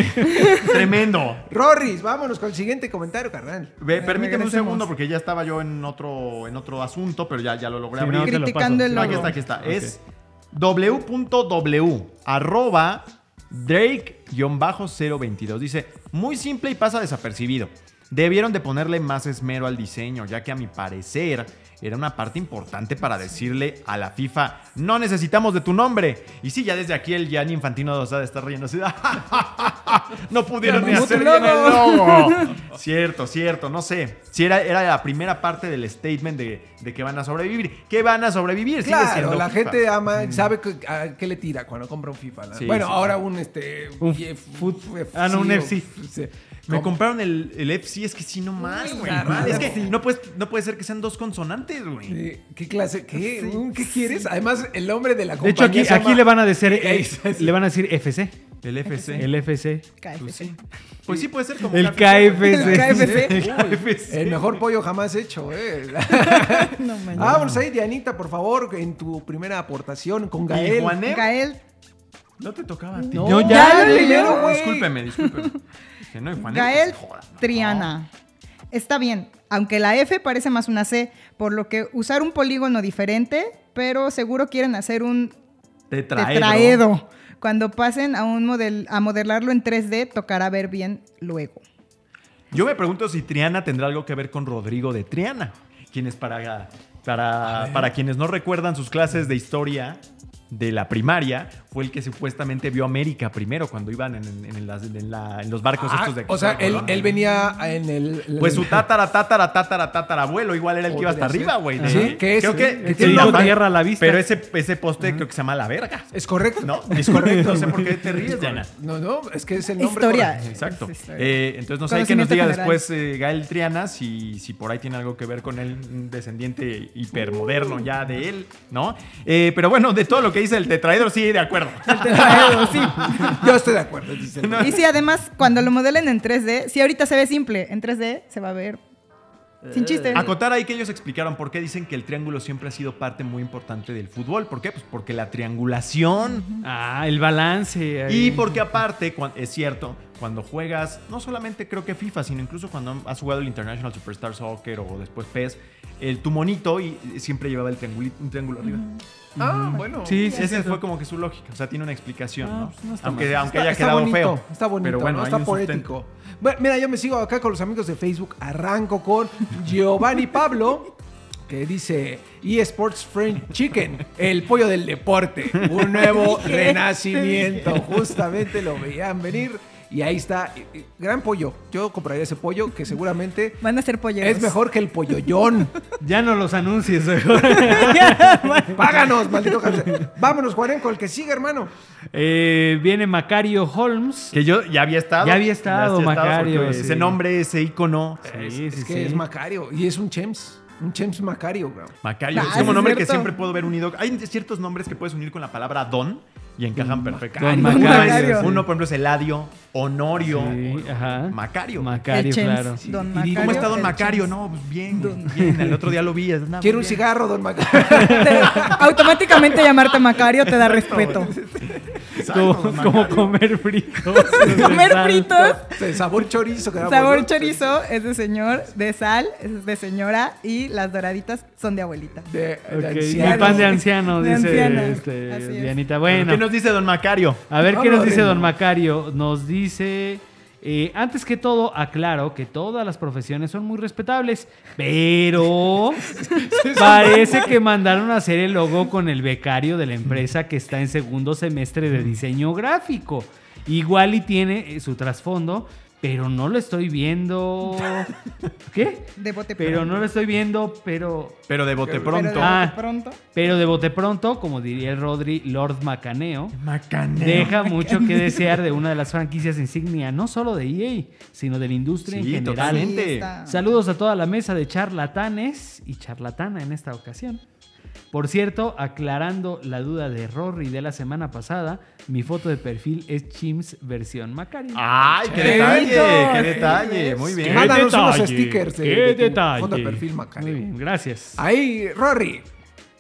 [SPEAKER 2] Tremendo.
[SPEAKER 3] Rorris, vámonos con el siguiente comentario, carnal.
[SPEAKER 2] Ve, permíteme un
[SPEAKER 6] regresemos.
[SPEAKER 2] segundo porque ya estaba yo en otro, en otro asunto, pero ya, ya lo logré
[SPEAKER 5] Sí,
[SPEAKER 2] abrir.
[SPEAKER 5] no, te lo
[SPEAKER 6] Criticando
[SPEAKER 5] paso.
[SPEAKER 6] el
[SPEAKER 2] No, aquí
[SPEAKER 6] logo.
[SPEAKER 2] está, aquí está.
[SPEAKER 5] Ok.
[SPEAKER 2] Es w.w arroba Drake-022. Dice, muy simple y pasa desapercibido. Debieron de ponerle más esmero al diseño, ya que a mi parecer era una parte importante para decirle a la FIFA, no necesitamos de tu nombre. Y sí, ya desde aquí el Gianni Infantino o sea, está riendo así. (laughs) no pudieron ni
[SPEAKER 6] Llamamos
[SPEAKER 2] hacer
[SPEAKER 6] tu
[SPEAKER 2] bien el
[SPEAKER 6] logo.
[SPEAKER 2] logo. (laughs) cierto, cierto, no sé. Si era, era la primera parte del statement de, de que van a sobrevivir. ¿Qué van a sobrevivir? Sigue
[SPEAKER 3] Claro,
[SPEAKER 2] siendo
[SPEAKER 3] la
[SPEAKER 2] FIFA. Mm.
[SPEAKER 3] gente ama, sabe que- a qué le tira cuando compra un FIFA. la-
[SPEAKER 2] Sí,
[SPEAKER 3] bueno,
[SPEAKER 2] sí.
[SPEAKER 3] ahora un este.
[SPEAKER 5] Un
[SPEAKER 3] F-
[SPEAKER 5] fut-
[SPEAKER 3] F-
[SPEAKER 5] ah, no, un
[SPEAKER 3] o-
[SPEAKER 5] FC.
[SPEAKER 3] sí.
[SPEAKER 2] Me
[SPEAKER 3] Com-
[SPEAKER 2] compraron el, el FC, es que sí, no más, güey.
[SPEAKER 3] claro,
[SPEAKER 2] mal. Es que
[SPEAKER 3] sí.
[SPEAKER 2] no, puedes, no puede ser que sean dos consonantes, güey.
[SPEAKER 3] Sí, ¿Qué clase? ¿Qué, Un- ¿qué quieres? Además, el nombre de la
[SPEAKER 5] De
[SPEAKER 3] compañía.
[SPEAKER 5] hecho, aquí,
[SPEAKER 3] se
[SPEAKER 5] aquí
[SPEAKER 3] llama-
[SPEAKER 5] le van a decir,
[SPEAKER 3] Ahí
[SPEAKER 5] eh,
[SPEAKER 3] está, sí.
[SPEAKER 5] le van a decir FC.
[SPEAKER 2] El FC.
[SPEAKER 5] El FC.
[SPEAKER 6] KFC.
[SPEAKER 2] Pues sí. Pues sí, puede ser como.
[SPEAKER 5] El
[SPEAKER 2] KFC.
[SPEAKER 5] KFC.
[SPEAKER 2] (laughs)
[SPEAKER 3] KFC.
[SPEAKER 2] El KFC.
[SPEAKER 3] (laughs) El mejor pollo jamás hecho,
[SPEAKER 2] (laughs)
[SPEAKER 3] eh.
[SPEAKER 6] No manches.
[SPEAKER 3] Ah, vamos ahí, Dianita, por favor, en tu primera aportación con
[SPEAKER 2] ¿Y
[SPEAKER 3] Gael.
[SPEAKER 2] Juanem?
[SPEAKER 6] Gael,
[SPEAKER 2] No te tocaba a ti.
[SPEAKER 5] Yo ya
[SPEAKER 6] Ya
[SPEAKER 5] le
[SPEAKER 6] lo
[SPEAKER 5] leí.
[SPEAKER 6] leyeron, güey.
[SPEAKER 2] Discúlpeme, discúlpeme. Que no, y Juanem,
[SPEAKER 6] Gael
[SPEAKER 2] pues, joda, no.
[SPEAKER 6] Triana. Está bien, aunque la F parece más una C, por lo que usar un polígono diferente, pero seguro quieren hacer un
[SPEAKER 2] Tetraedro.
[SPEAKER 6] tetraedo. Cuando pasen a un model, a modelarlo en 3D, tocará ver bien luego.
[SPEAKER 2] Yo me pregunto si Triana tendrá algo que ver con Rodrigo de Triana, quien es para, para, para quienes no recuerdan sus clases de historia de la primaria, fue el que supuestamente vio América primero cuando iban en, en- en las- en la- en los barcos
[SPEAKER 3] Ah,
[SPEAKER 2] estos de
[SPEAKER 3] o sea,
[SPEAKER 2] de
[SPEAKER 3] él,
[SPEAKER 2] Colón.
[SPEAKER 3] él venía en el.
[SPEAKER 2] Pues su tátara, tátara, tátara, tátara abuelo, igual era el que iba hasta
[SPEAKER 3] Podría ser.
[SPEAKER 2] arriba, güey. de-
[SPEAKER 3] Sí, que es-
[SPEAKER 2] creo que,
[SPEAKER 3] sí,
[SPEAKER 2] que
[SPEAKER 3] que
[SPEAKER 2] tiene
[SPEAKER 5] dijo
[SPEAKER 2] una-
[SPEAKER 5] tierra a la vista.
[SPEAKER 2] Pero ese, ese poste creo que se llama La Verga.
[SPEAKER 3] Es correcto.
[SPEAKER 2] No, es correcto, no sé por qué te
[SPEAKER 3] (laughs)
[SPEAKER 2] ríes, Diana.
[SPEAKER 3] No, no, es que es el nombre.
[SPEAKER 6] Historia.
[SPEAKER 3] correcto.
[SPEAKER 2] (laughs) Exacto.
[SPEAKER 6] Sí, sí.
[SPEAKER 2] Eh, entonces no sé hay que nos
[SPEAKER 6] Conocimiento
[SPEAKER 2] diga
[SPEAKER 6] general.
[SPEAKER 2] después eh, Gael Triana si, si por ahí tiene algo que ver con él, un descendiente hipermoderno ya de él, ¿no? Eh, pero bueno, de todo lo que dice el tetraedro, sí, de
[SPEAKER 6] (laughs)
[SPEAKER 2] acuerdo. (laughs)
[SPEAKER 3] (laughs) Yo estoy de acuerdo, dice. el-
[SPEAKER 6] Y si además, cuando lo modelen en 3D, si ahorita se ve simple, en 3D se va a ver sin chiste.
[SPEAKER 2] Acotar ahí que ellos explicaron por qué dicen que el triángulo siempre ha sido parte muy importante del fútbol. ¿Por qué? Pues porque la triangulación.
[SPEAKER 5] Ah, el balance. ahí.
[SPEAKER 2] Y porque aparte, cuan- es cierto, cuando juegas, no solamente creo que FIFA, sino incluso cuando has jugado el International Superstar Soccer o después PES, el, tu monito y, y siempre llevaba el trianguli- un triángulo arriba.
[SPEAKER 3] Ah, bueno.
[SPEAKER 5] Sí, sí,
[SPEAKER 2] Esa
[SPEAKER 5] sí.
[SPEAKER 2] fue como que su lógica, o sea, tiene una explicación,
[SPEAKER 5] Ah,
[SPEAKER 2] ¿no?
[SPEAKER 5] pues no está
[SPEAKER 2] aunque
[SPEAKER 5] mal.
[SPEAKER 2] aunque
[SPEAKER 3] Está-
[SPEAKER 2] haya
[SPEAKER 3] está
[SPEAKER 2] quedado
[SPEAKER 3] bonito,
[SPEAKER 2] feo.
[SPEAKER 3] Está bonito,
[SPEAKER 2] pero bueno,
[SPEAKER 3] ¿no?
[SPEAKER 2] hay
[SPEAKER 3] está
[SPEAKER 2] un sustento.
[SPEAKER 3] poético. Bueno, mira, yo me sigo acá con los amigos de Facebook. Arranco con Giovanni Pablo, que dice eSports French Chicken, el pollo del deporte, un nuevo renacimiento. Justamente lo veían venir. Y ahí está, y- y- gran pollo. Yo compraría ese pollo que seguramente
[SPEAKER 6] Van a ser polleros.
[SPEAKER 3] es mejor que el pollollón.
[SPEAKER 5] Ya no los anuncies. mejor. (laughs)
[SPEAKER 3] Páganos, maldito cáncer. Vámonos, Juanen, con el que sigue, hermano.
[SPEAKER 5] Eh, viene Macario Holmes.
[SPEAKER 2] Que yo ya había estado.
[SPEAKER 5] Ya había estado,
[SPEAKER 2] había
[SPEAKER 5] Macario,
[SPEAKER 2] porque
[SPEAKER 5] sí.
[SPEAKER 2] Ese nombre, ese icono.
[SPEAKER 5] Sí,
[SPEAKER 3] es
[SPEAKER 5] sí,
[SPEAKER 3] que
[SPEAKER 5] sí.
[SPEAKER 3] es Macario y es un Chems. Un Chems Macario, bro.
[SPEAKER 2] Macario.
[SPEAKER 6] Ah,
[SPEAKER 2] es como
[SPEAKER 6] sí,
[SPEAKER 2] un nombre que
[SPEAKER 6] cierto.
[SPEAKER 2] siempre puedo ver unido. Hay ciertos nombres que puedes unir con la palabra don y encajan perfecto.
[SPEAKER 5] Mm, Don
[SPEAKER 2] Uno es-
[SPEAKER 5] Macario.
[SPEAKER 2] Uno, por ejemplo, es Eladio, Honorio,
[SPEAKER 5] Sí, ajá.
[SPEAKER 2] Macario.
[SPEAKER 5] Macario,
[SPEAKER 6] El Chems.
[SPEAKER 5] claro.
[SPEAKER 6] Don
[SPEAKER 2] ¿Y
[SPEAKER 6] Macario,
[SPEAKER 2] cómo está Don
[SPEAKER 6] el
[SPEAKER 2] Macario? No, pues bien, bien. El otro día lo vi.
[SPEAKER 6] Ah,
[SPEAKER 2] andaba
[SPEAKER 3] Quiero un
[SPEAKER 2] bien.
[SPEAKER 3] cigarro, don
[SPEAKER 6] (laughs)
[SPEAKER 3] Macario.
[SPEAKER 6] Te- automáticamente llamarte Macario te da respeto.
[SPEAKER 2] Exacto,
[SPEAKER 5] Como,
[SPEAKER 2] don
[SPEAKER 5] como
[SPEAKER 2] Macario.
[SPEAKER 5] comer fritos.
[SPEAKER 6] Comer fritos,
[SPEAKER 3] El sabor chorizo que damos,
[SPEAKER 6] sabor
[SPEAKER 3] ¿no?
[SPEAKER 6] chorizo es de señor, de sal es de señora y las doraditas son de abuelita.
[SPEAKER 3] De, de
[SPEAKER 5] Ok, Mi
[SPEAKER 3] anciano.
[SPEAKER 5] pan de anciano,
[SPEAKER 6] De
[SPEAKER 5] dice
[SPEAKER 6] anciano,
[SPEAKER 5] este,
[SPEAKER 6] así es.
[SPEAKER 5] Dianita. Bueno.
[SPEAKER 2] ¿Qué nos dice Don Macario?
[SPEAKER 5] A ver qué
[SPEAKER 3] Vámonos,
[SPEAKER 5] nos dice
[SPEAKER 3] Reino.
[SPEAKER 5] don Macario. Nos dice, eh, antes que todo, aclaro que todas las profesiones son muy respetables, pero parece que mandaron a hacer el logo con el becario de la empresa que está en segundo semestre de diseño gráfico. Igual y tiene eh, su trasfondo. pero no lo estoy viendo. ¿Qué?
[SPEAKER 6] De bote
[SPEAKER 5] Pero
[SPEAKER 6] pronto.
[SPEAKER 5] no lo estoy viendo, pero.
[SPEAKER 2] Pero de bote
[SPEAKER 6] Pero de
[SPEAKER 2] pronto.
[SPEAKER 6] bote
[SPEAKER 5] Ah.
[SPEAKER 6] pronto.
[SPEAKER 5] Pero de bote pronto, como diría el Rodri, Lord Macaneo.
[SPEAKER 2] Macaneo.
[SPEAKER 5] Deja mucho que desear de una de las franquicias insignia, no solo de EA, sino de la industria
[SPEAKER 2] Sí,
[SPEAKER 5] en general.
[SPEAKER 2] totalmente. Realmente.
[SPEAKER 6] Sí, está.
[SPEAKER 5] Saludos a toda la mesa de charlatanes y charlatana en esta ocasión. Por cierto, aclarando la duda de Rory de la semana pasada, mi foto de perfil es Chims versión Macari.
[SPEAKER 2] ¡Ay, qué
[SPEAKER 3] Qué
[SPEAKER 2] detalle!
[SPEAKER 3] bonito.
[SPEAKER 2] ¡Qué detalle! Muy bien.
[SPEAKER 5] Ah, Qué
[SPEAKER 3] Mándanos unos
[SPEAKER 5] detalle,
[SPEAKER 3] stickers.
[SPEAKER 5] qué
[SPEAKER 3] tu
[SPEAKER 5] detalle.
[SPEAKER 3] Fondo de perfil, Macario.
[SPEAKER 5] Muy bien, gracias.
[SPEAKER 3] Ahí, Rory.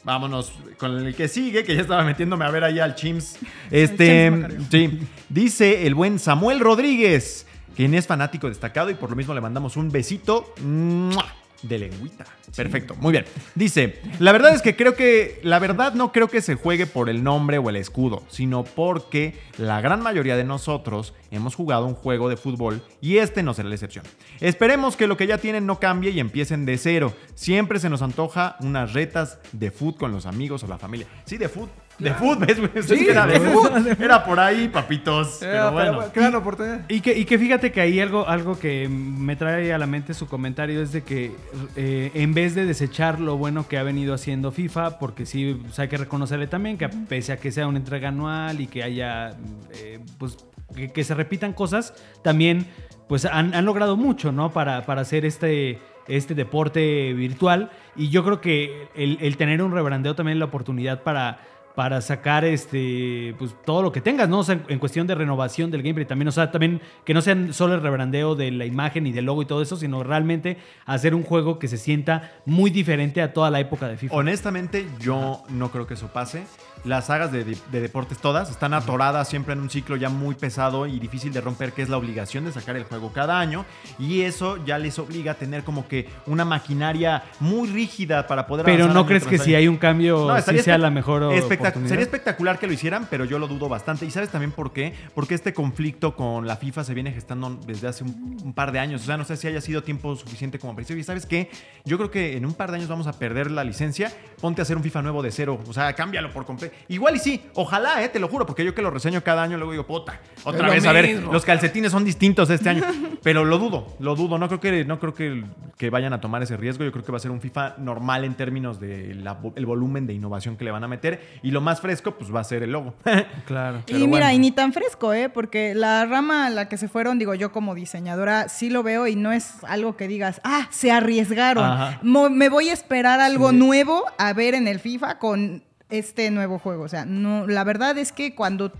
[SPEAKER 2] Vámonos con el que sigue, que ya estaba metiéndome a ver ahí al Chims.
[SPEAKER 6] El
[SPEAKER 2] Este,
[SPEAKER 6] Chims Macario.
[SPEAKER 2] sí, (laughs) dice el buen Samuel Rodríguez, quien es fanático destacado y por lo mismo le mandamos un besito ¡mua! de lengüita. Perfecto, muy bien. Dice, la verdad es que creo que, la verdad no creo que se juegue por el nombre o el escudo, sino porque la gran mayoría de nosotros hemos jugado un juego de fútbol y este no será la excepción. Esperemos que lo que ya tienen no cambie y empiecen de cero. Siempre se nos antoja unas retas de fútbol con los amigos o la familia. Sí, de fútbol. De fútbol, ¿ves? güey? Es que era de
[SPEAKER 3] de
[SPEAKER 2] fútbol. (laughs) Era por ahí, papitos.
[SPEAKER 3] Eh,
[SPEAKER 2] pero bueno.
[SPEAKER 3] Qué gran oportunidad.
[SPEAKER 5] (laughs) Y que, y que fíjate que ahí algo, algo que me trae a la mente su comentario es de que eh, en vez de desechar lo bueno que ha venido haciendo FIFA, porque sí pues, hay que reconocerle también que pese a que sea una entrega anual y que haya, eh, pues, que, que se repitan cosas, también pues han, han logrado mucho, ¿no? Para, para hacer este, este deporte virtual y yo creo que el, el tener un rebrandeo también es la oportunidad para para sacar este pues todo lo que tengas, ¿no? O sea, en, en cuestión de renovación del gameplay también, o sea, también que no sean solo el rebrandeo de la imagen y del logo y todo eso, sino realmente hacer un juego que se sienta muy diferente a toda la época de FIFA.
[SPEAKER 2] Honestamente, yo no creo que eso pase. Las sagas de, de deportes todas están atoradas siempre en un ciclo ya muy pesado y difícil de romper, que es la obligación de sacar el juego cada año. Y eso ya les obliga a tener como que una maquinaria muy rígida para poder
[SPEAKER 5] Pero
[SPEAKER 2] avanzar
[SPEAKER 5] no
[SPEAKER 2] año
[SPEAKER 5] crees
[SPEAKER 2] tras
[SPEAKER 5] que
[SPEAKER 2] año.
[SPEAKER 5] si hay un cambio
[SPEAKER 2] No,
[SPEAKER 5] sí
[SPEAKER 2] estaría
[SPEAKER 5] sea
[SPEAKER 2] espe-
[SPEAKER 5] la mejor
[SPEAKER 2] espectac-
[SPEAKER 5] oportunidad.
[SPEAKER 2] Sería espectacular que lo hicieran, pero yo lo dudo bastante. ¿Y sabes también por qué? Porque este conflicto con la FIFA se viene gestando desde hace un, un par de años. O sea, no sé si haya sido tiempo suficiente como para decir, "Oye, ¿sabes qué? Yo creo que en un par de años vamos a perder la licencia. Ponte a hacer un FIFA nuevo de cero. O sea, cámbialo por completo. Igual y sí, ojalá, eh, te lo juro, porque yo que lo reseño cada año, luego digo, puta, otra
[SPEAKER 3] lo
[SPEAKER 2] vez, a ver,
[SPEAKER 3] mismo.
[SPEAKER 2] los calcetines son distintos este año. Pero lo dudo, lo dudo. No creo que, no creo que, que vayan a tomar ese riesgo. Yo creo que va a ser un FIFA normal en términos del volumen de innovación que le van a meter. Y lo más fresco, pues va a ser el logo. (laughs)
[SPEAKER 5] Claro.
[SPEAKER 6] Y
[SPEAKER 2] Pero
[SPEAKER 6] mira,
[SPEAKER 2] bueno.
[SPEAKER 6] y ni tan fresco, ¿eh? Porque la rama a la que se fueron, digo yo como diseñadora, sí lo veo y no es algo que digas, ah, se arriesgaron.
[SPEAKER 5] Ajá.
[SPEAKER 6] Mo- me voy a esperar algo nuevo a ver en el FIFA con este nuevo juego. O sea, no, la verdad es que cuando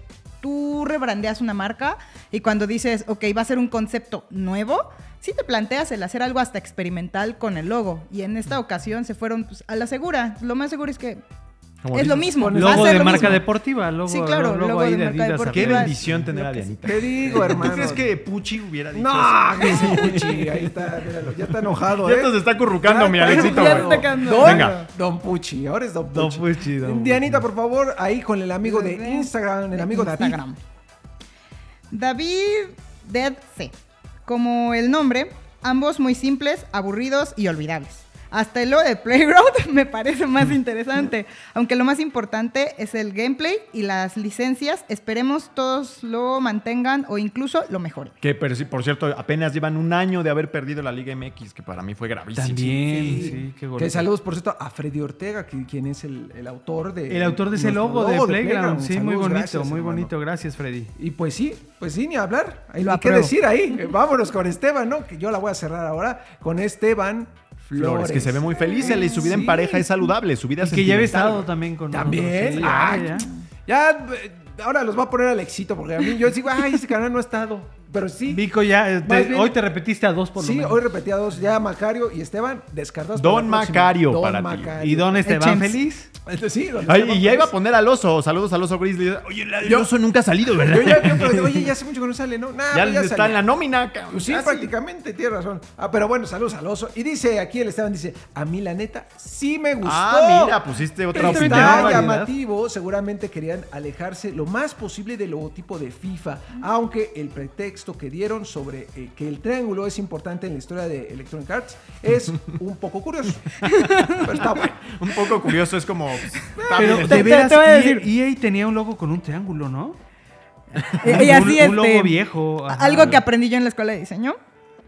[SPEAKER 6] tú rebrandeas una marca y cuando dices, ok, va a ser un concepto nuevo, sí te planteas el hacer algo hasta experimental con el logo. Y en
[SPEAKER 5] Mm.
[SPEAKER 6] esta ocasión se fueron pues, a la segura. Lo más seguro es que
[SPEAKER 2] Como
[SPEAKER 6] es lo
[SPEAKER 2] dices,
[SPEAKER 6] mismo. va a
[SPEAKER 5] Logo
[SPEAKER 6] ser
[SPEAKER 5] de
[SPEAKER 6] lo
[SPEAKER 5] marca
[SPEAKER 6] mismo.
[SPEAKER 5] deportiva, logo,
[SPEAKER 6] Sí, claro,
[SPEAKER 5] logo,
[SPEAKER 6] logo
[SPEAKER 5] ahí
[SPEAKER 6] de
[SPEAKER 5] de
[SPEAKER 6] marca
[SPEAKER 5] Adidas
[SPEAKER 2] Qué
[SPEAKER 6] deportiva.
[SPEAKER 5] arriba.
[SPEAKER 2] bendición tener a Dianita.
[SPEAKER 3] Te digo, hermano.
[SPEAKER 2] ¿Tú crees que Puchi hubiera dicho eso?
[SPEAKER 3] No, que sí, Puchi. Ahí está, míralo. Ya está enojado,
[SPEAKER 2] Ya
[SPEAKER 3] ¿eh?
[SPEAKER 2] hasta se está currucando,
[SPEAKER 3] Ya
[SPEAKER 2] mi
[SPEAKER 3] está
[SPEAKER 2] Alexito.
[SPEAKER 6] ya
[SPEAKER 2] güey.
[SPEAKER 6] está cagando.
[SPEAKER 3] Don,
[SPEAKER 2] Venga.
[SPEAKER 3] Don Puchi, ahora es Don Puchi.
[SPEAKER 5] Don Puchi, Don
[SPEAKER 3] Dianita, por favor, ahí con el amigo de Instagram, el amigo de Instagram.
[SPEAKER 6] Instagram. David Dead C. Como el nombre, ambos muy simples, aburridos y olvidables. Hasta el lo de Playground (laughs) me parece más interesante, aunque lo más importante es el gameplay y las licencias. Esperemos todos lo mantengan o incluso lo mejoren.
[SPEAKER 2] Que, pero sí, por cierto, apenas llevan un año de haber perdido la Liga MX, que para mí fue gravísimo.
[SPEAKER 5] También, sí, qué
[SPEAKER 3] Que
[SPEAKER 5] golpe.
[SPEAKER 3] saludos, por cierto, a Freddy Ortega, que- quien es el, el autor de...
[SPEAKER 5] El autor de ese
[SPEAKER 3] nuestro
[SPEAKER 5] logo, de Playground, sí,
[SPEAKER 3] Saludos,
[SPEAKER 5] muy bonito,
[SPEAKER 3] gracias,
[SPEAKER 5] muy
[SPEAKER 3] hermano.
[SPEAKER 5] bonito, gracias Freddy.
[SPEAKER 3] Y pues sí, pues sí, ni hablar. Hay
[SPEAKER 6] Lo
[SPEAKER 3] qué
[SPEAKER 6] apruebo.
[SPEAKER 3] decir ahí.
[SPEAKER 5] (laughs)
[SPEAKER 3] Eh, Vámonos con Esteban, ¿no? Que yo la voy a cerrar ahora con Esteban Flores.
[SPEAKER 2] Flores, que se ve muy feliz, él y su vida
[SPEAKER 3] Sí.
[SPEAKER 2] en pareja es saludable, su vida
[SPEAKER 5] Y que ya
[SPEAKER 2] sentimental,
[SPEAKER 5] había estado
[SPEAKER 2] güey.
[SPEAKER 5] también con
[SPEAKER 3] También.
[SPEAKER 5] nosotros, sí,
[SPEAKER 3] Ah,
[SPEAKER 5] ya, ya.
[SPEAKER 3] Ya, eh, ahora los va a poner al éxito, porque a mí yo digo, ay, ese canal no ha estado. Pero sí.
[SPEAKER 5] Vico, ya, eh,
[SPEAKER 3] Más
[SPEAKER 5] te-
[SPEAKER 3] bien-
[SPEAKER 5] hoy te repetiste a dos por lo
[SPEAKER 3] sí,
[SPEAKER 5] menos.
[SPEAKER 3] hoy repetí a dos, ya Macario y Esteban descartados.
[SPEAKER 2] Don
[SPEAKER 3] para la próxima.
[SPEAKER 2] Macario para ti.
[SPEAKER 5] ¿Y Don Esteban
[SPEAKER 6] Chance.
[SPEAKER 5] feliz?
[SPEAKER 3] Entonces, (laughs) sí, don
[SPEAKER 2] Ay,
[SPEAKER 3] Esteban
[SPEAKER 2] y ya iba a
[SPEAKER 3] Flores.
[SPEAKER 2] poner al oso. Saludos al oso Grizzly. Oye, el, el oso nunca ha salido, ¿verdad?
[SPEAKER 3] Yo ya, yo creo que, oye, ya hace mucho que no sale, ¿no? Nah,
[SPEAKER 2] (laughs) ya
[SPEAKER 3] pues
[SPEAKER 2] está
[SPEAKER 3] salió.
[SPEAKER 2] en la nómina, cabrón.
[SPEAKER 3] Pues sí,
[SPEAKER 2] Ya Ah, sí.
[SPEAKER 3] prácticamente, tiene razón. Ah, pero bueno, saludos al oso. Y dice aquí el Esteban, dice, a mí la neta sí me gustó.
[SPEAKER 2] Ah, mira, pusiste otra
[SPEAKER 5] Este
[SPEAKER 2] opinión.
[SPEAKER 3] Está
[SPEAKER 5] variedad.
[SPEAKER 3] llamativo, seguramente querían alejarse lo más posible del logotipo de FIFA, aunque el pretexto que dieron sobre eh, que el triángulo es importante en la historia de Electronic Arts
[SPEAKER 2] (laughs)
[SPEAKER 3] es un poco curioso. Pero está bueno.
[SPEAKER 2] Un poco curioso, es como. pues, está
[SPEAKER 5] Pero
[SPEAKER 2] bien,
[SPEAKER 5] te,
[SPEAKER 2] está-
[SPEAKER 5] te-
[SPEAKER 6] veras,
[SPEAKER 5] te voy E a
[SPEAKER 6] EA
[SPEAKER 5] decir, EA tenía un logo con un triángulo, ¿no?
[SPEAKER 6] Y, y así
[SPEAKER 5] Un- un
[SPEAKER 6] este,
[SPEAKER 5] logo viejo, ajá.
[SPEAKER 6] Algo que aprendí yo en la escuela de diseño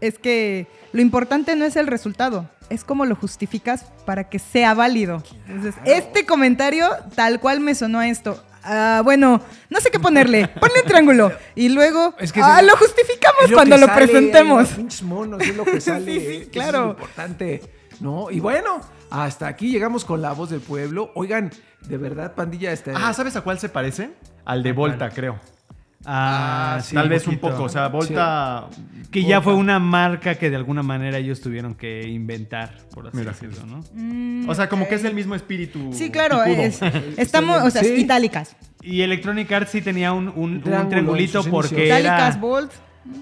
[SPEAKER 6] es que lo importante no es el resultado, es cómo lo justificas para que sea válido. Entonces, este comentario tal cual me sonó a esto. Ah, bueno, no sé qué ponerle. Ponle un triángulo. Y luego
[SPEAKER 3] Es que
[SPEAKER 6] ah,
[SPEAKER 3] es-
[SPEAKER 6] lo justificamos
[SPEAKER 3] Es
[SPEAKER 6] cuando
[SPEAKER 3] que
[SPEAKER 6] lo
[SPEAKER 3] sale,
[SPEAKER 6] presentemos.
[SPEAKER 3] hay pinches monos, es lo que sale.
[SPEAKER 6] (laughs) Sí, sí,
[SPEAKER 3] eso
[SPEAKER 6] claro.
[SPEAKER 3] Es lo importante, ¿no? Y bueno, hasta aquí llegamos con la voz del pueblo. Oigan, de verdad, pandilla, este...
[SPEAKER 2] Ah, ¿sabes a cuál se parece? Al de Volta, creo.
[SPEAKER 5] Ah,
[SPEAKER 3] Ah,
[SPEAKER 5] sí,
[SPEAKER 2] Tal vez un
[SPEAKER 5] poquito.
[SPEAKER 2] poco. O sea, Volta.
[SPEAKER 5] Que ya fue una marca que de alguna manera ellos tuvieron que inventar, por así
[SPEAKER 2] Mira.
[SPEAKER 5] decirlo, ¿no?
[SPEAKER 2] O sea, como que es el mismo espíritu.
[SPEAKER 6] Sí, claro, eh.
[SPEAKER 2] picudo.
[SPEAKER 6] es- estamos, o sea,
[SPEAKER 3] Sí.
[SPEAKER 6] itálicas.
[SPEAKER 5] Y Electronic Arts sí tenía un, un- un
[SPEAKER 3] Triángulo en
[SPEAKER 5] triangulito
[SPEAKER 3] sus
[SPEAKER 5] porque
[SPEAKER 3] inicios.
[SPEAKER 6] Itálicas,
[SPEAKER 5] era,
[SPEAKER 6] bold.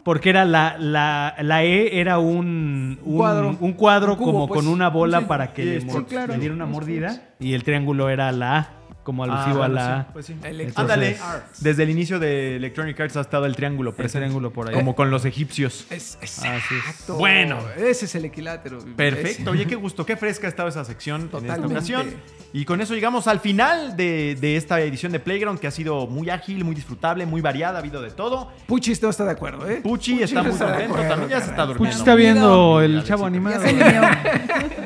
[SPEAKER 5] porque era la, la, la E era un, un-
[SPEAKER 3] cuadro.
[SPEAKER 5] un cuadro
[SPEAKER 3] Un cubo,
[SPEAKER 5] como
[SPEAKER 3] pues.
[SPEAKER 5] con una bola
[SPEAKER 3] Sí,
[SPEAKER 5] para que
[SPEAKER 2] sí,
[SPEAKER 5] le,
[SPEAKER 2] sí,
[SPEAKER 5] mor-
[SPEAKER 3] claro.
[SPEAKER 5] le diera una mordida. Y el triángulo era la A, como alusivo a la A.
[SPEAKER 2] Pues Ah, sí.
[SPEAKER 3] Electronic
[SPEAKER 2] Ándale.
[SPEAKER 3] Arts.
[SPEAKER 2] Desde el inicio de Electronic Arts ha estado el triángulo presente.
[SPEAKER 5] triángulo por ahí.
[SPEAKER 2] Como con los egipcios.
[SPEAKER 3] Es,
[SPEAKER 6] Ah,
[SPEAKER 5] Así es.
[SPEAKER 3] exacto.
[SPEAKER 2] Bueno.
[SPEAKER 3] Ese es el equilátero.
[SPEAKER 2] Perfecto, oye, qué gusto, qué fresca ha estado esa sección en
[SPEAKER 3] Totalmente.
[SPEAKER 2] esta ocasión. Y con eso llegamos al final de, de esta edición de Playground, que ha sido muy ágil, muy disfrutable, muy variada, ha habido de todo.
[SPEAKER 3] Puchis no está de acuerdo, ¿eh?
[SPEAKER 2] Puchi, está muy
[SPEAKER 3] está de
[SPEAKER 2] contento,
[SPEAKER 3] acuerdo,
[SPEAKER 2] también ya se está
[SPEAKER 3] caray.
[SPEAKER 2] durmiendo.
[SPEAKER 5] Puchi está viendo el
[SPEAKER 2] Alexito.
[SPEAKER 5] chavo animado.
[SPEAKER 6] Ya se alineó.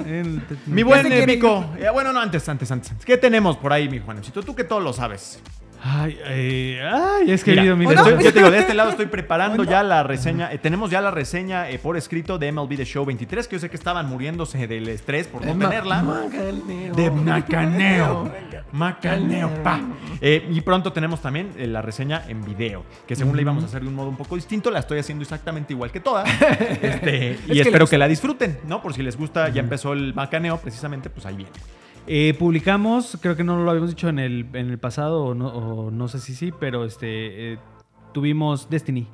[SPEAKER 5] El-
[SPEAKER 2] Mi
[SPEAKER 6] Ya
[SPEAKER 2] buen
[SPEAKER 6] se quiere
[SPEAKER 2] Pico, bueno, no, antes, antes, antes. ¿Qué tenemos por ahí, mi Juanemcito? Tú que todo lo sabes.
[SPEAKER 5] Ay, ay, ay, es querido, mira,
[SPEAKER 6] ¿O no?
[SPEAKER 5] estoy-
[SPEAKER 2] Estoy- yo te digo, de este lado estoy preparando ya la reseña. eh, tenemos ya la reseña eh, por escrito de MLB The Show 23, que yo sé que estaban muriéndose del estrés por no
[SPEAKER 3] Ma-
[SPEAKER 2] tenerla.
[SPEAKER 3] Macaneo.
[SPEAKER 2] De Macaneo. (laughs) Macaneo, pa. Eh, y pronto tenemos también eh, la reseña en video, que según la íbamos a hacer de un modo un poco distinto, la estoy haciendo exactamente igual que
[SPEAKER 6] (laughs)
[SPEAKER 2] todas. Este, y
[SPEAKER 3] que
[SPEAKER 2] espero
[SPEAKER 3] les-
[SPEAKER 2] que la disfruten, ¿no? Por si les gusta, ya empezó el macaneo, precisamente, pues ahí viene.
[SPEAKER 5] Eh, publicamos, creo que no lo habíamos dicho en el, en el pasado, o no, o no sé si sí, pero este eh, tuvimos Destiny.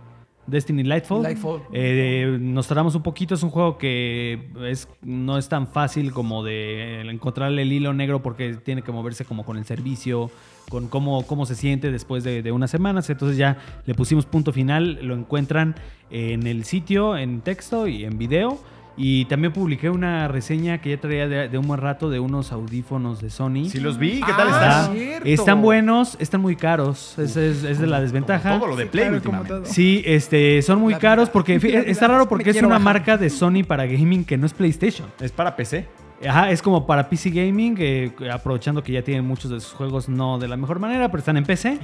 [SPEAKER 5] Destiny Lightfall.
[SPEAKER 3] Lightfall.
[SPEAKER 5] Eh, nos tardamos un poquito, es un juego que es, no es tan fácil como de encontrarle el hilo negro porque tiene que moverse como con el servicio, con cómo, cómo se siente después de, de unas semanas. Entonces ya le pusimos punto final, lo encuentran en el sitio, en texto y en video. Y también publiqué una reseña que ya traía de, de un buen rato de unos audífonos de Sony.
[SPEAKER 2] Si los vi, ¿qué tal
[SPEAKER 3] Ah,
[SPEAKER 2] estás?
[SPEAKER 5] Está-
[SPEAKER 3] cierto.
[SPEAKER 5] están buenos, están muy caros. Es, es- es de la desventaja.
[SPEAKER 2] Todo lo de
[SPEAKER 6] Sí,
[SPEAKER 2] Play
[SPEAKER 6] claro, como
[SPEAKER 2] últimamente.
[SPEAKER 6] todo.
[SPEAKER 5] Sí, este, son muy
[SPEAKER 3] La
[SPEAKER 5] caros
[SPEAKER 3] vida.
[SPEAKER 5] porque fí- eh,
[SPEAKER 3] La vida.
[SPEAKER 5] está raro porque
[SPEAKER 3] Me
[SPEAKER 5] es
[SPEAKER 3] quiero
[SPEAKER 5] una
[SPEAKER 3] bajar.
[SPEAKER 5] marca de Sony para gaming que no es PlayStation.
[SPEAKER 2] Es para PC.
[SPEAKER 5] Ajá, es como para PC gaming, eh, aprovechando que ya tienen muchos de sus juegos no de la mejor manera, pero están en PC.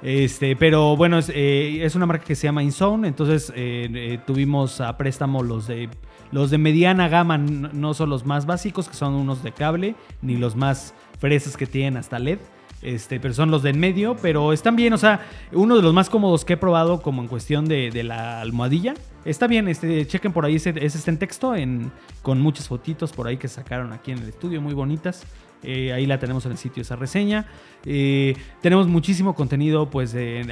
[SPEAKER 5] Este, pero bueno, es, eh, es una marca que se llama InZone, entonces eh, eh, tuvimos a préstamo los de los de mediana gama, n- no son los más básicos, que son unos de cable, ni los más fresas que tienen hasta LED. Este, pero son los de en medio, pero están bien, o sea, uno de los más cómodos que he probado como en cuestión de, de la almohadilla. Está bien, este, chequen por ahí, ese, ese está en texto, en, con muchas fotitos por ahí que sacaron aquí en el estudio, muy bonitas. Eh, ahí la tenemos en el sitio esa reseña. Eh, tenemos muchísimo contenido pues de- en,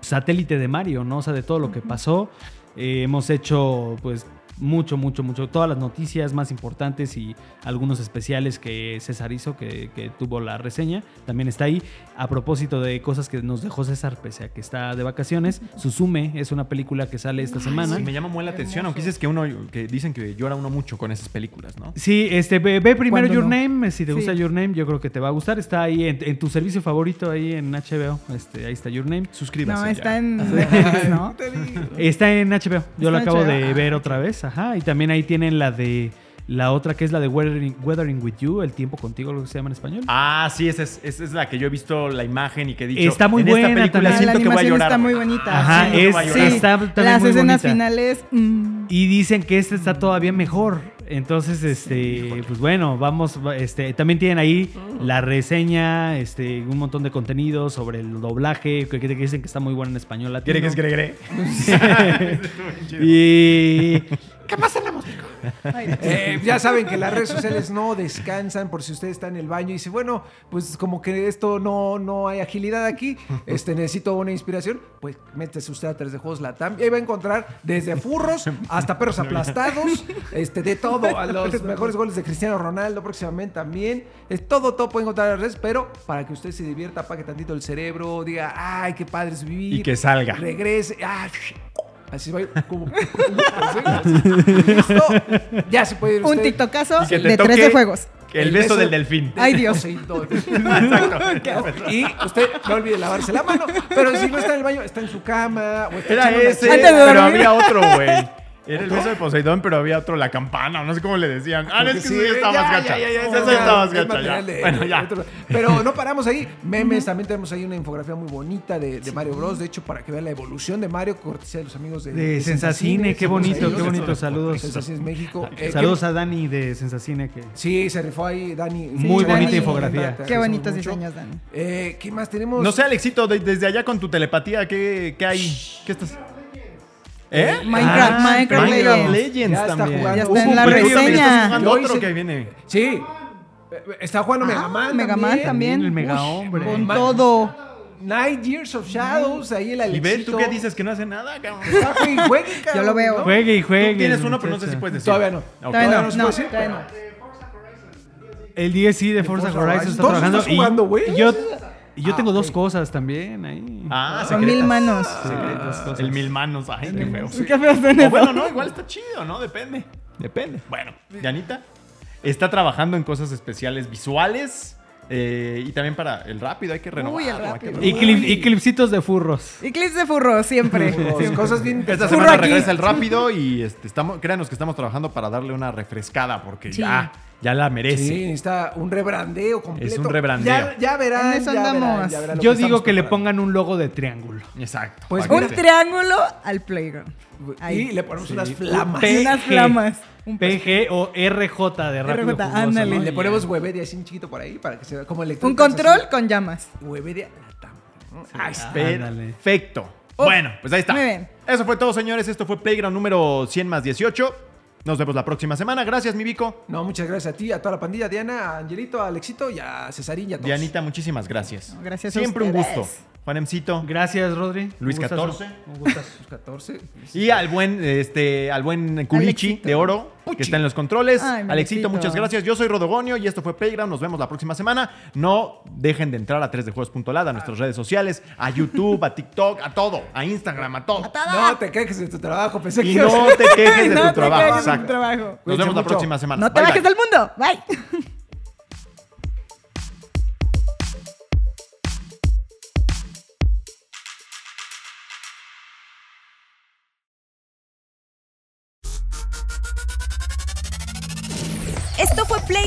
[SPEAKER 5] satélite de Mario, ¿no? O sea, de todo lo que pasó. Eh, hemos hecho pues mucho, mucho, mucho. Todas las noticias más importantes y algunos especiales que César hizo, que, que tuvo la reseña, también está ahí. A propósito de cosas que nos dejó César, pese a que está de vacaciones, Suzume es una película que sale esta
[SPEAKER 6] Ah,
[SPEAKER 5] semana.
[SPEAKER 2] Sí, me llama muy la atención, aunque dices que uno que dicen que llora uno mucho con esas películas, ¿no?
[SPEAKER 5] Sí, este, ve, ve primero
[SPEAKER 6] ¿Cuándo
[SPEAKER 5] Your
[SPEAKER 6] no?
[SPEAKER 5] Name. eh, Si te
[SPEAKER 6] Sí.
[SPEAKER 5] gusta Your Name, yo creo que te va a gustar. Está ahí en, en tu servicio favorito, ahí en HBO. Este, ahí está Your Name.
[SPEAKER 2] Suscríbase.
[SPEAKER 6] No,
[SPEAKER 2] ya.
[SPEAKER 6] está en Netflix, ¿no?
[SPEAKER 5] Está en HBO. Yo
[SPEAKER 6] Está
[SPEAKER 5] la
[SPEAKER 6] en
[SPEAKER 5] acabo
[SPEAKER 6] HBO.
[SPEAKER 5] de
[SPEAKER 6] Ah,
[SPEAKER 5] ver otra vez. Ajá. Y también ahí tienen la de. La otra que es la de Weathering, Weathering with You, El tiempo contigo, lo que se llama en español.
[SPEAKER 2] Ah, sí, esa es, esa es la que yo he visto la imagen y que he dicho.
[SPEAKER 5] Está muy
[SPEAKER 2] en
[SPEAKER 5] buena
[SPEAKER 2] esta película
[SPEAKER 5] también.
[SPEAKER 6] Ah, la
[SPEAKER 2] siento que voy a
[SPEAKER 6] animación
[SPEAKER 2] llorar.
[SPEAKER 6] está muy
[SPEAKER 2] güey.
[SPEAKER 6] bonita.
[SPEAKER 5] Ajá,
[SPEAKER 6] sí.
[SPEAKER 5] es-
[SPEAKER 6] Sí,
[SPEAKER 5] está también
[SPEAKER 6] Las
[SPEAKER 5] muy
[SPEAKER 6] escenas
[SPEAKER 5] bonita.
[SPEAKER 6] finales. mm.
[SPEAKER 5] Y dicen que este está todavía mejor. Entonces, este, pues bueno, vamos, va- este, también tienen ahí la reseña, este, un montón de contenido sobre el doblaje, que, que dicen que está muy bueno en español latino.
[SPEAKER 2] ¿Quiere que es Gregre?
[SPEAKER 5] (laughs) y
[SPEAKER 3] ¿Qué pasa en la música? Eh, ya saben que las redes sociales no descansan por si ustedes están en el baño y dicen, bueno, pues como que esto no, no hay agilidad aquí, este, necesito una inspiración, pues métese usted a 3 de Juegos Latam y ahí va a encontrar desde furros hasta perros aplastados, este, de todo, a los mejores goles de Cristiano Ronaldo próximamente también, es todo, todo puede encontrar en las redes, pero para que usted se divierta, apague tantito el cerebro, diga, ay, qué padre es vivir.
[SPEAKER 2] Y que salga.
[SPEAKER 3] Regrese, ay, así va como... Listo, ya se puede ir
[SPEAKER 6] Un
[SPEAKER 3] usted.
[SPEAKER 6] TikTokazo
[SPEAKER 2] Y que te
[SPEAKER 6] de
[SPEAKER 2] toque.
[SPEAKER 6] tres de juegos.
[SPEAKER 2] El beso del delfín.
[SPEAKER 6] Ay, Dios.
[SPEAKER 3] Sí, todo.
[SPEAKER 6] (laughs)
[SPEAKER 2] Exacto.
[SPEAKER 3] Y usted no olvide lavarse la mano, pero si no está en el baño, está en su cama o está
[SPEAKER 2] Era
[SPEAKER 3] echando una
[SPEAKER 2] ese,
[SPEAKER 6] Antes de
[SPEAKER 2] pero
[SPEAKER 6] dormir.
[SPEAKER 2] había otro, güey. Era el
[SPEAKER 3] (laughs)
[SPEAKER 2] beso de Poseidón, pero había otro, la campana, o no sé cómo le decían. Ah, no, es que
[SPEAKER 3] Porque
[SPEAKER 2] sí, estaba
[SPEAKER 3] ya,
[SPEAKER 2] más
[SPEAKER 3] ya,
[SPEAKER 2] gacha.
[SPEAKER 3] ya, ya,
[SPEAKER 2] Ese
[SPEAKER 3] ya, ya,
[SPEAKER 2] estaba más
[SPEAKER 3] es
[SPEAKER 2] gacha, ya.
[SPEAKER 3] material de-
[SPEAKER 2] Bueno,
[SPEAKER 3] de
[SPEAKER 2] ya.
[SPEAKER 3] otro- Pero no paramos ahí. Memes, también tenemos ahí una infografía muy bonita de, de Mario Bros. De hecho, para que vean la evolución de Mario, cortesía de los amigos de,
[SPEAKER 5] De Sensacine, qué
[SPEAKER 3] Saludos a
[SPEAKER 5] bonito,
[SPEAKER 3] ellos.
[SPEAKER 5] qué bonito, saludos.
[SPEAKER 3] Sensacines
[SPEAKER 2] Ah,
[SPEAKER 3] México. Eh,
[SPEAKER 5] Saludos
[SPEAKER 3] qué-
[SPEAKER 5] a Dani de Sensacine que
[SPEAKER 3] Sí, se rifó ahí, Dani.
[SPEAKER 5] Muy
[SPEAKER 3] Muchas
[SPEAKER 5] bonita
[SPEAKER 3] gracias,
[SPEAKER 5] infografía.
[SPEAKER 3] Dani, te
[SPEAKER 6] Qué
[SPEAKER 3] agradecemos
[SPEAKER 6] bonitos
[SPEAKER 3] mucho.
[SPEAKER 6] diseños, Dani.
[SPEAKER 3] Eh, ¿Qué más tenemos?
[SPEAKER 2] No sé, Alexito, de- desde allá con tu telepatía, ¿qué, qué hay? ¿Qué estás? ¿Eh?
[SPEAKER 6] Minecraft,
[SPEAKER 5] Ah,
[SPEAKER 6] Minecraft,
[SPEAKER 5] Minecraft
[SPEAKER 6] Legends.
[SPEAKER 5] Legends.
[SPEAKER 2] Legends
[SPEAKER 3] Ya está
[SPEAKER 2] también.
[SPEAKER 3] jugando.
[SPEAKER 6] Ya está en la
[SPEAKER 2] pero tú también
[SPEAKER 6] reseña.
[SPEAKER 2] estás jugando
[SPEAKER 3] Yo
[SPEAKER 2] otro
[SPEAKER 3] hice-
[SPEAKER 2] que viene.
[SPEAKER 3] Sí. Eh, Está jugando Mega Man.
[SPEAKER 6] Mega Man también.
[SPEAKER 5] El mega
[SPEAKER 6] Uy,
[SPEAKER 5] hombre.
[SPEAKER 6] Con
[SPEAKER 3] Ma-
[SPEAKER 2] Ah,
[SPEAKER 6] todo.
[SPEAKER 3] Night Years of Shadows, ahí el
[SPEAKER 2] Y
[SPEAKER 3] Alexito.
[SPEAKER 2] ve, ¿tú qué dices? Que no hace nada,
[SPEAKER 3] (laughs)
[SPEAKER 2] cabrón.
[SPEAKER 3] Está jue- juegue, cabrón,
[SPEAKER 6] lo veo.
[SPEAKER 3] ¿no?
[SPEAKER 5] juegue y juegue.
[SPEAKER 2] Tú tienes uno, pero no sé
[SPEAKER 5] muchacha.
[SPEAKER 2] si puedes decir.
[SPEAKER 3] Todavía no.
[SPEAKER 2] Ok.
[SPEAKER 6] Todavía no,
[SPEAKER 3] no se
[SPEAKER 6] no,
[SPEAKER 3] puede decir.
[SPEAKER 6] todavía no.
[SPEAKER 5] El DSI de Forza,
[SPEAKER 3] Forza
[SPEAKER 5] Horizon
[SPEAKER 3] Horizon.
[SPEAKER 5] está
[SPEAKER 3] ¿Dos
[SPEAKER 5] trabajando.
[SPEAKER 3] estás jugando,
[SPEAKER 5] y-
[SPEAKER 3] güey?
[SPEAKER 5] y yo, y yo
[SPEAKER 3] Ah,
[SPEAKER 5] tengo dos
[SPEAKER 3] ok.
[SPEAKER 5] cosas también ahí.
[SPEAKER 2] Ah,
[SPEAKER 6] Con
[SPEAKER 2] secretas.
[SPEAKER 6] mil manos. (laughs)
[SPEAKER 5] Secretas cosas.
[SPEAKER 2] Ah, El mil manos, ay, qué feo.
[SPEAKER 6] Qué feos son
[SPEAKER 2] O
[SPEAKER 6] esos.
[SPEAKER 2] bueno, no, igual está chido, ¿no? Depende. Depende. Bueno, Yanita está trabajando en cosas especiales visuales eh, y también para el rápido. Hay que renovar.
[SPEAKER 6] Uy, el rápido.
[SPEAKER 5] Y, clip- y clipsitos de furros.
[SPEAKER 6] Y clips de
[SPEAKER 2] (laughs)
[SPEAKER 6] furro, siempre.
[SPEAKER 3] Pues,
[SPEAKER 6] siempre.
[SPEAKER 3] Cosas bien
[SPEAKER 2] Esta
[SPEAKER 3] interesantes.
[SPEAKER 2] semana
[SPEAKER 6] aquí.
[SPEAKER 2] regresa el rápido y este, estamos, créanos que estamos trabajando para darle una refrescada porque
[SPEAKER 6] Sí.
[SPEAKER 2] ya, ya la merece.
[SPEAKER 3] Sí, necesita un rebrandeo completo.
[SPEAKER 2] Es un rebrandeo.
[SPEAKER 3] Ya, ya verán.
[SPEAKER 6] En eso
[SPEAKER 3] ya verán,
[SPEAKER 6] andamos.
[SPEAKER 3] ya verán lo
[SPEAKER 5] Yo
[SPEAKER 3] estamos
[SPEAKER 5] digo que le
[SPEAKER 3] preparando.
[SPEAKER 5] pongan un logo de triángulo.
[SPEAKER 2] Exacto.
[SPEAKER 3] Pues,
[SPEAKER 2] para que
[SPEAKER 6] Un
[SPEAKER 2] se-
[SPEAKER 6] triángulo al playground. Ahí.
[SPEAKER 3] Y le ponemos unas flamas.
[SPEAKER 6] Pe- (laughs) unas flamas. Un
[SPEAKER 5] PG o RJ de rápido.
[SPEAKER 6] RJ,
[SPEAKER 5] Furioso,
[SPEAKER 6] ándale.
[SPEAKER 5] ¿no?
[SPEAKER 3] Le ponemos hueveria así un chiquito por ahí para que se vea como electrónica.
[SPEAKER 6] Un control con llamas.
[SPEAKER 3] Hueveria latam.
[SPEAKER 5] Ah,
[SPEAKER 3] Ahí está.
[SPEAKER 5] ándale.
[SPEAKER 2] Perfecto.
[SPEAKER 6] Oh,
[SPEAKER 2] bueno, pues ahí está.
[SPEAKER 6] muy bien.
[SPEAKER 2] Eso fue todo, señores. Esto fue Playground número 100 más 18. Nos vemos la próxima semana. Gracias, mi Vico.
[SPEAKER 3] No, muchas gracias a ti, a toda la pandilla, a Diana, a Angelito, a Alexito y a Cesarín y a todos.
[SPEAKER 2] Dianita, muchísimas gracias.
[SPEAKER 6] No, gracias a
[SPEAKER 2] Siempre un
[SPEAKER 6] ustedes.
[SPEAKER 2] gusto. Juanemcito.
[SPEAKER 5] Gracias, Rodri.
[SPEAKER 2] Luis
[SPEAKER 5] Un gustazo.
[SPEAKER 2] 14.
[SPEAKER 5] Un gustazo.
[SPEAKER 3] Sus 14.
[SPEAKER 2] Y al buen, este, al buen Culichi
[SPEAKER 6] Alexito.
[SPEAKER 2] de Oro, que está en los controles.
[SPEAKER 6] Ay,
[SPEAKER 2] Alexito,
[SPEAKER 6] mi Alexito.
[SPEAKER 2] muchas gracias. Yo soy Rodogonio y esto fue Playground. Nos vemos la próxima semana. No dejen de entrar a 3dejuegos.lad, a nuestras redes sociales, a YouTube, a TikTok, a todo, a Instagram, a todo.
[SPEAKER 3] No te quejes de tu trabajo, pensé que
[SPEAKER 2] Y
[SPEAKER 3] ibas a-
[SPEAKER 2] no te
[SPEAKER 6] (laughs)
[SPEAKER 2] quejes de
[SPEAKER 6] No
[SPEAKER 2] tu
[SPEAKER 6] te
[SPEAKER 2] trabajo.
[SPEAKER 6] quejes de tu
[SPEAKER 2] Exacto.
[SPEAKER 6] trabajo.
[SPEAKER 2] Nos
[SPEAKER 3] Cuídense
[SPEAKER 2] vemos la
[SPEAKER 3] mucho.
[SPEAKER 2] próxima semana.
[SPEAKER 6] No
[SPEAKER 2] Bye,
[SPEAKER 6] te
[SPEAKER 2] bye.
[SPEAKER 6] bajes del mundo. Bye.
[SPEAKER 1] Esto fue